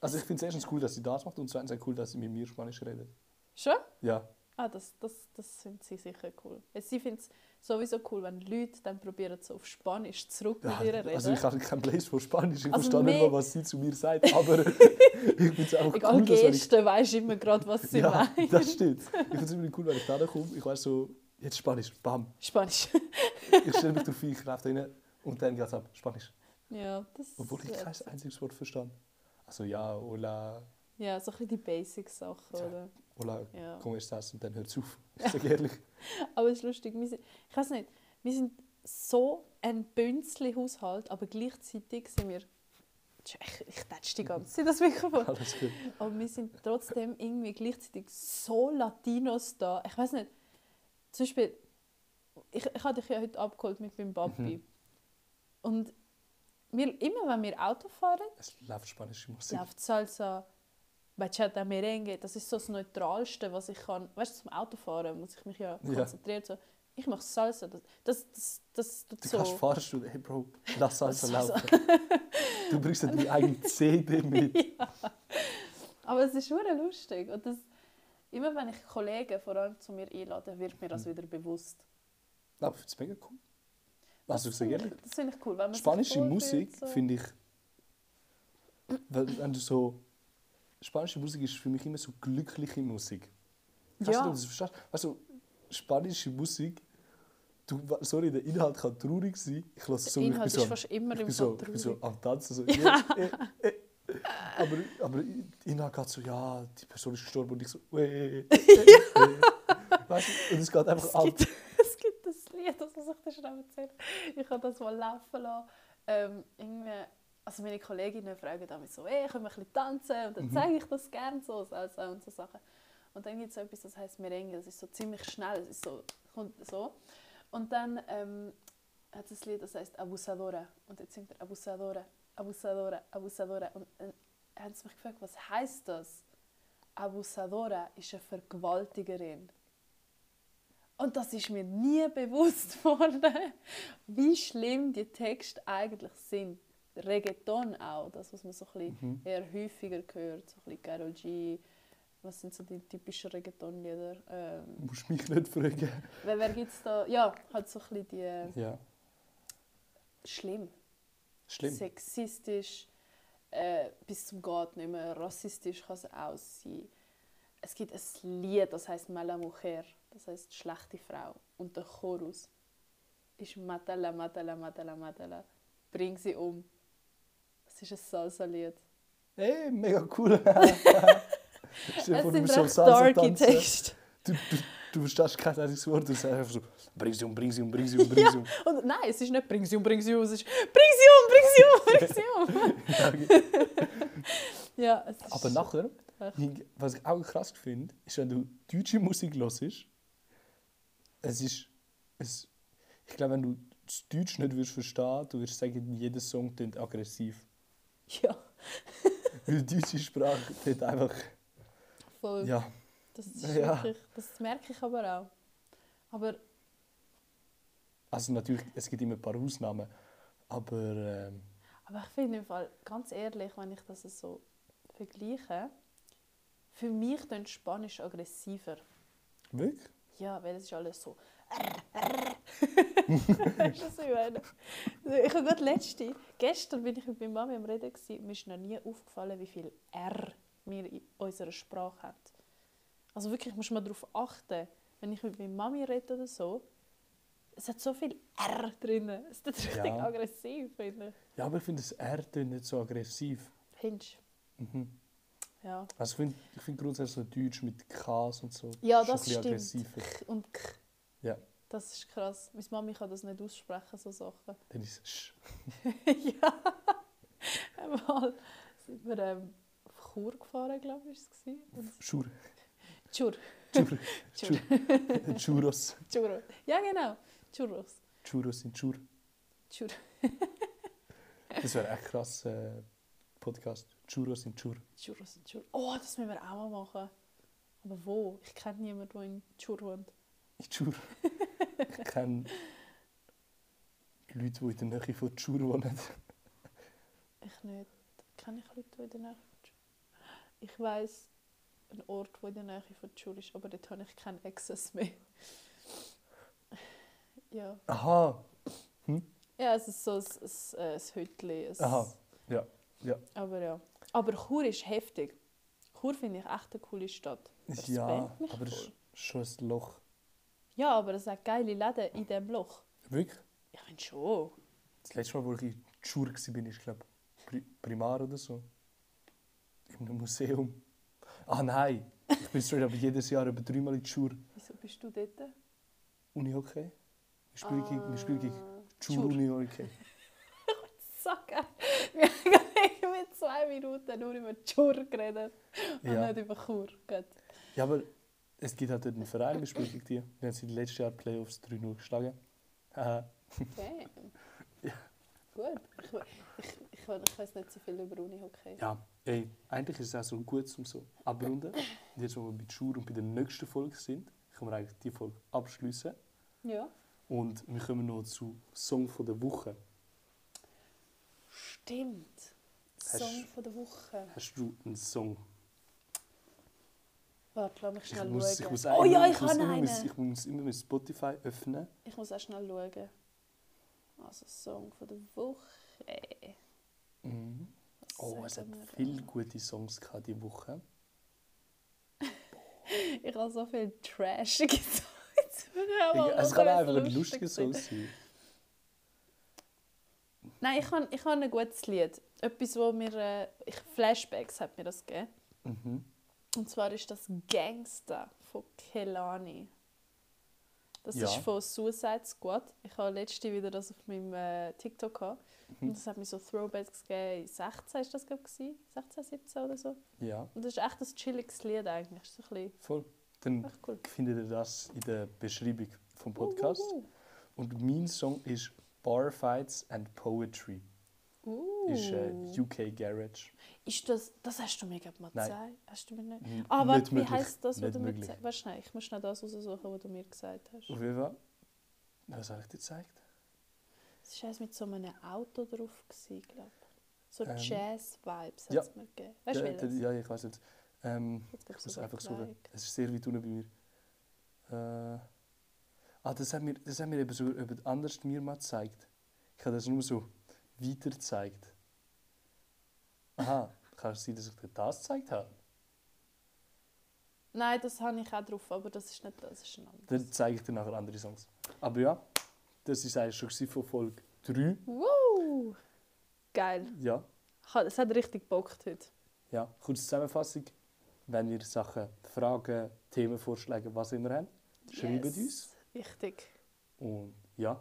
[SPEAKER 1] Also ich finde es erstens cool, dass sie das macht und zweitens auch cool, dass sie mit mir Spanisch redet.
[SPEAKER 2] Schon?
[SPEAKER 1] Ja,
[SPEAKER 2] Ah, das, das, das sind sie sicher cool. Weil Sie finden es sowieso cool, wenn Leute dann probieren, so auf Spanisch zurück
[SPEAKER 1] ja
[SPEAKER 2] mit ihr reden.
[SPEAKER 1] also ich habe keinen Place von Spanisch. Ich
[SPEAKER 2] Also
[SPEAKER 1] verstehe nicht
[SPEAKER 2] mehr-
[SPEAKER 1] mal, was sie zu mir sagt, aber ich finde es auch
[SPEAKER 2] Egal,
[SPEAKER 1] cool, dass wenn ich...
[SPEAKER 2] Gesten weisst immer gerade, was sie
[SPEAKER 1] Ja,
[SPEAKER 2] meint.
[SPEAKER 1] das stimmt. Ich finde es immer cool, wenn ich da komme, ich weiß so, jetzt Spanisch, bam.
[SPEAKER 2] Spanisch.
[SPEAKER 1] Ich stelle mich darauf ein, ich laufe da rein und dann geht es ab, Spanisch.
[SPEAKER 2] Ja, das äh,
[SPEAKER 1] Obwohl ich kein einziges Wort verstand. Also ja, hola,
[SPEAKER 2] Ja, so ein bisschen die Basic-Sachen,
[SPEAKER 1] Ja.
[SPEAKER 2] oder?
[SPEAKER 1] hola,
[SPEAKER 2] Ja.
[SPEAKER 1] komm erst essen und dann hört's auf. Ich sag ehrlich.
[SPEAKER 2] Aber es ist lustig, wir sind, ich weiß nicht, wir sind so ein Bünzli-Haushalt, aber gleichzeitig sind wir... Ich, ich tätsch die ganze Zeit das Mikrofon.
[SPEAKER 1] Alles gut.
[SPEAKER 2] Aber wir sind trotzdem irgendwie gleichzeitig so Latinos da. Ich weiß nicht, zum Beispiel, ich, ich habe dich ja heute abgeholt mit meinem Papi.
[SPEAKER 1] Mhm.
[SPEAKER 2] Und wir, immer wenn wir Auto fahren,
[SPEAKER 1] Es läuft spanische Musik.
[SPEAKER 2] läuft Salsa, Bachata, Merengue. Das ist so das Neutralste, was ich kann. Weißt du, zum Autofahren muss ich mich ja
[SPEAKER 1] Ja.
[SPEAKER 2] konzentrieren. So. Ich mache Salsa. Das, das, das, das tut
[SPEAKER 1] Du
[SPEAKER 2] so.
[SPEAKER 1] kannst Fahrstuhl, hey Bro, lass Salsa
[SPEAKER 2] Lass also. Salsa.
[SPEAKER 1] laufen. Du bringst ja deine eigene CD mit.
[SPEAKER 2] Aber es ist schon lustig. Und das, immer wenn ich Kollegen vor allem zu mir einlade, wird
[SPEAKER 1] Hm.
[SPEAKER 2] mir das wieder bewusst.
[SPEAKER 1] Aber ich finde es mega cool. Also ich
[SPEAKER 2] das
[SPEAKER 1] sag
[SPEAKER 2] finde
[SPEAKER 1] ehrlich,
[SPEAKER 2] ich, das finde ich cool. Wenn man sich
[SPEAKER 1] spanische
[SPEAKER 2] wohlfühlt,
[SPEAKER 1] Musik
[SPEAKER 2] so.
[SPEAKER 1] finde ich, weil, wenn du so, spanische Musik ist für mich immer so glückliche Musik. Weißt du,
[SPEAKER 2] Ja.
[SPEAKER 1] ob du das verstehst? Also spanische Musik, du, sorry, der Inhalt kann traurig sein. Ich lasse es so,
[SPEAKER 2] Der
[SPEAKER 1] ich bin
[SPEAKER 2] Inhalt
[SPEAKER 1] so
[SPEAKER 2] ist
[SPEAKER 1] am-
[SPEAKER 2] fast immer
[SPEAKER 1] ich
[SPEAKER 2] im
[SPEAKER 1] bin so,
[SPEAKER 2] Fall
[SPEAKER 1] ich bin so
[SPEAKER 2] traurig.
[SPEAKER 1] am Tanzen. So, ja. äh, äh. Aber, aber der Inhalt geht so, ja, die Person ist gestorben und ich so, äh, äh, äh. Weißt du, und es geht einfach
[SPEAKER 2] Es
[SPEAKER 1] ab.
[SPEAKER 2] gibt, es gibt ein Lied, das muss ich dir schnell erzählen. Ich habe das mal laufen lassen. Ähm, irgendwie, also meine Kolleginnen fragen dann so, hey, können wir ein bisschen tanzen? Und dann zeige ich das gerne so, so, so und so Sachen. Und dann gibt es so etwas, das heißt Merengue. Das ist so ziemlich schnell, es ist so, kommt so. Und dann ähm, hat es ein Lied, das heißt Abusadora. Und jetzt singt er Abusadora, Abusadora, Abusadora. Und dann haben sie mich gefragt, was heißt das? Abusadora ist eine Vergewaltigerin. Und das ist mir nie bewusst worden, wie schlimm die Texte eigentlich sind. Reggaeton auch, das, was man so ein bisschen eher häufiger hört, so ein bisschen Karol G. Was sind so die typischen Reggaeton-Lieder? Ähm,
[SPEAKER 1] Du musst mich nicht fragen.
[SPEAKER 2] wer wer gibt es da? Ja, halt so ein bisschen die äh,
[SPEAKER 1] Ja,
[SPEAKER 2] schlimm,
[SPEAKER 1] schlimm.
[SPEAKER 2] sexistisch, äh, bis zum Gott nicht mehr, rassistisch kann es auch sein. Es gibt ein Lied, das heißt Mala Mujer, das heißt schlechte Frau. Und der Chorus ist Matala, Matala, Matala, Matala, bring sie um. Das ist ein Salsa-Lied.
[SPEAKER 1] Hey, mega cool. Stell dir
[SPEAKER 2] Es
[SPEAKER 1] vor, du
[SPEAKER 2] sind
[SPEAKER 1] musst auf
[SPEAKER 2] recht
[SPEAKER 1] Salsa
[SPEAKER 2] darke
[SPEAKER 1] tanzen.
[SPEAKER 2] Texte.
[SPEAKER 1] Du, du, du verstehst kein einziges Wort. Du sagst einfach so, bring sie um, bring sie um, bring sie um, bring sie um.
[SPEAKER 2] Und nein, es ist nicht «Bring sie um, bring sie um», es ist «Bring sie um, bring sie um, bring sie um». ja, es ist
[SPEAKER 1] Aber nachher,
[SPEAKER 2] Ach.
[SPEAKER 1] was ich auch krass finde, ist, wenn du deutsche Musik hörst, es ist, es, ich glaube, wenn du das Deutsch nicht würdest verstehen, du würdest sagen, jeder Song tönt aggressiv.
[SPEAKER 2] Ja,
[SPEAKER 1] Weil die deutsche Sprache tönt einfach,
[SPEAKER 2] voll.
[SPEAKER 1] ja,
[SPEAKER 2] Das, ist
[SPEAKER 1] Ja.
[SPEAKER 2] wirklich, das merke ich aber auch. Aber
[SPEAKER 1] also natürlich, es gibt immer ein paar Ausnahmen, aber ähm,
[SPEAKER 2] Aber ich finde im Fall, ganz ehrlich, wenn ich das so vergleiche, für mich klingt Spanisch aggressiver.
[SPEAKER 1] wirklich?
[SPEAKER 2] Ja, weil es ist alles so. Weisst du, was ich meine? Ich habe gerade letzte, gestern bin ich mit meiner Mami am Reden gewesen, mir ist noch nie aufgefallen, wie viel R wir in unserer Sprache haben. Also wirklich, muss man darauf achten, wenn ich mit meiner Mami rede oder so, es hat so viel R drin. Es ist richtig
[SPEAKER 1] Ja.
[SPEAKER 2] aggressiv, finde ich.
[SPEAKER 1] Ja, aber ich finde, das R tönt nicht so aggressiv.
[SPEAKER 2] Hinsch.
[SPEAKER 1] Mhm.
[SPEAKER 2] Ja.
[SPEAKER 1] Also ich finde ich find grundsätzlich so Deutsch mit Ks und so.
[SPEAKER 2] Ja,
[SPEAKER 1] ist schon
[SPEAKER 2] das
[SPEAKER 1] ein bisschen
[SPEAKER 2] stimmt.
[SPEAKER 1] aggressiver.
[SPEAKER 2] K und K.
[SPEAKER 1] Ja,
[SPEAKER 2] Das ist krass. Meine Mami kann das nicht aussprechen, so Sachen.
[SPEAKER 1] dann ist es Sch.
[SPEAKER 2] ja. Einmal sind wir ähm, auf Chur gefahren, glaube ich, war es. gewesen. Und-
[SPEAKER 1] Schur.
[SPEAKER 2] Chur.
[SPEAKER 1] Chur.
[SPEAKER 2] Chur.
[SPEAKER 1] Chur. Churros.
[SPEAKER 2] Churros. Ja, genau. Churros.
[SPEAKER 1] Churros sind Chur.
[SPEAKER 2] Chur.
[SPEAKER 1] Das wäre echt krass äh, Podcast. Churros sind Chur.
[SPEAKER 2] Churros und Churros. Oh, das müssen wir auch mal machen. Aber wo? Ich kenne niemanden, der in Chur wohnt.
[SPEAKER 1] In Chur. Ich kenne Leute, die in der Nähe von Chur wohnen.
[SPEAKER 2] Ich nicht. Kenne ich Leute, die in der Nähe von Chur Ich weiss einen Ort, der in der Nähe von Chur ist, aber dort habe ich keinen Access mehr. ja.
[SPEAKER 1] Aha.
[SPEAKER 2] Ja, es ist äh, so ein, ein, ein Hütchen. Ein
[SPEAKER 1] Aha. Ja.
[SPEAKER 2] Aber ja. Aber Chur ist heftig. Chur finde ich echt eine coole Stadt. Das
[SPEAKER 1] ja,
[SPEAKER 2] brennt mich
[SPEAKER 1] aber das
[SPEAKER 2] voll.
[SPEAKER 1] ist schon ein Loch.
[SPEAKER 2] Ja, aber es hat geile Läden in diesem Loch.
[SPEAKER 1] Wirklich?
[SPEAKER 2] Ich finde schon.
[SPEAKER 1] Das letzte Mal, wo ich in Schur war, bin, ist, glaube ich, Pri Primar oder so. In einem Museum. Ah nein, ich bin straight aber jedes Jahr über dreimal in die Schur.
[SPEAKER 2] Wieso bist du dort?
[SPEAKER 1] Unihockey. Wir spielen gegen, wir spielen gegen
[SPEAKER 2] Ah.
[SPEAKER 1] Schur Unihockey.
[SPEAKER 2] So geil. Wir haben gerade mit zwei Minuten nur über die Schur geredet und
[SPEAKER 1] Ja.
[SPEAKER 2] nicht über Chur. Gut.
[SPEAKER 1] Ja, aber es gibt halt dort einen Verein, wir spielen gegen die. Wir haben sie letztes Jahr die Playoffs 3-0 geschlagen. Äh, Haha.
[SPEAKER 2] Okay. Gut. Ich, ich, ich, ich weiß nicht so viel über Unihockey.
[SPEAKER 1] ja, ey, eigentlich ist es auch so gut zum so abrunden. Und jetzt, wo wir bei der Schur und bei der nächsten Folge sind, können wir eigentlich die Folge abschließen.
[SPEAKER 2] ja.
[SPEAKER 1] Und wir kommen noch zu Song von der Woche.
[SPEAKER 2] Stimmt.
[SPEAKER 1] Hast-
[SPEAKER 2] Song von der Woche.
[SPEAKER 1] Hast du einen Song?
[SPEAKER 2] Warte, lass mich
[SPEAKER 1] Ich
[SPEAKER 2] schnell
[SPEAKER 1] muss,
[SPEAKER 2] schauen.
[SPEAKER 1] ich muss
[SPEAKER 2] oh ja,
[SPEAKER 1] einen-
[SPEAKER 2] ich,
[SPEAKER 1] muss
[SPEAKER 2] habe
[SPEAKER 1] immer,
[SPEAKER 2] einen.
[SPEAKER 1] mein- Ich muss immer mein Spotify öffnen.
[SPEAKER 2] Ich muss auch schnell schauen. Also Song von der Woche. Was
[SPEAKER 1] Oh, es hat
[SPEAKER 2] sagen wir da?
[SPEAKER 1] viele gute Songs gehabt diese Woche.
[SPEAKER 2] Ich habe so viel trashige Songs. Oh,
[SPEAKER 1] es kann auch also, einfach ein lustiger Song sein.
[SPEAKER 2] Nein, ich habe ich hab ein gutes Lied. Etwas, wo mir... Äh, ich, Flashbacks hat mir das gegeben.
[SPEAKER 1] Mhm.
[SPEAKER 2] Und zwar ist das Gangster von Kelani. Das
[SPEAKER 1] Ja.
[SPEAKER 2] ist von Suicide Squad. Ich habe letzte wieder das auf meinem äh, TikTok gehabt.
[SPEAKER 1] Mhm.
[SPEAKER 2] Und das hat mir so Throwbacks gegeben. 16 ist das, glaube ich, gewesen. 16, 17 oder so.
[SPEAKER 1] Ja,
[SPEAKER 2] Und das ist echt ein chilliges Lied eigentlich. Ist So ein bisschen,
[SPEAKER 1] voll. Dann
[SPEAKER 2] echt cool.
[SPEAKER 1] findet ihr das in der Beschreibung vom Podcast.
[SPEAKER 2] Uh,
[SPEAKER 1] Und mein Song ist Barfights and Poetry.
[SPEAKER 2] uh, uh.
[SPEAKER 1] Ist äh, UK Garage.
[SPEAKER 2] Ist das... Das hast du mir gerade mal
[SPEAKER 1] Nein.
[SPEAKER 2] gesagt. Hast du mir nicht...
[SPEAKER 1] N-
[SPEAKER 2] Ah,
[SPEAKER 1] nicht
[SPEAKER 2] warte, wie
[SPEAKER 1] möglich,
[SPEAKER 2] heisst das, was
[SPEAKER 1] nicht
[SPEAKER 2] du mir
[SPEAKER 1] möglich.
[SPEAKER 2] gesagt hast? Weißt du, nein, ich muss schnell das raussuchen, was du mir gesagt hast.
[SPEAKER 1] Auf jeden Fall. Was habe ich dir gezeigt?
[SPEAKER 2] Es war eins mit so einem Auto drauf, glaube ich. So
[SPEAKER 1] Ähm,
[SPEAKER 2] Jazz-Vibes
[SPEAKER 1] ja.
[SPEAKER 2] hat es mir gegeben. Weißt du,
[SPEAKER 1] ja,
[SPEAKER 2] welches?
[SPEAKER 1] d- ja, ich weiß nicht. Ähm,
[SPEAKER 2] Jetzt
[SPEAKER 1] ich
[SPEAKER 2] gibt's
[SPEAKER 1] muss
[SPEAKER 2] sogar
[SPEAKER 1] einfach suchen.
[SPEAKER 2] Like.
[SPEAKER 1] Es ist sehr weit unten bei mir. Äh, ah, das haben wir, das haben wir eben so jemand anders mir mal gezeigt. Ich habe das nur so weiter gezeigt. Aha, kann es sein, dass ich dir das gezeigt habe?
[SPEAKER 2] Nein, das habe ich auch drauf, aber das ist nicht das, ist ein anderes.
[SPEAKER 1] Dann zeige ich dir nachher andere Songs. Aber ja, das ist eigentlich schon gewesen von Folge 3.
[SPEAKER 2] Wow! Geil.
[SPEAKER 1] Ja,
[SPEAKER 2] Ich ha- Es hat richtig gebockt heute.
[SPEAKER 1] ja. Kurze Zusammenfassung. Wenn ihr Sachen, Fragen, Themenvorschläge, was immer habt, schreibt uns.
[SPEAKER 2] Wichtig.
[SPEAKER 1] Und ja,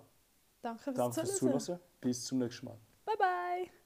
[SPEAKER 2] Danke fürs
[SPEAKER 1] danke fürs
[SPEAKER 2] Zuhören.
[SPEAKER 1] Zuhören. Bis zum nächsten Mal.
[SPEAKER 2] Bye, bye.